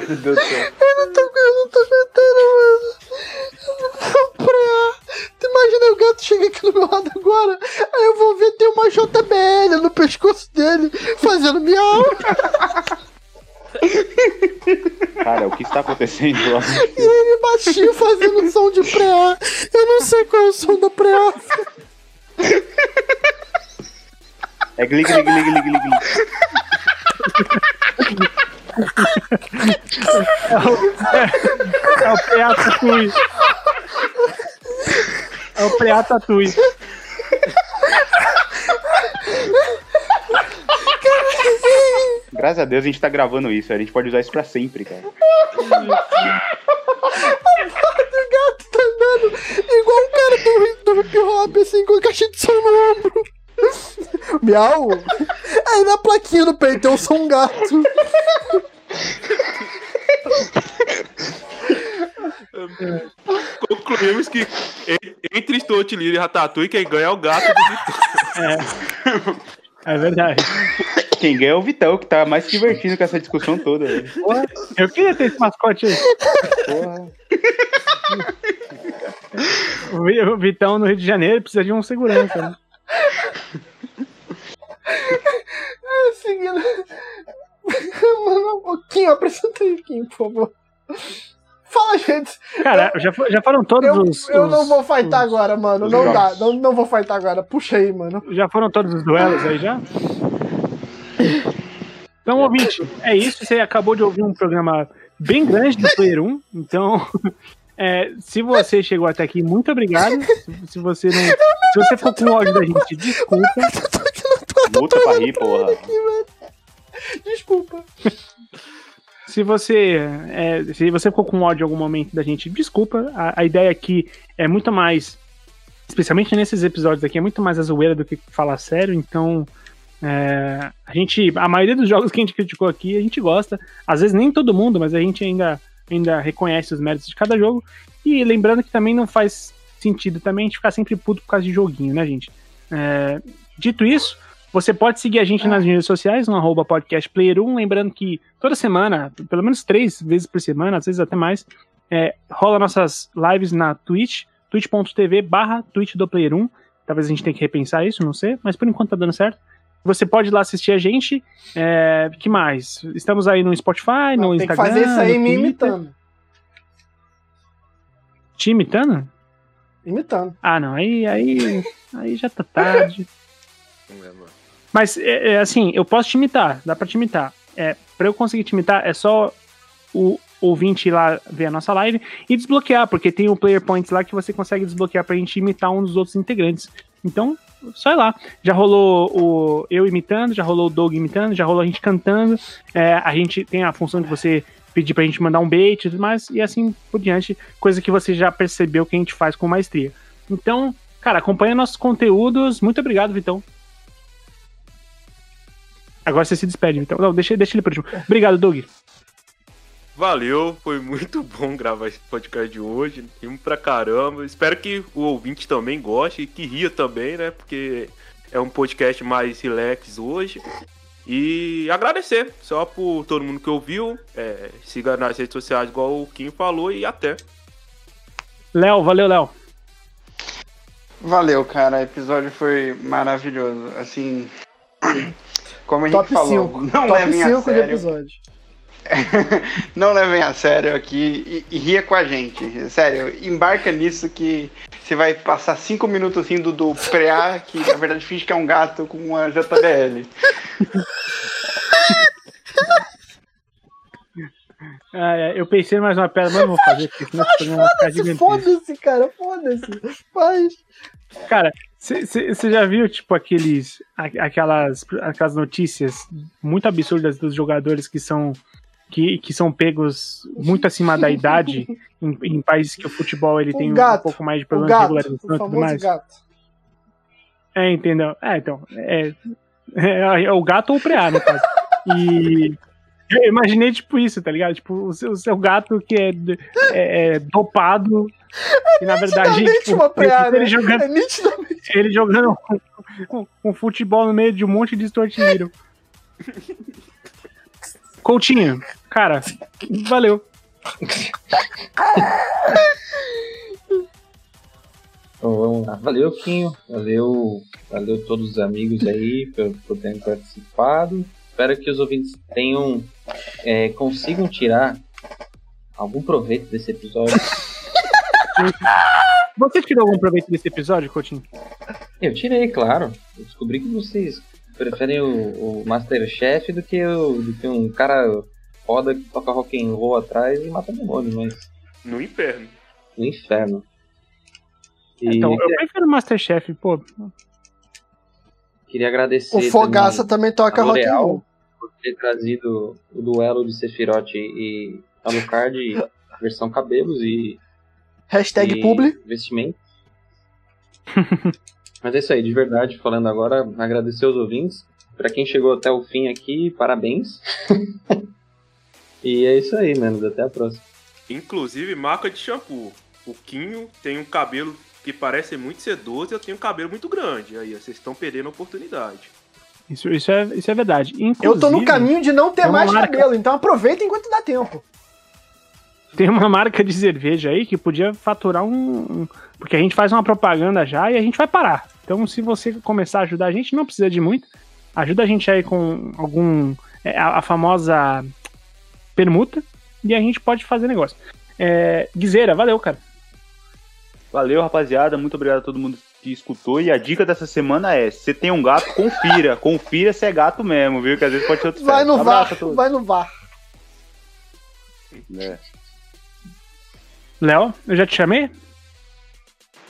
S3: Meu Deus do céu.
S1: Eu não tô, eu não tô aguentando, mano. Pra... Tu imagina o gato chega aqui do meu lado agora, aí eu vou ver tem uma JBL no pescoço dele fazendo miau.
S5: Cara, o que está acontecendo lá?
S1: E ele baixinho fazendo um som de preá. Eu não sei qual é o som da preá.
S5: É gli, gli, gli, gli, gli, gli.
S2: É o preá tatui. É o preá tatui.
S5: Graças a Deus a gente tá gravando isso, a gente pode usar isso pra sempre, cara.
S1: O gato tá andando igual um cara do, do hip hop, assim, com a caixinha de som no ombro. Miau. Aí na plaquinha no peito eu sou um gato.
S6: Concluímos que en- entre Stuart Little e Ratatouille, quem ganha é o gato do Vitor.
S2: É verdade.
S5: Quem ganha é o Vitão, que tá mais se divertindo com essa discussão toda. velho.
S2: Porra, eu queria ter esse mascote aí.
S5: Porra.
S2: O Vi- O Vitão no Rio de Janeiro precisa de um segurança. Né?
S1: Seguindo. Mano, o Kim, apresenta aí, Kim, por favor. Fala, gente.
S2: Cara, já, fo- já foram todos
S1: Eu,
S2: os.
S1: eu
S2: os-
S1: não vou fightar agora, mano.
S5: os
S1: Não dá.
S5: jogos.
S1: Não, não vou fightar agora. Puxa aí, mano.
S2: Já foram todos os duelos aí já? Então, ouvinte, é isso. Você acabou de ouvir um programa bem grande do Player 1. Então, é, se você chegou até aqui, muito obrigado. Se- Se você não. Se você ficou com ódio da gente, desculpa.
S1: Tá
S5: Luta pra rir, porra.
S1: Desculpa.
S2: Se você, é, se você ficou com ódio em algum momento da gente, desculpa. A, a ideia aqui é muito mais, especialmente nesses episódios aqui, é muito mais a zoeira do que falar sério. Então, é, a gente, a maioria dos jogos que a gente criticou aqui, a gente gosta. Às vezes nem todo mundo, mas a gente ainda, ainda reconhece os méritos de cada jogo. E lembrando que também não faz sentido também a gente ficar sempre puto por causa de joguinho, né, gente? É, dito isso, você pode seguir a gente nas redes sociais, no arroba podcastplayer1. Lembrando que toda semana, pelo menos três vezes por semana, às vezes até mais, é, rola nossas lives na Twitch, twitch.tv barra Twitch do Player 1. Talvez a gente tenha que repensar isso, não sei, mas por enquanto tá dando certo. Você pode ir lá assistir a gente. É, que mais? Estamos aí no Spotify, no
S1: tem que
S2: Instagram.
S1: fazer isso aí
S2: no
S1: me
S2: Twitter.
S1: imitando.
S2: Te imitando?
S1: Imitando.
S2: Ah, não, aí, aí, aí já tá tarde. Mas, é, é, assim, eu posso te imitar, dá pra te imitar. É, pra eu conseguir te imitar, é só o ouvinte ir lá ver a nossa live e desbloquear, porque tem um player points lá que você consegue desbloquear pra gente imitar um dos outros integrantes. Então, só ir lá. Já rolou o eu imitando, já rolou o Doug imitando, já rolou a gente cantando. É, a gente tem a função de você pedir pra gente mandar um bait e tudo mais, e assim por diante, coisa que você já percebeu que a gente faz com maestria. Então, cara, acompanha nossos conteúdos. Muito obrigado, Vitão. Agora você se despede, Vitão. Não, deixa, deixa ele por último. Obrigado, Doug.
S6: Valeu, foi muito bom gravar esse podcast de hoje. Rimos pra caramba. Espero que o ouvinte também goste e que ria também, né? Porque é um podcast mais relax hoje. E agradecer só por todo mundo que ouviu. É, siga nas redes sociais, igual o Kim falou, e até.
S2: Léo, valeu, Léo.
S3: Valeu, cara. O episódio foi maravilhoso. Assim. Como a gente
S1: Top
S3: falou,
S1: 5.
S3: não
S1: Top
S3: levem a
S1: 5 de
S3: sério.
S1: episódio.
S3: não levem a sério aqui e, e ria com a gente. Sério, embarca nisso que você vai passar cinco minutos rindo do preá, que na verdade finge que é um gato com uma JBL.
S2: Ah, é, eu pensei em mais uma pedra, mas não vou fazer, porque senão esse programa vai ficar
S1: Se
S2: gigantesco.
S1: Foda-se, cara. Foda-se. Faz.
S2: Cara, você já viu, tipo, aqueles, a- aquelas, aquelas notícias muito absurdas dos jogadores que são, que, que são pegos muito acima da idade em, em países que o futebol ele
S1: O
S2: tem
S1: gato,
S2: um pouco mais de
S1: O
S2: problema de
S1: gato.
S2: regularização
S1: O
S2: e tudo
S1: famoso
S2: mais?
S1: gato.
S2: É, entendeu? É, então. É, é, é o gato ou o preá, no caso. E. Eu imaginei, tipo, isso, tá ligado? Tipo, o seu, o seu gato que é, é- é dopado E na verdade,
S1: Nitidamente
S2: tipo,
S1: uma praia,
S2: ele,
S1: né?
S2: jogando,
S1: É nitidamente.
S2: ele jogando um, um futebol no meio de um monte de tortilheiro. Coutinho, cara, valeu.
S4: Então vamos lá. Valeu, Quinho. Valeu, valeu todos os amigos aí por, por terem participado. Espero que os ouvintes tenham é, consigam tirar algum proveito desse episódio.
S2: Você tirou algum proveito desse episódio, Coutinho?
S4: Eu tirei, claro. Eu descobri que vocês preferem o, o Masterchef do que, o, do que um cara foda que toca rock and roll atrás e mata demônio, mas
S6: No inferno.
S4: no inferno. E
S2: Então, eu prefiro Masterchef, pô.
S4: queria agradecer.
S1: O Fogaça também toca
S4: a
S1: rock and
S4: L'Oreal.
S1: roll.
S4: por ter trazido o duelo de Sephiroth e Alucard versão cabelos e,
S1: Hashtag
S4: e
S1: publi.
S4: vestimento. Mas é isso aí, de verdade, falando agora, agradecer aos ouvintes. Pra quem chegou até o fim aqui, parabéns. e é isso aí, mano. Até a próxima.
S6: Inclusive, marca de shampoo. O Quinho tem um cabelo que parece muito sedoso e eu tenho um cabelo muito grande. Aí, ó, vocês estão perdendo a oportunidade.
S2: Isso, isso, é, isso é verdade.
S1: Eu tô no
S2: Inclusive,
S1: caminho de não ter
S2: Vamos
S1: mais
S2: lá,
S1: cabelo, então aproveita enquanto dá tempo.
S2: Tem uma marca de cerveja aí que podia faturar um, um- Porque a gente faz uma propaganda já e a gente vai parar. Então, se você começar a ajudar a gente, não precisa de muito. Ajuda a gente aí com algum. é, A, a famosa permuta e a gente pode fazer negócio. É, Guizeira, valeu, cara.
S5: Valeu, rapaziada. Muito obrigado a todo mundo que escutou. E a dica dessa semana é: se você tem um gato, confira. confira se é gato mesmo, viu? Que às vezes pode ser outro
S1: Vai
S5: certo.
S1: no
S5: Abraço
S1: VAR,
S5: a todos.
S1: vai no VAR.
S5: É.
S2: Léo, eu já te chamei?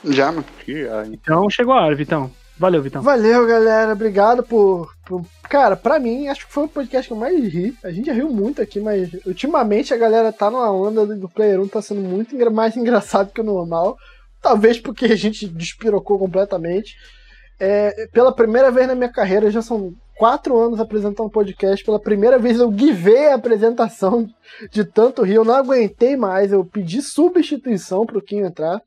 S3: Já, mano.
S5: Que- ah, ai.
S2: Então chegou a hora, Vitão. Valeu, Vitão.
S1: Valeu, galera. Obrigado por, por- Cara, pra mim, acho que foi o podcast que eu mais ri. A gente já riu muito aqui, mas ultimamente a galera tá numa onda do do Player 1, tá sendo muito engra- mais engraçado que o normal. Talvez porque a gente despirocou completamente. É, pela primeira vez na minha carreira, já são quatro anos apresentando um podcast. Pela primeira vez eu guivei a apresentação de tanto rir. Eu não aguentei mais, eu pedi substituição pro Kim entrar.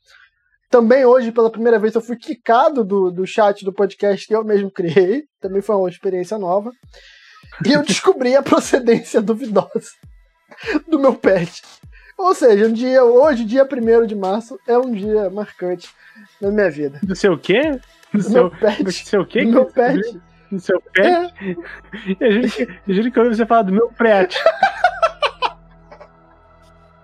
S1: Também hoje, pela primeira vez, eu fui quicado do, do chat do podcast que eu mesmo criei. Também foi uma experiência nova. E eu descobri a procedência duvidosa do meu pet. Ou seja, um dia, hoje, dia 1 de março, é um dia marcante na minha vida.
S2: Do seu quê? Do
S1: Do meu
S2: seu. Do
S1: pet.
S2: é seu quê?
S1: do meu pet.
S2: Do seu pé?
S1: É,
S2: Eu juro que, eu juro que eu ouvi você falar do meu pet.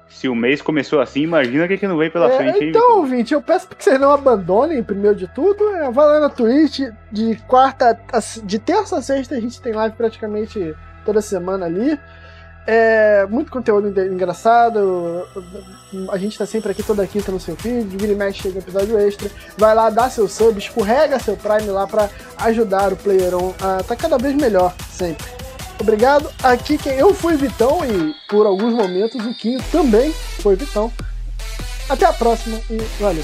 S5: Se o mês começou assim, imagina o que, que não veio pela
S1: é,
S5: frente, hein?
S1: então,
S5: Vitor?
S1: ouvinte, eu peço que vocês não abandonem, primeiro de tudo. É, vai lá na Twitch, de quarta, a- de terça a sexta a gente tem live praticamente toda semana ali. É, muito conteúdo en- engraçado. A gente tá sempre aqui toda quinta no seu feed. Vira e mexe, chega episódio extra. Vai lá, dá seu sub, escorrega seu Prime lá pra ajudar o Player On a tá cada vez melhor, sempre. Obrigado. Aqui quem eu fui Vitão e por alguns momentos o Quinho também foi Vitão. Até a próxima e valeu.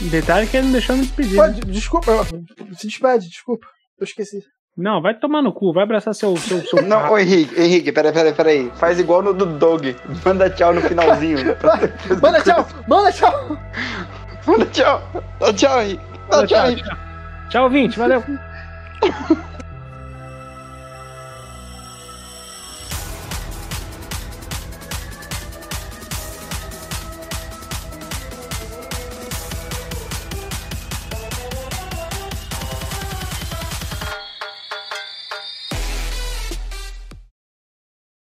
S2: Detalhe que ele não deixou me despedir. né?
S1: Pode, desculpa, eu- se despede, desculpa. Eu esqueci.
S2: Não, vai tomar no cu, vai abraçar seu. seu, seu
S3: Não, ô Henrique, Henrique, peraí, peraí, peraí. Faz igual no do Dog. Manda tchau no finalzinho.
S1: Manda tchau! Manda tchau!
S3: Manda tchau. Dá tchau, Henrique.
S2: Tchau,
S3: Dá tchau,
S2: tchau,
S3: Henrique.
S2: tchau. Tchau, ouvinte, valeu.